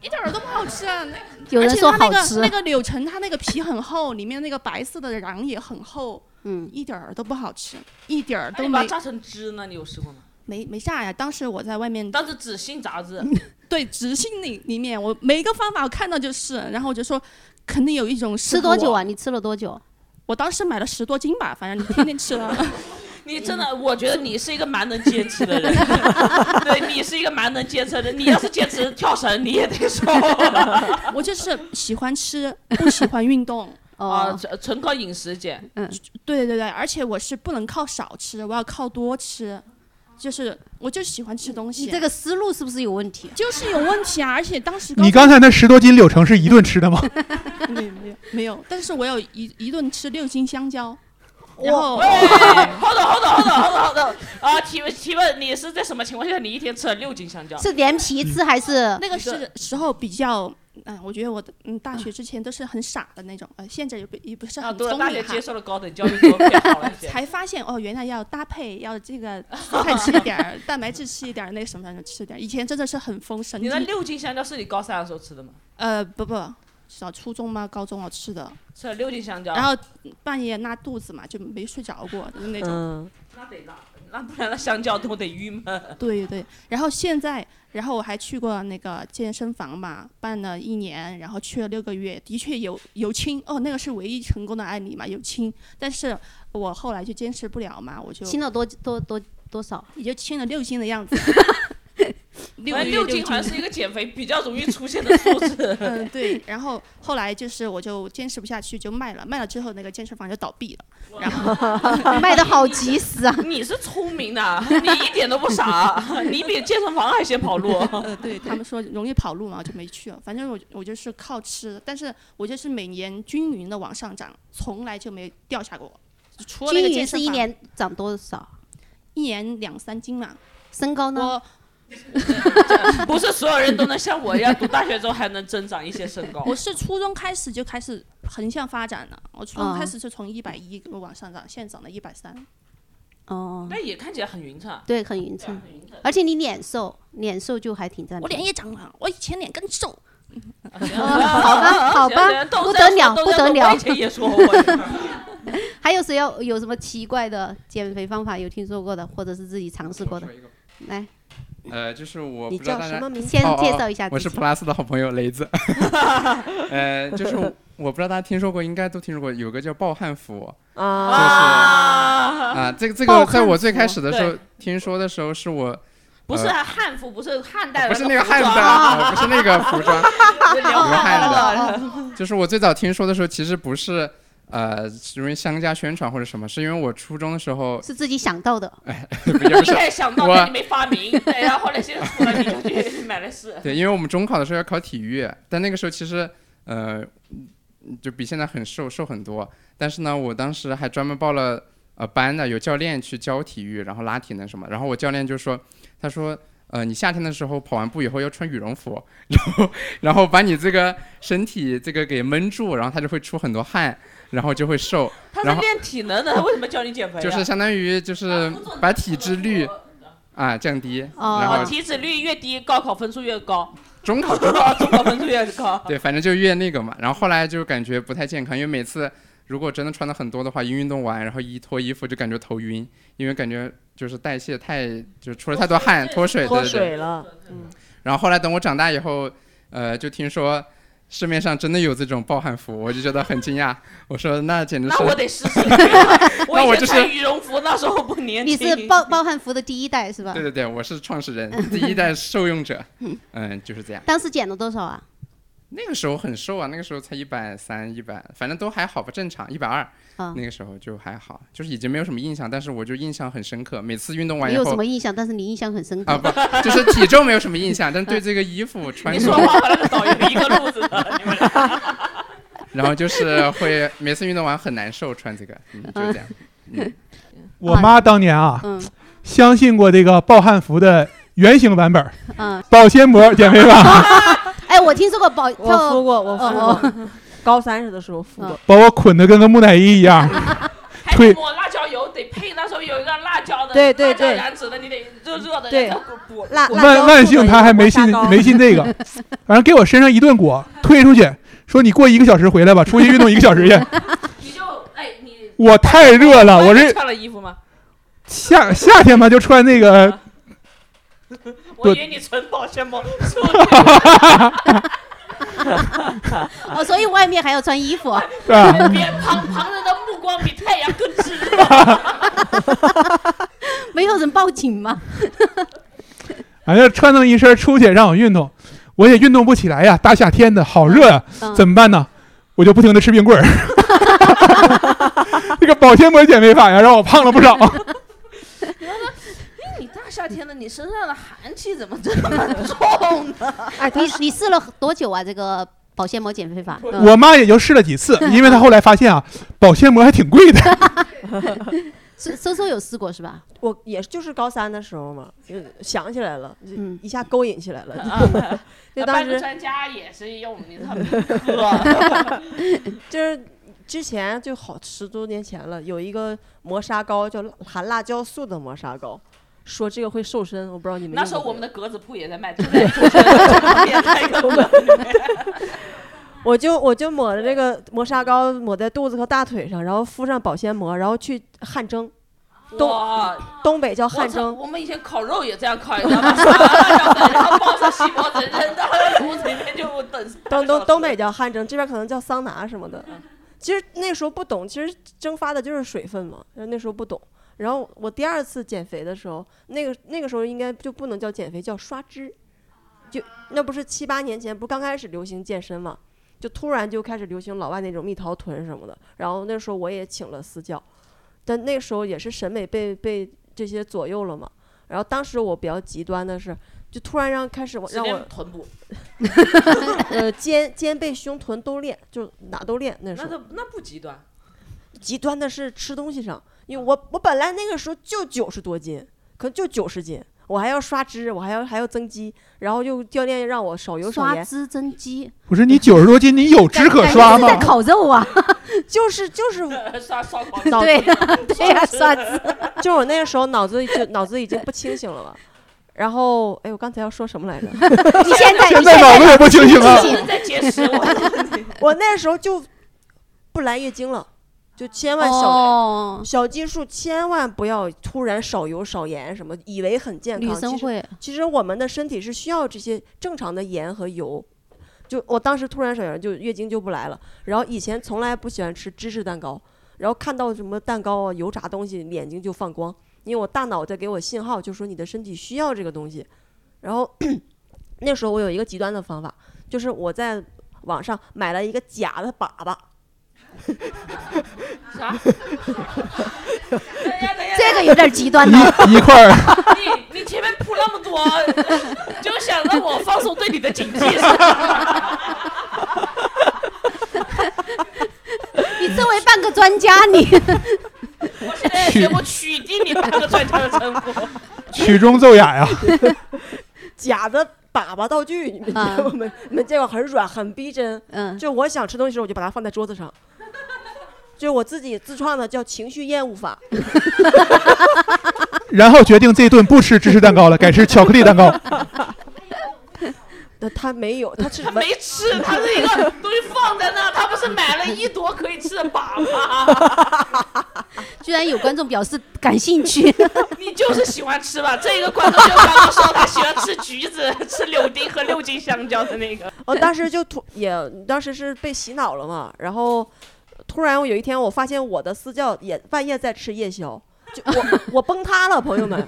[SPEAKER 16] 一点儿都不好吃啊！那
[SPEAKER 1] 有人
[SPEAKER 16] 而且
[SPEAKER 1] 说
[SPEAKER 16] 它那
[SPEAKER 1] 好
[SPEAKER 16] 个
[SPEAKER 1] 吃
[SPEAKER 16] 那个柳橙它那个皮很厚，里面那个白色的瓤也很厚，
[SPEAKER 1] 嗯，
[SPEAKER 16] 一点儿都不好吃，一点儿
[SPEAKER 2] 那
[SPEAKER 16] 都
[SPEAKER 2] 哎你把
[SPEAKER 16] 没
[SPEAKER 2] 它榨成汁呢？你有试过吗？
[SPEAKER 16] 没没炸呀。当时我在外面，
[SPEAKER 2] 当时只信杂 志，
[SPEAKER 16] 对，执行里里面我每一个方法我看到就是，然后我就说肯定有一种适
[SPEAKER 1] 吃
[SPEAKER 16] 合
[SPEAKER 1] 多久
[SPEAKER 16] 我
[SPEAKER 1] 啊？？你吃了多久？
[SPEAKER 16] 我当时买了十多斤吧，反正你天天吃了。
[SPEAKER 2] 你真的，我觉得你是一个蛮能坚持的 人，对你是一个蛮能坚持的人。你要是坚持跳绳，你也得瘦。
[SPEAKER 16] 我就是喜欢吃，不喜欢运动。
[SPEAKER 2] 啊，纯纯靠饮食减。
[SPEAKER 1] 哦嗯，
[SPEAKER 16] 对对对，而且我是不能靠少吃，我要靠多吃。就是我就喜欢吃东西。
[SPEAKER 1] 你这个思路是不是有问题？
[SPEAKER 16] 就是有问题啊！而且当时高
[SPEAKER 4] 你
[SPEAKER 16] 中
[SPEAKER 4] 刚才那十多斤柳橙是一顿吃 的吗？
[SPEAKER 16] 没有没有没有，但是我有一一顿吃六斤香蕉，然后
[SPEAKER 2] 好的，好的，好的，好的，好的。啊，提问提问，你是在什么情况下你一天吃了六斤香蕉？
[SPEAKER 1] 连皮吃还是
[SPEAKER 16] 嗯那个是时候比较。嗯，我觉得我的嗯大学之前都是很傻的那种，呃，现在也不也不是
[SPEAKER 2] 啊，
[SPEAKER 16] 很
[SPEAKER 2] 对
[SPEAKER 16] 聪
[SPEAKER 2] 了，
[SPEAKER 16] 明
[SPEAKER 2] 大学
[SPEAKER 16] 哈
[SPEAKER 2] 接受了高等教育之后变 好了一些。
[SPEAKER 16] 才发现哦，原来要搭配，要这 个蔬菜吃一点儿，蛋白质吃一点儿，那个什么什么吃一点儿。以前真的是很丰盛。
[SPEAKER 2] 你那六斤香蕉是你高三的时候吃的吗？
[SPEAKER 16] 呃不不，小初中嘛，高中我啊吃的，
[SPEAKER 2] 吃了六斤香蕉，
[SPEAKER 16] 然后半夜拉肚子嘛，就没睡着过就那种。
[SPEAKER 1] 嗯
[SPEAKER 2] 嗯那得拉，那不然那香蕉都得郁闷。
[SPEAKER 16] 对对，然后现在，然后我还去过那个健身房嘛，办了一年，然后去了六个月，的确有有轻哦，那个是唯一成功的案例嘛，有轻，但是我后来就坚持不了嘛，我就
[SPEAKER 1] 轻了多多多多少？
[SPEAKER 16] 也就轻了六斤的样 子。六
[SPEAKER 2] 反
[SPEAKER 16] 个
[SPEAKER 2] 正
[SPEAKER 16] 月
[SPEAKER 2] 六
[SPEAKER 16] 斤
[SPEAKER 2] 斤好像是一个减肥比较容易出现的数字。
[SPEAKER 16] 嗯，对。然后后来就是我就坚持不下去，就卖了。卖了之后，那个健身房就倒闭了。然 后
[SPEAKER 1] 卖得好及时啊！
[SPEAKER 2] 你是聪明的，你一点都不傻，你比健身房还先跑路。
[SPEAKER 16] 呃，对他们说容易跑路嘛，我就没去了。反正我我就是靠吃，但是我就是每年均匀的往上涨，从来就没掉下过。除了那个
[SPEAKER 1] 均
[SPEAKER 16] 健
[SPEAKER 1] 匀
[SPEAKER 16] 身
[SPEAKER 1] 是一
[SPEAKER 16] 房
[SPEAKER 1] 年长多少？
[SPEAKER 16] 一年两三斤嘛。
[SPEAKER 1] 身高呢？
[SPEAKER 16] 我
[SPEAKER 2] 不是所有人都能像我一样读大学之后还能增长一些身高。
[SPEAKER 16] 我是初中开始就开始横向发展了，我初中开
[SPEAKER 1] 嗯
[SPEAKER 16] 始就从一百一往上涨，现在涨到一百三。
[SPEAKER 1] 哦，
[SPEAKER 2] 但也看起来很匀称。啊
[SPEAKER 1] 对，很匀称，而且你脸瘦，脸瘦就还挺占比。
[SPEAKER 16] 我脸也长了，我以前脸更瘦。
[SPEAKER 1] 好吧，好吧，不得了，不得了。
[SPEAKER 2] 我以前也说过我。
[SPEAKER 1] 还还有谁要有什么奇怪的减肥方法有听说过的，或者是自己尝试过的？来，
[SPEAKER 17] 呃，就是我
[SPEAKER 1] 你
[SPEAKER 17] 不知道
[SPEAKER 1] 叫
[SPEAKER 17] 大
[SPEAKER 1] 什
[SPEAKER 17] 家
[SPEAKER 1] 么名字 先
[SPEAKER 17] 哦哦
[SPEAKER 1] 介绍一下
[SPEAKER 17] 我
[SPEAKER 1] 自
[SPEAKER 17] 是
[SPEAKER 1] 己
[SPEAKER 17] Plus 的好朋友 雷子。呃，就是我不知道大家听说过，应该都听说过，有个叫暴汗服
[SPEAKER 5] 啊
[SPEAKER 17] 就是啊，这个这
[SPEAKER 2] 暴
[SPEAKER 17] 个，
[SPEAKER 2] 汗
[SPEAKER 17] 在我最
[SPEAKER 2] 服
[SPEAKER 17] 开始的时候
[SPEAKER 2] 对
[SPEAKER 17] 听说的时候，是我
[SPEAKER 2] 不是
[SPEAKER 17] 呃
[SPEAKER 2] 汉服，不是汉代，
[SPEAKER 17] 不是那个汉服， 不是那个服装，
[SPEAKER 1] 啊
[SPEAKER 2] 流
[SPEAKER 17] 流
[SPEAKER 1] 哦
[SPEAKER 2] 汗
[SPEAKER 17] 汗
[SPEAKER 2] 了。
[SPEAKER 17] 的。 就是我最早听说的时候，其实不是呃，是因为商家宣传或者什么，是因为我初中的时候
[SPEAKER 1] 是自己想到的。
[SPEAKER 17] 哎 也不是
[SPEAKER 2] 对，想到
[SPEAKER 17] 我
[SPEAKER 2] 但你没发明，对，然后后来现在 出了，你就去买了 试。
[SPEAKER 17] 对，因为我们中考的时候要考体育，但那个时候其实呃，嗯就比现在很瘦瘦很多。但是呢，我当时还专门报了呃班的，有教练去教体育，然后拉体能什么。然后我教练就说，他说。呃，你夏天的时候跑完步以后要穿羽绒服，然后然后把你这个身体这个给闷住，然后它就会出很多汗，然后就会瘦。
[SPEAKER 2] 他
[SPEAKER 17] 然
[SPEAKER 2] 是
[SPEAKER 17] 后
[SPEAKER 2] 练体能的，他为什么教你减肥啊？
[SPEAKER 17] 就是相当于就是把体脂率啊降低，然
[SPEAKER 2] 哦，
[SPEAKER 17] 后
[SPEAKER 2] 体脂率越低，高考分数越高。
[SPEAKER 17] 中考
[SPEAKER 2] 中考中考分数越 高。
[SPEAKER 17] 对，反正就越那个嘛。然后后来就感觉不太健康，因为每次如果真的穿的很多的话，一运动完然后一脱衣服就感觉头晕，因为感觉就是代谢太就出了太多汗，脱水，
[SPEAKER 5] 脱
[SPEAKER 17] 对对
[SPEAKER 5] 水了，嗯，
[SPEAKER 17] 然后后来等我长大以后，呃，就听说市面上真的有这种暴汗服，我就觉得很惊讶。我说那简直是，。
[SPEAKER 2] 那我得试试以
[SPEAKER 17] 那我
[SPEAKER 2] 前
[SPEAKER 17] 就是
[SPEAKER 2] 穿羽绒服，那时候不年
[SPEAKER 1] 你
[SPEAKER 2] 轻。
[SPEAKER 1] 是暴暴汗服的第一代是吧？
[SPEAKER 17] 对对对，我是创始人，第一代受用者，嗯，就是这样。
[SPEAKER 1] 当时减了多少啊？
[SPEAKER 17] 那个时候很瘦啊，那个时候才一百三、一百，反正都还好吧，正常一百二。
[SPEAKER 1] 啊
[SPEAKER 17] 那个时候就还好，就是已经没有什么印象，但是我就印象很深刻。每次运动完
[SPEAKER 1] 没
[SPEAKER 17] 以
[SPEAKER 1] 有
[SPEAKER 17] 后
[SPEAKER 1] 什么印象，但是你印象很深刻。
[SPEAKER 17] 啊，不， 就是体重没有什么印象，但对这个衣 服穿着， 然后就是会每次运动完很难受，穿这个，嗯，就这样。嗯，
[SPEAKER 4] 我妈当年啊，相信过这个暴汗服的原型版 本儿，
[SPEAKER 1] 嗯
[SPEAKER 4] 保鲜膜减肥 法，
[SPEAKER 1] 哎，我听说过保，
[SPEAKER 5] 我敷过，我敷
[SPEAKER 1] 哦
[SPEAKER 5] 过，高三十的时候敷过。
[SPEAKER 4] 把我捆得跟个木乃伊一 样，
[SPEAKER 2] 还
[SPEAKER 4] 腿
[SPEAKER 2] 得抹辣椒油，得配那时候有一个辣椒的，
[SPEAKER 5] 对对
[SPEAKER 2] 辣
[SPEAKER 5] 对
[SPEAKER 2] 椒燃脂的，你得热热的，
[SPEAKER 5] 对
[SPEAKER 2] 然后补
[SPEAKER 5] 辣
[SPEAKER 2] 补
[SPEAKER 4] 万万幸她还没信没信这个， 反正给我身上一顿裹，推出去说你过一个小时回 来吧，出去运动一个小时去。
[SPEAKER 2] 哎
[SPEAKER 4] 我太热了，我这
[SPEAKER 2] 穿了衣 服吗？
[SPEAKER 4] 夏夏天嘛就穿那 个，
[SPEAKER 2] 我
[SPEAKER 4] 对
[SPEAKER 2] 以为你纯保鲜膜，说
[SPEAKER 1] 哦，所以外面还要穿衣服啊。
[SPEAKER 4] 是吧
[SPEAKER 2] 别旁旁人的目光比太阳更炙热。
[SPEAKER 1] 没有人报警吗？
[SPEAKER 4] 反正啊穿那么一身出去让我运动，我也运动不起来呀，大夏天的好热呀
[SPEAKER 1] 嗯，
[SPEAKER 4] 怎么办呢？我就不停的吃冰棍儿， 这个保鲜膜减肥法呀，让我胖了不少。
[SPEAKER 1] 嗯
[SPEAKER 2] 你大夏天的，你身上的寒气怎么这么重呢？
[SPEAKER 1] 哎，你你试了多久啊？这个保鲜膜减肥法？嗯
[SPEAKER 4] 我妈也就试了几次，因为她后来发现啊，保鲜膜还挺贵 的。
[SPEAKER 1] 搜搜搜有试过是吧？
[SPEAKER 5] 我也就是高三的时候嘛，就想起来了，就
[SPEAKER 1] 嗯
[SPEAKER 5] 一下勾引起来了
[SPEAKER 2] 啊。
[SPEAKER 5] 就当
[SPEAKER 2] 半
[SPEAKER 5] 时
[SPEAKER 2] 个专家也是用你他 们喝，
[SPEAKER 5] 就是之前就好十多年前了，有一个磨砂膏叫辣含辣椒素的磨砂膏，说这个会瘦身，我不知道你们
[SPEAKER 2] 那
[SPEAKER 5] 用
[SPEAKER 2] 时
[SPEAKER 5] 过
[SPEAKER 2] 候我
[SPEAKER 5] 没有
[SPEAKER 2] 们的格子铺也在卖，就在中 间开个门。
[SPEAKER 5] 我就我就抹着这个磨砂膏抹在肚子和大腿上，然后敷上保鲜膜，然后去汗蒸。东
[SPEAKER 2] 哇
[SPEAKER 5] 东北叫
[SPEAKER 2] 我
[SPEAKER 5] 汗
[SPEAKER 2] 操
[SPEAKER 5] 蒸，
[SPEAKER 2] 我们以前烤肉也这样烤，你知道吗？然后抱上锡箔纸扔到炉子里面就等。
[SPEAKER 5] 东东东北叫汗蒸，这边可能叫桑拿什么的。其实那时候不懂，其实蒸发的就是水分嘛。那时候不懂。然后我第二次减肥的时候，那个那个时候应该就不能叫减肥，叫刷脂。就那不是七八年前，不是刚开始流行健身嘛？就突然就开始流行老外那种蜜桃臀什么的。然后那时候我也请了私教，但那时候也是审美被被这些左右了嘛。然后当时我比较极端的是，就突然让开始我
[SPEAKER 2] 直
[SPEAKER 5] 让
[SPEAKER 2] 接
[SPEAKER 5] 我
[SPEAKER 2] 臀部，
[SPEAKER 5] 呃，肩肩背胸臀都练，就哪都练。那
[SPEAKER 2] 那
[SPEAKER 5] 时候
[SPEAKER 2] 都那不极端，
[SPEAKER 5] 极端的是吃东西上，因为我我本来那个时候就九十多斤，可能就九十斤，我还要刷脂，我还要还要增肌，然后又教练让我少油少
[SPEAKER 1] 刷
[SPEAKER 5] 盐，
[SPEAKER 1] 脂增肌，
[SPEAKER 4] 不是你九十多斤，你有脂可刷吗？
[SPEAKER 1] 肉啊，
[SPEAKER 5] 就是就是
[SPEAKER 2] 刷 刷光
[SPEAKER 5] 脑子
[SPEAKER 1] 对呀对呀刷脂，
[SPEAKER 5] 就是我那个时候脑子就脑子已经不清醒了吧。然后，哎，我刚才要说什么 来着？
[SPEAKER 1] 你现在
[SPEAKER 4] 现在你现在脑子也不 清醒了不清醒
[SPEAKER 2] 在节食我
[SPEAKER 5] 我那时候就不来月经了，就千万小、
[SPEAKER 1] 哦
[SPEAKER 5] 小基数，千万不要突然少油少盐什么，以为很健康。
[SPEAKER 1] 女生
[SPEAKER 5] 其实
[SPEAKER 1] 会
[SPEAKER 5] 其实我们的身体是需要这些正常的盐和油。就我当时突然少盐，就月经就不来了。然后以前从来不喜欢吃芝士蛋糕，然后看到什么蛋糕啊、油炸东西，眼睛就放光，因为我大脑在给我信号，就说你的身体需要这个东西。然后 那时候我有一个极端的方法，就是我在网上买了一个假的粑粑。
[SPEAKER 2] 啥？
[SPEAKER 1] 这个有点 极端呢。
[SPEAKER 4] 一一块儿
[SPEAKER 2] 你你前面铺那么 多，就想让我放松对你的警惕是吧？
[SPEAKER 1] 你作为半个专 家，你
[SPEAKER 2] 我现在学过取缔你半个专家的称呼。
[SPEAKER 4] 曲终奏哑呀。
[SPEAKER 5] 假的粑粑道具，你们见过没？你们见过很软很逼真。
[SPEAKER 1] 嗯，
[SPEAKER 5] 就我想吃东西的时候，我就把它放在桌子上。就我自己自创的叫情绪厌恶法，
[SPEAKER 4] 然后决定这顿不吃芝士蛋糕了，改吃巧克力蛋糕。
[SPEAKER 5] 那他没有，他吃
[SPEAKER 2] 他 没吃，他是一 个东西放在那，他不是买了一坨可以吃的粑粑？
[SPEAKER 1] 居然有观众表示感兴趣。
[SPEAKER 2] 你就是喜欢吃吧？ 这个观众就刚刚说他喜欢吃橘子、 吃柳丁和六斤香蕉的那 个。
[SPEAKER 5] 我哦当时就突也当时是被洗脑了嘛，然后突然我有一天我发现我的私教也半夜在吃夜宵，就 我我崩塌了，朋友们，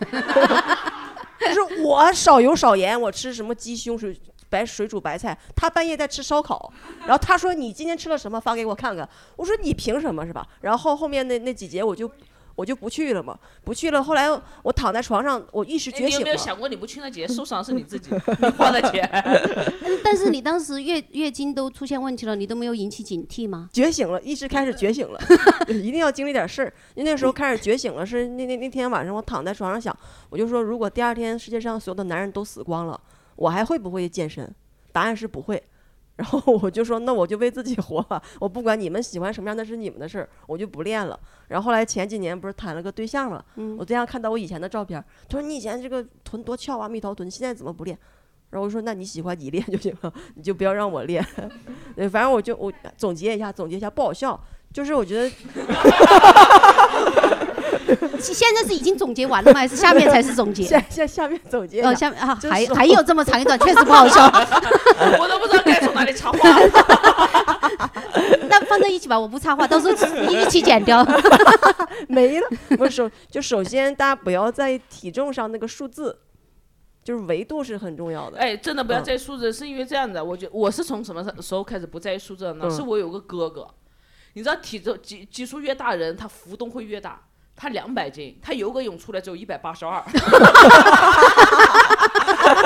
[SPEAKER 5] 就是我少油少盐，我吃什么鸡胸水白水煮白菜，他半夜在吃烧烤，然后他说你今天吃了什么发给我看看，我说你凭什么是吧？然后后面那那几节我就。我就不去了嘛，不去了。后来我躺在床上，我意识
[SPEAKER 2] 哎你
[SPEAKER 5] 觉
[SPEAKER 2] 有
[SPEAKER 5] 醒
[SPEAKER 2] 没有。
[SPEAKER 5] 了
[SPEAKER 2] 想过你不去那节受伤是你自己，你花的钱？
[SPEAKER 1] 但是你当时月月经都出现问题了，你都没有引起警惕吗？
[SPEAKER 5] 觉醒了，意识开始觉醒了，一定要经历点事儿。因为那时候开始觉醒了，是那那那天晚上我躺在床上想，我就说如果第二天世界上所有的男人都死光了，我还会不会健身？答案是不会。然后我就说，那我就为自己活吧，我不管你们喜欢什么样，那是你们的事儿，我就不练了。然后后来前几年不是谈了个对象嘛，
[SPEAKER 1] 嗯
[SPEAKER 5] 我对象看到我以前的照片儿，他说你以前这个臀多翘啊，蜜桃臀，现在怎么不练？然后我说那你喜欢你练就行了，你就不要让我练。 对，反正我就我总结一下，总结一下不好笑，就是我觉得
[SPEAKER 1] 现在是已经总结完了吗？还是 下面才是总结？
[SPEAKER 5] 下下下面总结一
[SPEAKER 1] 哦，
[SPEAKER 5] 下
[SPEAKER 1] 下面啊，
[SPEAKER 5] 就是
[SPEAKER 1] 还
[SPEAKER 5] 说
[SPEAKER 1] 还有这么长一段，确实不好笑。
[SPEAKER 2] 我 都不知道该从哪里插话。
[SPEAKER 1] 那放在一起吧，我不插话，到时候一起剪掉。
[SPEAKER 5] 没了。我首就首先大家不要在意体重上那个数字，就是维度是很重要的。
[SPEAKER 2] 哎，真的不要在
[SPEAKER 5] 在
[SPEAKER 2] 意数字，是因为这样子，啊我觉我是从什么时候开始不在意数字的呢？
[SPEAKER 5] 嗯
[SPEAKER 2] 是我有个哥哥，你知道体重基基数越大人，他浮动会越大。他两百斤，他游个泳出来只有一百八十二，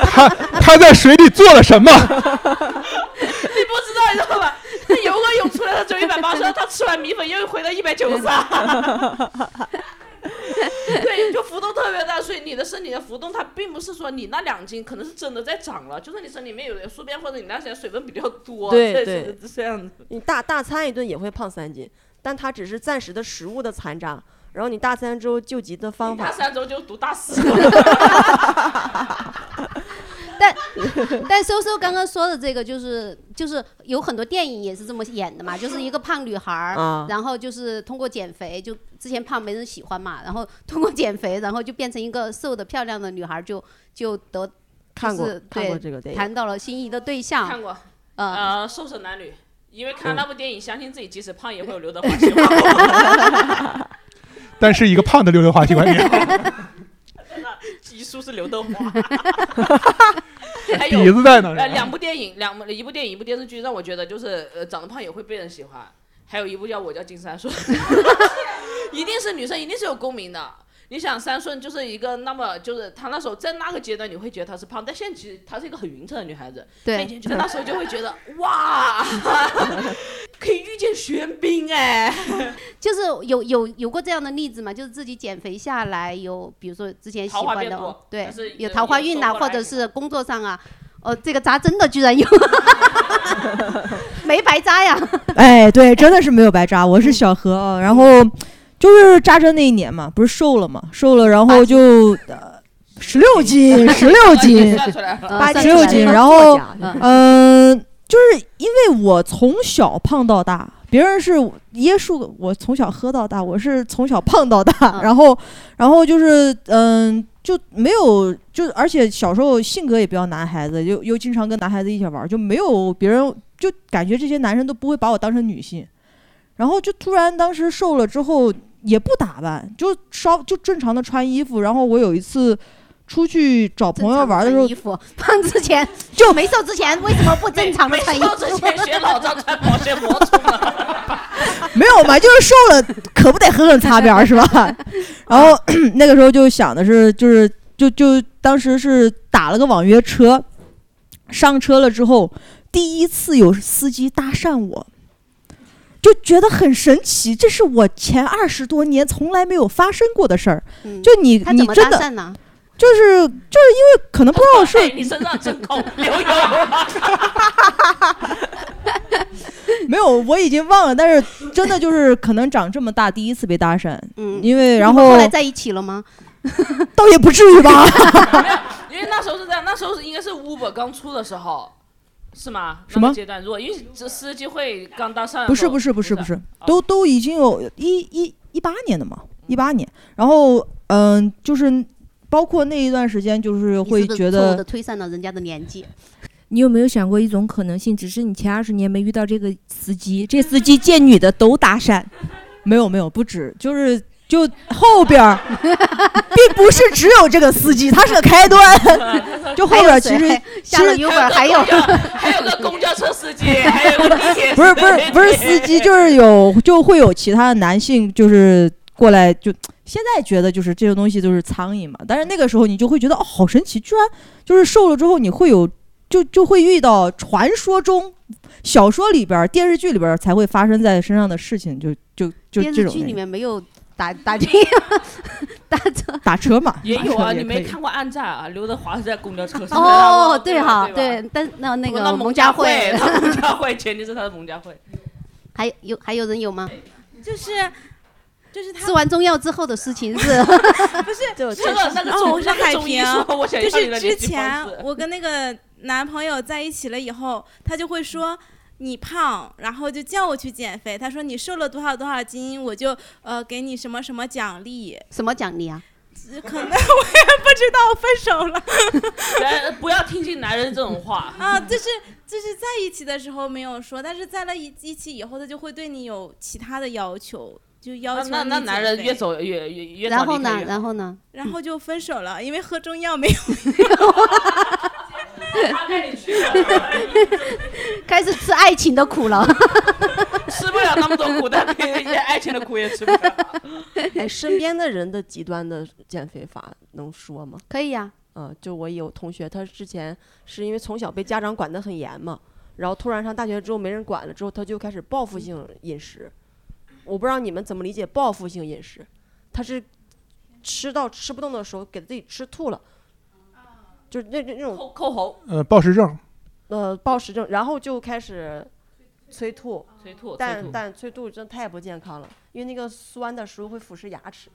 [SPEAKER 4] 他他在水里做了什么？
[SPEAKER 2] 你不知道，你知道吧？他游个泳出来他只 有一百八十二，他吃完米粉又回到一百九十 三。对，就浮动特别大，所以你的身体的浮动，它并不是说你那两斤可能是真的在长了，就是你身体里面有的宿便或者你那些水分比较多，
[SPEAKER 5] 对
[SPEAKER 2] 这
[SPEAKER 5] 对
[SPEAKER 2] 是这样子。
[SPEAKER 5] 你大大餐一顿也会胖三斤，但它只是暂时的食物的残渣。然后你大餐之后救急的方
[SPEAKER 2] 大
[SPEAKER 5] 法，
[SPEAKER 2] 三周就读大四了。
[SPEAKER 1] 但但搜搜刚刚说的这个，就是就是有很多电影也是这么演的嘛，就是一个胖女孩儿，
[SPEAKER 18] 啊
[SPEAKER 1] 然后就是通过减肥，就之前胖没人喜欢嘛，然后通过减肥，然后就变成一个瘦的漂亮的女孩儿就，就得
[SPEAKER 5] 看过
[SPEAKER 1] 就是
[SPEAKER 5] 看过
[SPEAKER 1] 对
[SPEAKER 5] 这个电影
[SPEAKER 1] 谈到了心仪的对象，
[SPEAKER 2] 看过，
[SPEAKER 1] 嗯
[SPEAKER 2] 呃，瘦身男女，因为看那部电影，相信自己即使胖也会有刘德华。
[SPEAKER 4] 但是一个胖的溜溜滑梯管你，，
[SPEAKER 2] 基叔是刘德华还有
[SPEAKER 4] 底子在哪儿啊
[SPEAKER 2] 呃，两部电影，两部一部电影，一部电视剧，让我觉得就是呃，长得胖也会被人喜欢。还有一部叫《我叫金三顺》， 一定是女生，一定是有共鸣的。你想三顺就是一个那么，就是她那时候在那个阶段，你会觉得她是胖，但现在其实她是一个很匀称的女孩子。
[SPEAKER 1] 对
[SPEAKER 2] 那以前觉得那时候就会觉得哇， 可以遇见玄彬哎。
[SPEAKER 1] 就是有有有过这样的例子嘛，就是自己减肥下来，有比如说之前喜
[SPEAKER 2] 桃花
[SPEAKER 1] 欢
[SPEAKER 2] 变
[SPEAKER 1] 的哦
[SPEAKER 2] 多，
[SPEAKER 1] 对
[SPEAKER 2] 但是，
[SPEAKER 1] 有
[SPEAKER 2] 也
[SPEAKER 1] 桃花
[SPEAKER 2] 也
[SPEAKER 1] 运
[SPEAKER 2] 收
[SPEAKER 1] 呐、
[SPEAKER 2] 获了
[SPEAKER 1] 或
[SPEAKER 2] 爱
[SPEAKER 1] 者
[SPEAKER 2] 情
[SPEAKER 1] 是工作上啊，哦，这个扎真的居然有， 没白扎呀。
[SPEAKER 8] 哎，对，真的是没有白扎，我是小何
[SPEAKER 5] 嗯
[SPEAKER 8] 啊。然后就是扎针那一年嘛，不是瘦了嘛，瘦了，然后就呃十六斤，十六斤
[SPEAKER 2] 算出来，
[SPEAKER 5] 八
[SPEAKER 8] 十六斤，然后嗯、呃就是因为我从小胖到大，别人是椰树，我从小喝到大，我是从小胖到大， 然后，然后就是，嗯，就没有，就而且小时候性格也比较男孩子，又又经常跟男孩子一起玩儿，就没有别人，就感觉这些男生都不会把我当成女性，然后就突然当时瘦了之后也不打扮，就稍就正常的穿衣服，然后我有一次。出去找朋友玩的时候，衣
[SPEAKER 1] 服胖之前就没瘦之前为什么不正常的穿衣服？
[SPEAKER 2] 之前学老张穿 保鲜膜，
[SPEAKER 8] 没有嘛，就是瘦了，可不得狠狠擦边 儿是吧？然后 那个时候就想的是，就是就就当时是打了个网约车，上车了之后，第一次有司机搭讪我，就觉得很神奇，这是我前二十多年从来没有发生过的事儿。就你
[SPEAKER 1] 嗯他怎
[SPEAKER 8] 你
[SPEAKER 1] 么
[SPEAKER 8] 真的
[SPEAKER 1] 搭讪呢？
[SPEAKER 8] 就是就是因为可能不知道是
[SPEAKER 1] 哎
[SPEAKER 2] 你身上真 空流油。
[SPEAKER 8] 没有，我已经忘了，但是真的就是可能长这么大第一次被搭讪，
[SPEAKER 1] 嗯
[SPEAKER 8] 因为然
[SPEAKER 1] 你们后
[SPEAKER 8] 后
[SPEAKER 1] 来在一起了吗？
[SPEAKER 8] 倒也不至于吧。
[SPEAKER 2] 因为那时候是这样，那时候是应该是 Uber 刚出的时候，是吗？
[SPEAKER 8] 什么
[SPEAKER 2] 那个阶段？如果因为这司机会刚搭讪的时候，
[SPEAKER 8] 不是不是不是不是，
[SPEAKER 1] 哦
[SPEAKER 8] 都都已经有一一一八年的嘛，一八年。然后嗯、就是包括那一段时间，就是
[SPEAKER 1] 你
[SPEAKER 8] 会
[SPEAKER 1] 是不是
[SPEAKER 8] 觉
[SPEAKER 1] 错误
[SPEAKER 8] 得
[SPEAKER 1] 的推算了人家的年纪。
[SPEAKER 9] 你有没有想过一种可能性，只是你前二十年没遇到这个司机，这司机见女的都搭讪，
[SPEAKER 8] 没有没有不止，就是就后边 儿并不是只有这个司机，他是个 开端。 就后边儿 其实其
[SPEAKER 1] 下了
[SPEAKER 8] 实
[SPEAKER 1] Uber 还有
[SPEAKER 2] 还有个公交车司机，还有个地铁，
[SPEAKER 8] 不是 不是不是司机，就是有就会有其他的男性就是过来就。现在觉得就是这些东西都是苍蝇嘛，但是那个时候你就会觉得哦，好神奇，居然就是瘦了之后你会有就就会遇到传说中、小说里边儿、电视剧里边儿才会发生在身上的事情，就就就
[SPEAKER 1] 电
[SPEAKER 8] 这
[SPEAKER 1] 视
[SPEAKER 8] 种
[SPEAKER 1] 剧
[SPEAKER 8] 类
[SPEAKER 1] 里面没有打 打这个打车
[SPEAKER 8] 打车嘛，
[SPEAKER 2] 也
[SPEAKER 8] 打
[SPEAKER 2] 有
[SPEAKER 8] 车
[SPEAKER 2] 啊，
[SPEAKER 8] 也
[SPEAKER 2] 你
[SPEAKER 8] 可
[SPEAKER 2] 没
[SPEAKER 8] 以
[SPEAKER 2] 看过《暗战》啊？刘德华是在公交车上。
[SPEAKER 1] 哦，对哈
[SPEAKER 2] 哈，，吧
[SPEAKER 1] 对，但那那
[SPEAKER 2] 那
[SPEAKER 1] 个
[SPEAKER 2] 蒙
[SPEAKER 1] 家
[SPEAKER 2] 慧
[SPEAKER 1] 慧，
[SPEAKER 2] 那 蒙嘉慧前提是他的蒙嘉慧。
[SPEAKER 1] 还有还有人有吗？
[SPEAKER 7] 就是就是他
[SPEAKER 1] 吃完中药之后的事 情是
[SPEAKER 7] 不是
[SPEAKER 1] 就
[SPEAKER 7] 就
[SPEAKER 1] 这个那
[SPEAKER 7] 是
[SPEAKER 1] 个
[SPEAKER 7] 哦
[SPEAKER 1] 综
[SPEAKER 7] 我是
[SPEAKER 1] 那个
[SPEAKER 7] 海
[SPEAKER 1] 综艺
[SPEAKER 7] 平
[SPEAKER 1] 说我想
[SPEAKER 7] 就
[SPEAKER 1] 看你
[SPEAKER 7] 是
[SPEAKER 1] 的
[SPEAKER 7] 之
[SPEAKER 1] 联系
[SPEAKER 7] 前
[SPEAKER 1] 方式
[SPEAKER 7] 我跟那个男朋友在一起了以后，他就会说。你胖，然后就叫我去减肥。他说你瘦了多少多少斤，我就呃给你什么什么奖励。
[SPEAKER 1] 什么奖励啊？
[SPEAKER 7] 可能我也不知道，分 手了。
[SPEAKER 2] 来，呃不要听信男人这种话。
[SPEAKER 7] 啊，就是就是在一起的时候没有说，但是在了一一起以后，他就会对你有其他的要求，就要
[SPEAKER 2] 那
[SPEAKER 7] 求
[SPEAKER 2] 啊那
[SPEAKER 7] 你
[SPEAKER 2] 那
[SPEAKER 7] 减
[SPEAKER 2] 男人
[SPEAKER 7] 肥
[SPEAKER 2] 越走越越越
[SPEAKER 1] 然
[SPEAKER 2] 早
[SPEAKER 1] 后
[SPEAKER 2] 离开
[SPEAKER 1] 呢？
[SPEAKER 2] 越
[SPEAKER 1] 然后呢？
[SPEAKER 7] 然后就分手了，因为喝中药没有
[SPEAKER 1] 开始吃爱情的苦了，
[SPEAKER 2] 吃不了那么多苦，但别人也爱情的苦也吃不了。
[SPEAKER 3] 哎，身边的人的极端的减肥法能说吗？
[SPEAKER 1] 可以啊呀、
[SPEAKER 3] 嗯，就我有同学，他之前是因为从小被家长管得很严嘛，然后突然上大学之后没人管了，之后他就开始报复性饮食。我不知道你们怎么理解报复性饮食，他是吃到吃不动的时候给自己吃吐了，就是那那那种
[SPEAKER 2] 啊扣喉，
[SPEAKER 4] 呃，暴食症，
[SPEAKER 3] 呃，暴食症，然后就开始催吐，
[SPEAKER 2] 催吐催
[SPEAKER 3] 但
[SPEAKER 2] 吐
[SPEAKER 3] 但催吐真太不健康了，因为那个酸的食物会腐蚀牙齿。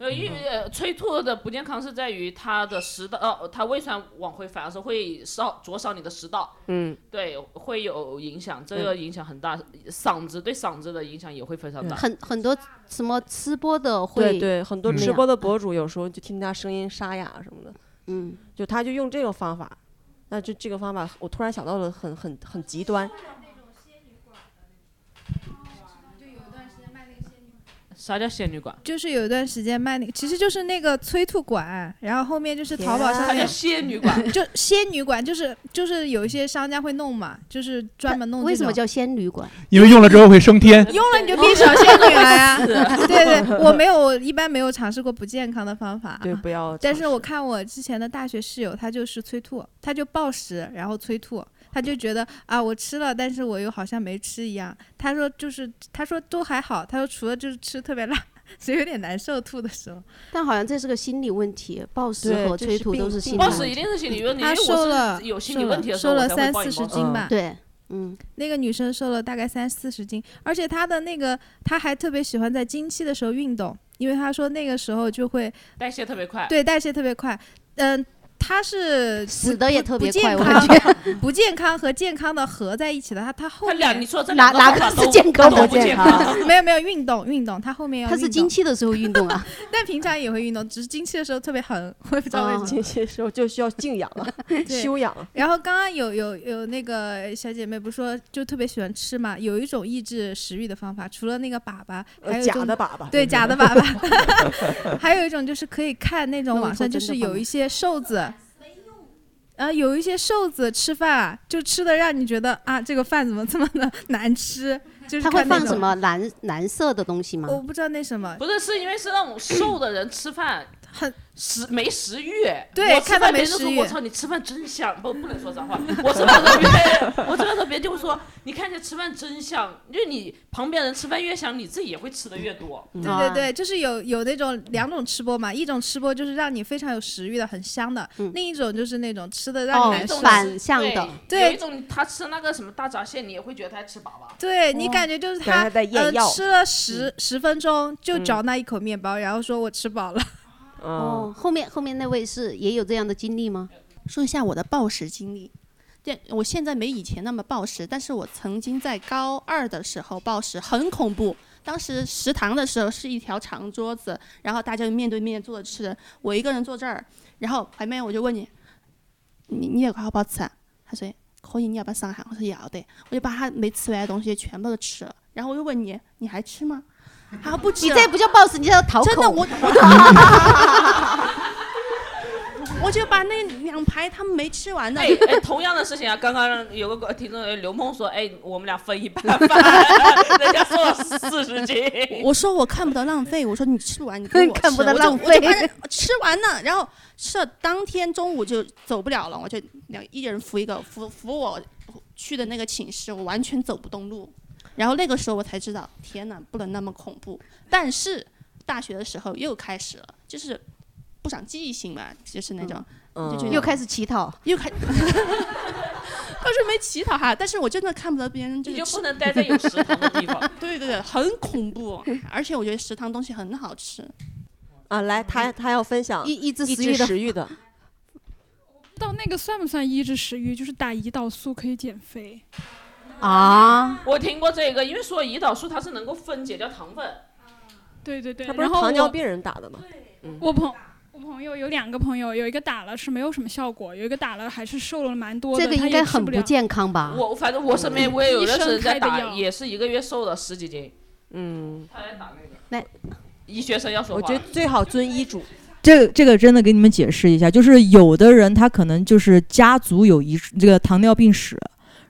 [SPEAKER 2] 呃，因为呃催吐的不健康是在于它的食道，呃，它胃酸往回反而是会烧灼烧你的食道，
[SPEAKER 3] 嗯，
[SPEAKER 2] 对，会有影响，这个影响很大，嗓子对嗓子的影响也会非常
[SPEAKER 11] 嗯
[SPEAKER 2] 大。
[SPEAKER 1] 很很多什么吃播的
[SPEAKER 3] 对
[SPEAKER 1] 会
[SPEAKER 3] 对，很多
[SPEAKER 1] 那
[SPEAKER 3] 吃
[SPEAKER 1] 样
[SPEAKER 3] 播的博主有时候就听他声音沙哑什么的，
[SPEAKER 1] 嗯，
[SPEAKER 3] 就他就用这个方法，那这这个方法我突然想到了很很很极端，
[SPEAKER 2] 啥叫仙女管？
[SPEAKER 11] 就是有一段时间卖那个，其实就是那个催吐馆，然后后面就是淘宝上
[SPEAKER 2] 它叫
[SPEAKER 11] 面
[SPEAKER 2] 啊仙女管，
[SPEAKER 11] 就仙女馆，就是就是有一些商家会弄嘛，就是专门弄这种。
[SPEAKER 1] 为什么叫仙女馆？？
[SPEAKER 4] 因为用了之后会升天。
[SPEAKER 11] 用了你就变小仙女了呀
[SPEAKER 1] 是
[SPEAKER 11] 对对，我没有，我一般没有尝试过不健康的方法。啊
[SPEAKER 3] 对，不要。
[SPEAKER 11] 但是我看我之前的大学室友，他就是催吐，他就暴食，然后催吐，他就觉得啊，我吃了，但是我又好像没吃一样。他说就是，他说都还好，他说除了就是吃特别辣， 所以有点难受，吐的时候。
[SPEAKER 1] 但好像这是个心理问题，暴食
[SPEAKER 11] 对
[SPEAKER 1] 和
[SPEAKER 11] 这
[SPEAKER 1] 催
[SPEAKER 11] 是
[SPEAKER 1] 吐
[SPEAKER 11] 病
[SPEAKER 1] 都是
[SPEAKER 11] 病
[SPEAKER 1] 心理
[SPEAKER 2] 暴
[SPEAKER 1] 问
[SPEAKER 2] 食
[SPEAKER 1] 题。
[SPEAKER 2] 一定哦是心理问题，因
[SPEAKER 11] 他
[SPEAKER 2] 为
[SPEAKER 11] 瘦
[SPEAKER 2] 我
[SPEAKER 11] 了
[SPEAKER 2] 是有心理问题的时候，
[SPEAKER 11] 瘦了
[SPEAKER 2] 我才会
[SPEAKER 11] 三
[SPEAKER 2] 报你啊
[SPEAKER 11] 四十
[SPEAKER 2] 报
[SPEAKER 11] 斤吧？
[SPEAKER 1] 对，嗯，
[SPEAKER 11] 那个女生瘦了大概三四十斤，而且她的那个，她还特别喜欢在经期的时候运动，因为她说那个时候就会
[SPEAKER 2] 代谢特别快。
[SPEAKER 11] 对代谢特别快。嗯、她它是
[SPEAKER 1] 死得也特别快
[SPEAKER 11] 不健
[SPEAKER 1] 我感
[SPEAKER 11] 康，不健康和健康的合在一起的，它它后面
[SPEAKER 2] 它俩你说这哪两个哪个方法是都
[SPEAKER 1] 健康都不健康
[SPEAKER 11] 没有没有运动运动，它后面要
[SPEAKER 1] 他是
[SPEAKER 11] 运动
[SPEAKER 1] 经期的时候运动啊，
[SPEAKER 11] 但平常也会运动，只是经期的时候特别狠，我也不知道为什么。
[SPEAKER 3] 啊
[SPEAKER 5] 哦
[SPEAKER 3] 这些时候就需要静养 了
[SPEAKER 11] 对，
[SPEAKER 3] 修养了。
[SPEAKER 11] 然后刚刚有有有那个小姐妹不是说就特别喜欢吃嘛，有一种抑制食欲的方法，除了那个粑粑，
[SPEAKER 3] 呃
[SPEAKER 11] 还有一
[SPEAKER 3] 假
[SPEAKER 11] 种
[SPEAKER 3] 的粑粑
[SPEAKER 11] 对假的粑 粑， 还有一种就是可以看那种
[SPEAKER 3] 那我
[SPEAKER 11] 网
[SPEAKER 3] 说
[SPEAKER 11] 上就
[SPEAKER 3] 真的
[SPEAKER 11] 是
[SPEAKER 3] 吗
[SPEAKER 11] 有一些 瘦子。啊，有一些瘦子吃饭啊，就吃的让你觉得啊，这个饭怎么这么的难吃？ 就是
[SPEAKER 1] 他会
[SPEAKER 11] 看那
[SPEAKER 1] 放什
[SPEAKER 11] 种哦
[SPEAKER 1] 么蓝蓝色的东西吗？
[SPEAKER 11] 我不知道那什么，
[SPEAKER 2] 不是，是因为是那种瘦的人吃饭
[SPEAKER 11] 很
[SPEAKER 2] 食没食欲。
[SPEAKER 11] 对
[SPEAKER 2] 我吃
[SPEAKER 11] 看到
[SPEAKER 2] 饭
[SPEAKER 11] 没
[SPEAKER 2] 别人都
[SPEAKER 11] 食
[SPEAKER 2] 说
[SPEAKER 11] 欲
[SPEAKER 2] 我操，你吃饭真香，不不能说脏话。我吃饭的时候别人，我吃饭的时候别人就会说，你看这吃饭真香，因为你旁边人吃饭越香，你自己也会吃的越多。
[SPEAKER 11] 对嗯
[SPEAKER 1] 啊
[SPEAKER 11] 对对，就是有有那种两种吃播嘛，一种吃播就是让你非常有食欲的，很香的；另一种就是那种吃的让
[SPEAKER 1] 哦
[SPEAKER 11] 你难受的、
[SPEAKER 1] 反向的
[SPEAKER 2] 有一
[SPEAKER 11] 对
[SPEAKER 2] 种他吃那个什么大闸蟹，你也会觉得他在吃粑粑。
[SPEAKER 11] 对，
[SPEAKER 1] 哦
[SPEAKER 11] 你感觉就是
[SPEAKER 3] 感觉
[SPEAKER 11] 他
[SPEAKER 3] 哦他在验
[SPEAKER 11] 呃
[SPEAKER 3] 药
[SPEAKER 11] 吃了十十分钟就嚼那一口面包，然后说我吃饱了。
[SPEAKER 3] 嗯
[SPEAKER 1] 哦，后面后面那位是也有这样的经历吗？
[SPEAKER 16] 说一下我的暴食经历。对，我现在没以前那么暴食，但是我曾经在高二的时候暴食，很恐怖。当时食堂的时候是一条长桌子，然后大家就面对面坐着吃，我一个人坐这儿，然后旁边我就问你，你你有个好不好吃啊？他说可以，你要不要上海？我说要的，我就把他没吃完的东西全部都吃了，然后我又问你，你还吃吗？他说不吃
[SPEAKER 1] 你
[SPEAKER 16] 了。
[SPEAKER 1] 这不叫暴食，你这叫讨口。
[SPEAKER 16] 真的，我我我就把那两排他们没吃完的，
[SPEAKER 2] 哎哎，同样的事情啊，刚刚有个听众刘梦说，哎，我们俩分 一半饭，人家说四十斤。
[SPEAKER 16] 我说我看不到浪费，我说你吃不完你给我吃，
[SPEAKER 1] 看不到浪
[SPEAKER 16] 我就我就
[SPEAKER 1] 费
[SPEAKER 16] 把那吃完了，然后吃了当天中午就走不了了，我就两一人扶一个扶扶我去的那个寝室，我完全走不动路。然后那个时候我才知道，天哪，不能那么恐怖。但是大学的时候又开始了，就是不长记性嘛，就是那种，
[SPEAKER 1] 嗯
[SPEAKER 16] 就觉得
[SPEAKER 1] 又开始乞讨，
[SPEAKER 16] 又开， 倒是没乞讨哈，但是我真的看不得别人就是
[SPEAKER 2] 你就
[SPEAKER 16] 吃
[SPEAKER 2] 不能待在有食堂的地方。
[SPEAKER 16] 对对对，很恐 怖，而且我觉得食堂东西很好吃。
[SPEAKER 3] 啊，来，
[SPEAKER 1] 嗯
[SPEAKER 3] 他他要分享
[SPEAKER 16] 抑抑制
[SPEAKER 3] 抑
[SPEAKER 16] 食欲的
[SPEAKER 3] 食欲的，
[SPEAKER 6] 到那个算不算抑制食欲？就是打胰岛素可以减肥
[SPEAKER 1] 啊？
[SPEAKER 2] 我听过这个，因为说胰岛素它是能够分解掉糖分。
[SPEAKER 6] 对对对，
[SPEAKER 3] 他不是
[SPEAKER 6] 然后
[SPEAKER 3] 糖尿
[SPEAKER 6] 我
[SPEAKER 3] 病人打的吗？嗯
[SPEAKER 6] 我朋我朋友有两个朋友，有一个打了是没有什么效果，有一个打了还是瘦了蛮多的。
[SPEAKER 1] 这个应该很不健康吧？
[SPEAKER 2] 我反正我身边我也 有认识人在
[SPEAKER 6] 医生开
[SPEAKER 2] 打
[SPEAKER 6] 的，药
[SPEAKER 2] 也是一个月瘦了十几斤。
[SPEAKER 3] 嗯，
[SPEAKER 2] 他在打那个。
[SPEAKER 1] 那
[SPEAKER 2] 医学生要说
[SPEAKER 3] 我
[SPEAKER 2] 话。
[SPEAKER 3] 觉得最好遵医嘱。
[SPEAKER 8] 这个这个真的给你们解释一下，就是有的人他可能就是家族有遗这个糖尿病史，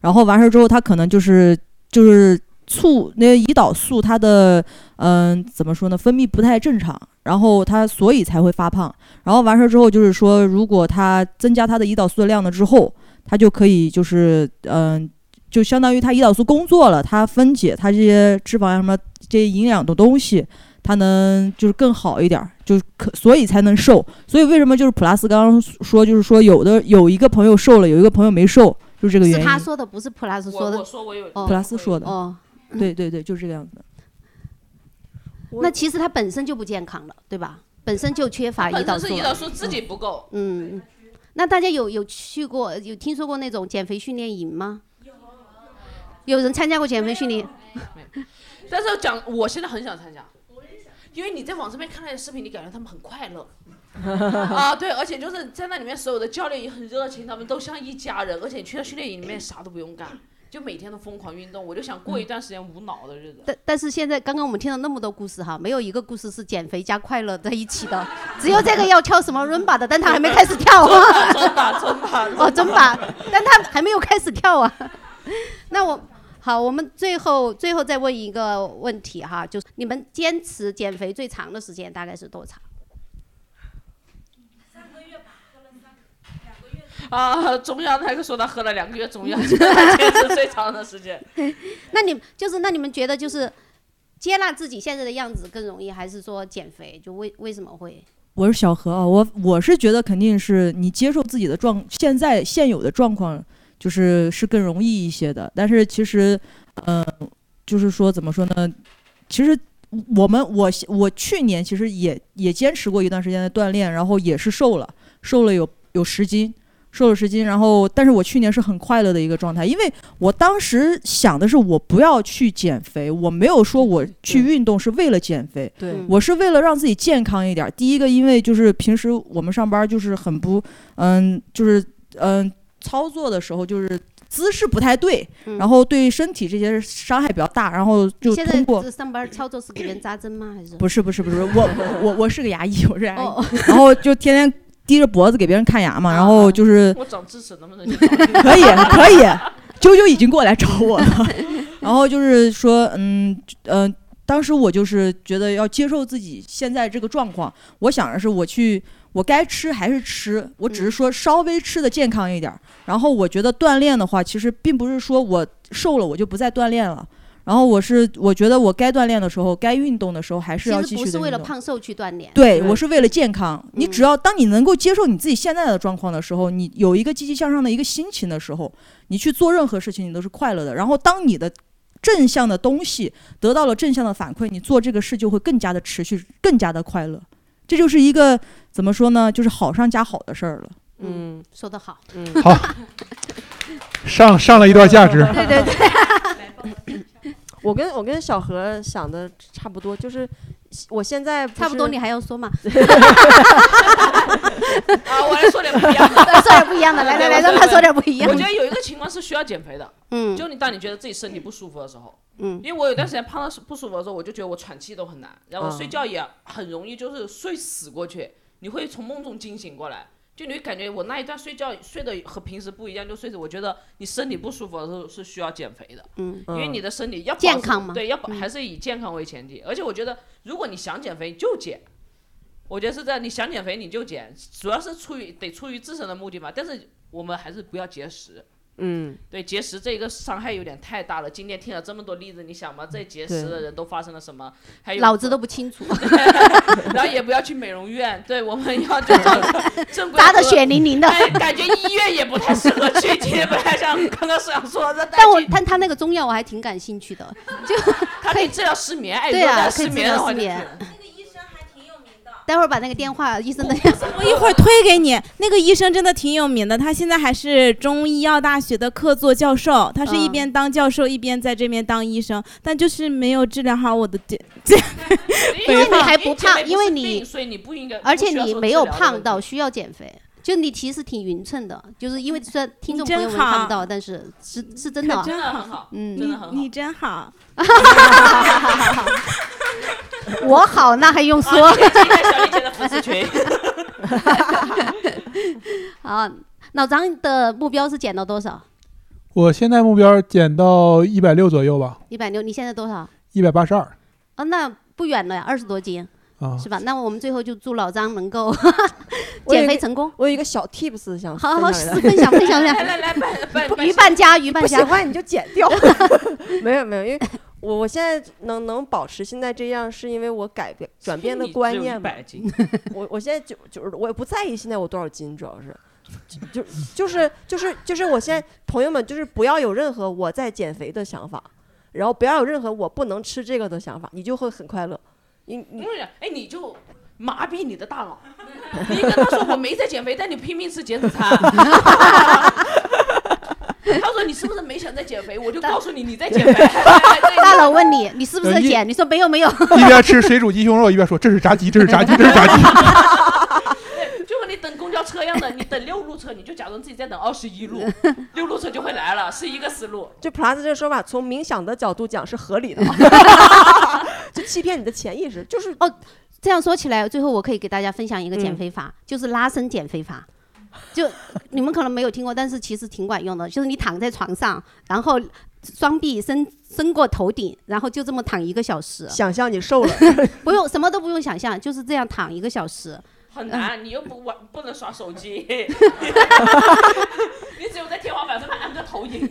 [SPEAKER 8] 然后完事儿之后他可能就是就是促那个胰岛素它的嗯、怎么说呢分泌不太正常，然后他所以才会发胖，然后完事儿之后就是说如果他增加他的胰岛素的量了之后，他就可以就是嗯、就相当于他胰岛素工作了，它分解它这些脂肪啊什么这些营养的东西，它能就是更好一点儿，就是可所以才能瘦。所以为什么就是普拉斯刚刚说，就是说有的有一个朋友瘦了，有一个朋友没瘦，就是这个原
[SPEAKER 1] 是
[SPEAKER 8] 因。
[SPEAKER 1] 他说的，不是普拉斯说的。
[SPEAKER 2] 我说我有
[SPEAKER 1] 哦
[SPEAKER 8] 普拉斯说的，
[SPEAKER 1] 哦，
[SPEAKER 8] 对对对，就是这个样子的。
[SPEAKER 1] 那其实他本身就不健康了，对吧？本身就缺乏
[SPEAKER 2] 本
[SPEAKER 1] 胰岛
[SPEAKER 2] 身
[SPEAKER 1] 素
[SPEAKER 3] 啊
[SPEAKER 2] 是
[SPEAKER 1] 了。
[SPEAKER 2] 胰岛素自己不够。
[SPEAKER 1] 嗯，那大家有有去过有听说过那种减肥训练营吗？有人参加过减肥训练？
[SPEAKER 2] 但是讲，我现在很想参加，因为你在网上面看那些视频，你感觉他们很快 乐。啊，对，而且就是在那里面，所有的教练也很热情，他们都像一家人，而且你去到训练营里面啥都不用干，就每天都疯狂运动。我就想过一段时间无脑的日子。
[SPEAKER 1] 但但是现在刚刚我们听到那么多故事哈，没有一个故事是减肥加快乐在一起的，只有这个要跳什么 rumba 的，但他还没开始跳啊。
[SPEAKER 2] 真的真的
[SPEAKER 1] 哦，真吧，但他还没有开始跳啊。 那我好，我们最后最后再问一个问题哈，就是你们坚持减肥最长的时间大概是多长？
[SPEAKER 2] 啊，中央那个说他喝了两个月中药，坚持最长的时间。
[SPEAKER 1] 那你就是那你们觉得就是接纳自己现在的样子更容易，还是说减肥？就为为什么会？
[SPEAKER 8] 我是小何啊，我我是觉得肯定是你接受自己的状，现在现有的状况就是是更容易一些的。但是其实，呃，就是说怎么说呢？其实我们我我去年其实也也坚持过一段时间的锻炼，然后也是瘦了，瘦了有有十斤，瘦了十斤。然后，但是我去年是很快乐的一个状态，因为我当时想的是我不要去减肥，我没有说我去运动是为了减肥，
[SPEAKER 3] 对
[SPEAKER 8] 我是为了让自己健康一点。第一个，因为就是平时我们上班就是很不，嗯，就是嗯，操作的时候就是。姿势不太对，
[SPEAKER 1] 嗯
[SPEAKER 8] 然后对身体这些伤害比较大，然后就
[SPEAKER 1] 现在
[SPEAKER 8] 通过
[SPEAKER 1] 这上班操作是给人扎针吗？还是
[SPEAKER 8] 不是不是不 是，我我我 我是个牙医，我是牙医，
[SPEAKER 1] 哦
[SPEAKER 8] 然后就天天低着脖子给别人看
[SPEAKER 1] 啊
[SPEAKER 8] 牙嘛，然后就是
[SPEAKER 2] 我长智齿能不能？
[SPEAKER 8] 可以可以，啾啾已经过来找我了，然后就是说，嗯嗯、呃，当时我就是觉得要接受自己现在这个状况，我想的是我去，我该吃还是吃，我只是
[SPEAKER 1] 嗯
[SPEAKER 8] 说稍微吃的健康一点儿。然后我觉得锻炼的话，其实并不是说我瘦了我就不再锻炼了。然后我是我觉得我该锻炼的时候，该运动的时候还是
[SPEAKER 1] 其
[SPEAKER 8] 要
[SPEAKER 1] 实
[SPEAKER 8] 继续
[SPEAKER 1] 不
[SPEAKER 8] 的
[SPEAKER 1] 是为
[SPEAKER 8] 运
[SPEAKER 1] 了
[SPEAKER 8] 动
[SPEAKER 1] 胖瘦去锻炼。
[SPEAKER 8] 对我是为了健康。你只要当你能够接受你自己现在的状况的时候，你有一个积极向上的一个心情的时候，你去做任何事情你都是快乐的。然后当你的正向的东西得到了正向的反馈，你做这个事就会更加的持续，更加的快乐。这就是一个怎么说呢？就是好上加好的事儿了。
[SPEAKER 1] 嗯，说得好。
[SPEAKER 8] 嗯
[SPEAKER 4] 好， 上上了一段价 值。
[SPEAKER 3] 对对
[SPEAKER 1] 对。
[SPEAKER 3] 我跟我跟小何想的差不多，就是我现在不
[SPEAKER 1] 差不多
[SPEAKER 3] 是
[SPEAKER 1] 你还要 说 嘛
[SPEAKER 2] 啊，我来说点不一 样的，
[SPEAKER 1] 说点不一样的，来来来，让他说点不一样的。
[SPEAKER 2] 我觉得有一个情况是需要减肥的，
[SPEAKER 1] 嗯
[SPEAKER 2] 就你当你觉得自己身体不舒服的时候，
[SPEAKER 1] 嗯
[SPEAKER 2] 因为我有段时间胖到不舒服的时候，我就觉得我喘气都很难，然后
[SPEAKER 1] 啊
[SPEAKER 2] 睡觉也很容易就是睡死过去，你会从梦中惊醒过来。就你会感觉我那一段睡觉睡得和平时不一样，就睡着。我觉得你身体不舒服的时候是需要减肥的，
[SPEAKER 1] 嗯
[SPEAKER 2] 因为你的身体要保持
[SPEAKER 1] 健康嘛
[SPEAKER 2] 对，要保还是以健康为前提。而且我觉得，如果你想减肥就减，我觉得是这样，你想减肥你就减，主要是出于得出于自身的目的嘛。但是我们还是不要节食，
[SPEAKER 3] 嗯，
[SPEAKER 2] 对节食这个伤害有点太大了。今天听了这么多例子，你想嘛，这节食的人都发生了什么？还有
[SPEAKER 1] 脑子都不清 楚，
[SPEAKER 2] 然后也不要去美容院，对，我们要就照正规。
[SPEAKER 1] 扎得血淋淋的
[SPEAKER 2] 哎感觉医院也不太适合去，今天本来想刚刚是想说的，
[SPEAKER 1] 但我但他那个中药我还挺感兴趣的，就
[SPEAKER 2] 它可以治疗失眠，哎，
[SPEAKER 1] 对
[SPEAKER 2] 如果
[SPEAKER 1] 啊，
[SPEAKER 2] 大家
[SPEAKER 1] 可以
[SPEAKER 2] 失
[SPEAKER 1] 治
[SPEAKER 2] 眠的
[SPEAKER 1] 疗
[SPEAKER 2] 话
[SPEAKER 1] 失
[SPEAKER 2] 就
[SPEAKER 1] 眠
[SPEAKER 2] 是。。
[SPEAKER 1] 待会儿把那个电话医生的，
[SPEAKER 7] 我一会儿推给你，那个医生真的挺有名的，他现在还是中医药大学的客座教授，他是一边当教授、一边在这边当医生，但就是没有治疗好我的这这，
[SPEAKER 1] 因为你还不
[SPEAKER 2] 减肥
[SPEAKER 1] 胖，因为
[SPEAKER 2] 是
[SPEAKER 1] 你
[SPEAKER 2] 病所以你不 应该，
[SPEAKER 1] 而且
[SPEAKER 2] 不需要
[SPEAKER 1] 你
[SPEAKER 2] 说
[SPEAKER 1] 没
[SPEAKER 2] 治疗
[SPEAKER 1] 有
[SPEAKER 2] 的问
[SPEAKER 1] 胖
[SPEAKER 2] 题
[SPEAKER 1] 到需要减肥，就你其实挺匀称的，就是因为虽然听众
[SPEAKER 7] 你真
[SPEAKER 1] 朋友们看
[SPEAKER 7] 好
[SPEAKER 1] 不到，但是是是真
[SPEAKER 7] 可
[SPEAKER 1] 的啊，
[SPEAKER 7] 真好，
[SPEAKER 1] 嗯，
[SPEAKER 7] 你你真好，
[SPEAKER 1] 我好，那还用说？
[SPEAKER 7] 啊这个这个小丽姐的粉 丝群
[SPEAKER 1] 好，老张的目标是减到多少？
[SPEAKER 4] 我现在目标减到一百六左右吧，
[SPEAKER 1] 一百六，你现在多少？
[SPEAKER 4] 一百八十二
[SPEAKER 1] 啊，那不远了呀，二十多斤，
[SPEAKER 4] 啊
[SPEAKER 1] 是。吧？那我们最后就祝老张能够
[SPEAKER 3] 我有一
[SPEAKER 1] 减肥
[SPEAKER 3] 个
[SPEAKER 1] 成功。
[SPEAKER 3] 我有一个小 tips 想
[SPEAKER 1] 好好好，
[SPEAKER 3] 分享
[SPEAKER 1] 是
[SPEAKER 3] 一下
[SPEAKER 1] 分享分 享分享，鱼半家鱼半
[SPEAKER 3] 不
[SPEAKER 1] 家，
[SPEAKER 3] 喜欢你就减 掉。 没有没有，因为我我现在能能保持现在这样，是因为我改变转变了观念嘛
[SPEAKER 2] 你。只有100
[SPEAKER 3] 我我现在就就是我也不在意现在我多少斤，主要是。就就是就是就是我现在朋友们就是不要有任何我在减肥的想法，然后不要有任何我不能吃这个的想法，你就会很快乐。你你
[SPEAKER 2] 因为哎，你就麻痹你的大 脑，你跟他说我没在减肥，但你拼命吃减脂餐。他说你是不是没想在减肥？我就告诉你你 在 减肥。
[SPEAKER 1] 大佬问你，你是不是
[SPEAKER 4] 呃一
[SPEAKER 1] 减？你说没有没有。
[SPEAKER 4] 一边吃水煮鸡胸肉，一边说这是炸鸡，这是炸鸡，这是炸鸡。
[SPEAKER 2] 就和你等公交车一样的，你等六路车，你就假装自己在等二十一路，六路车就会来了，是一个思路。
[SPEAKER 3] 就普拉斯这个说法，从冥想的角度讲是合 理的，就欺骗你的潜意识，就是
[SPEAKER 1] 哦。这样说起来，最后 我可以给大家分享一个减
[SPEAKER 3] 嗯
[SPEAKER 1] 肥法，就是拉伸减肥法。就你们可能没有听过，但是其实挺管用的。就是你躺在床上，然后双臂伸伸过头顶，然后就这么躺一个小时。
[SPEAKER 3] 想象你瘦了，
[SPEAKER 1] 不用什么都不用想象，就是这样躺一个小时。呃
[SPEAKER 2] 很难，你又不玩，不能耍手 机，你只有在天花板上面按个投影。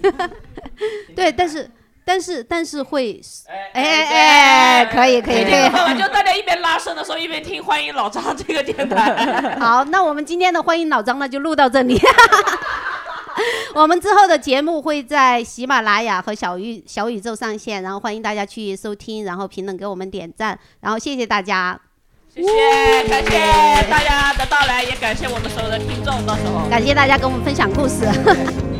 [SPEAKER 1] 对，但是但是但是会，哎
[SPEAKER 2] 哎
[SPEAKER 1] 哎哎，可以可以可以。
[SPEAKER 2] 就大家一边拉伸的时候一边听，欢迎老张这个电 台。
[SPEAKER 1] 好，那我们今天的欢迎老张呢就录到这里。 我们之后的节目会在喜马拉雅和小宇小宇宙上线，然后欢迎大家去收听，然后评论给我们点赞，然后谢谢大家。
[SPEAKER 2] 谢谢，感谢大家的到来，也感谢我们所有的听众。到时候
[SPEAKER 1] 感谢大家跟我们分享故事。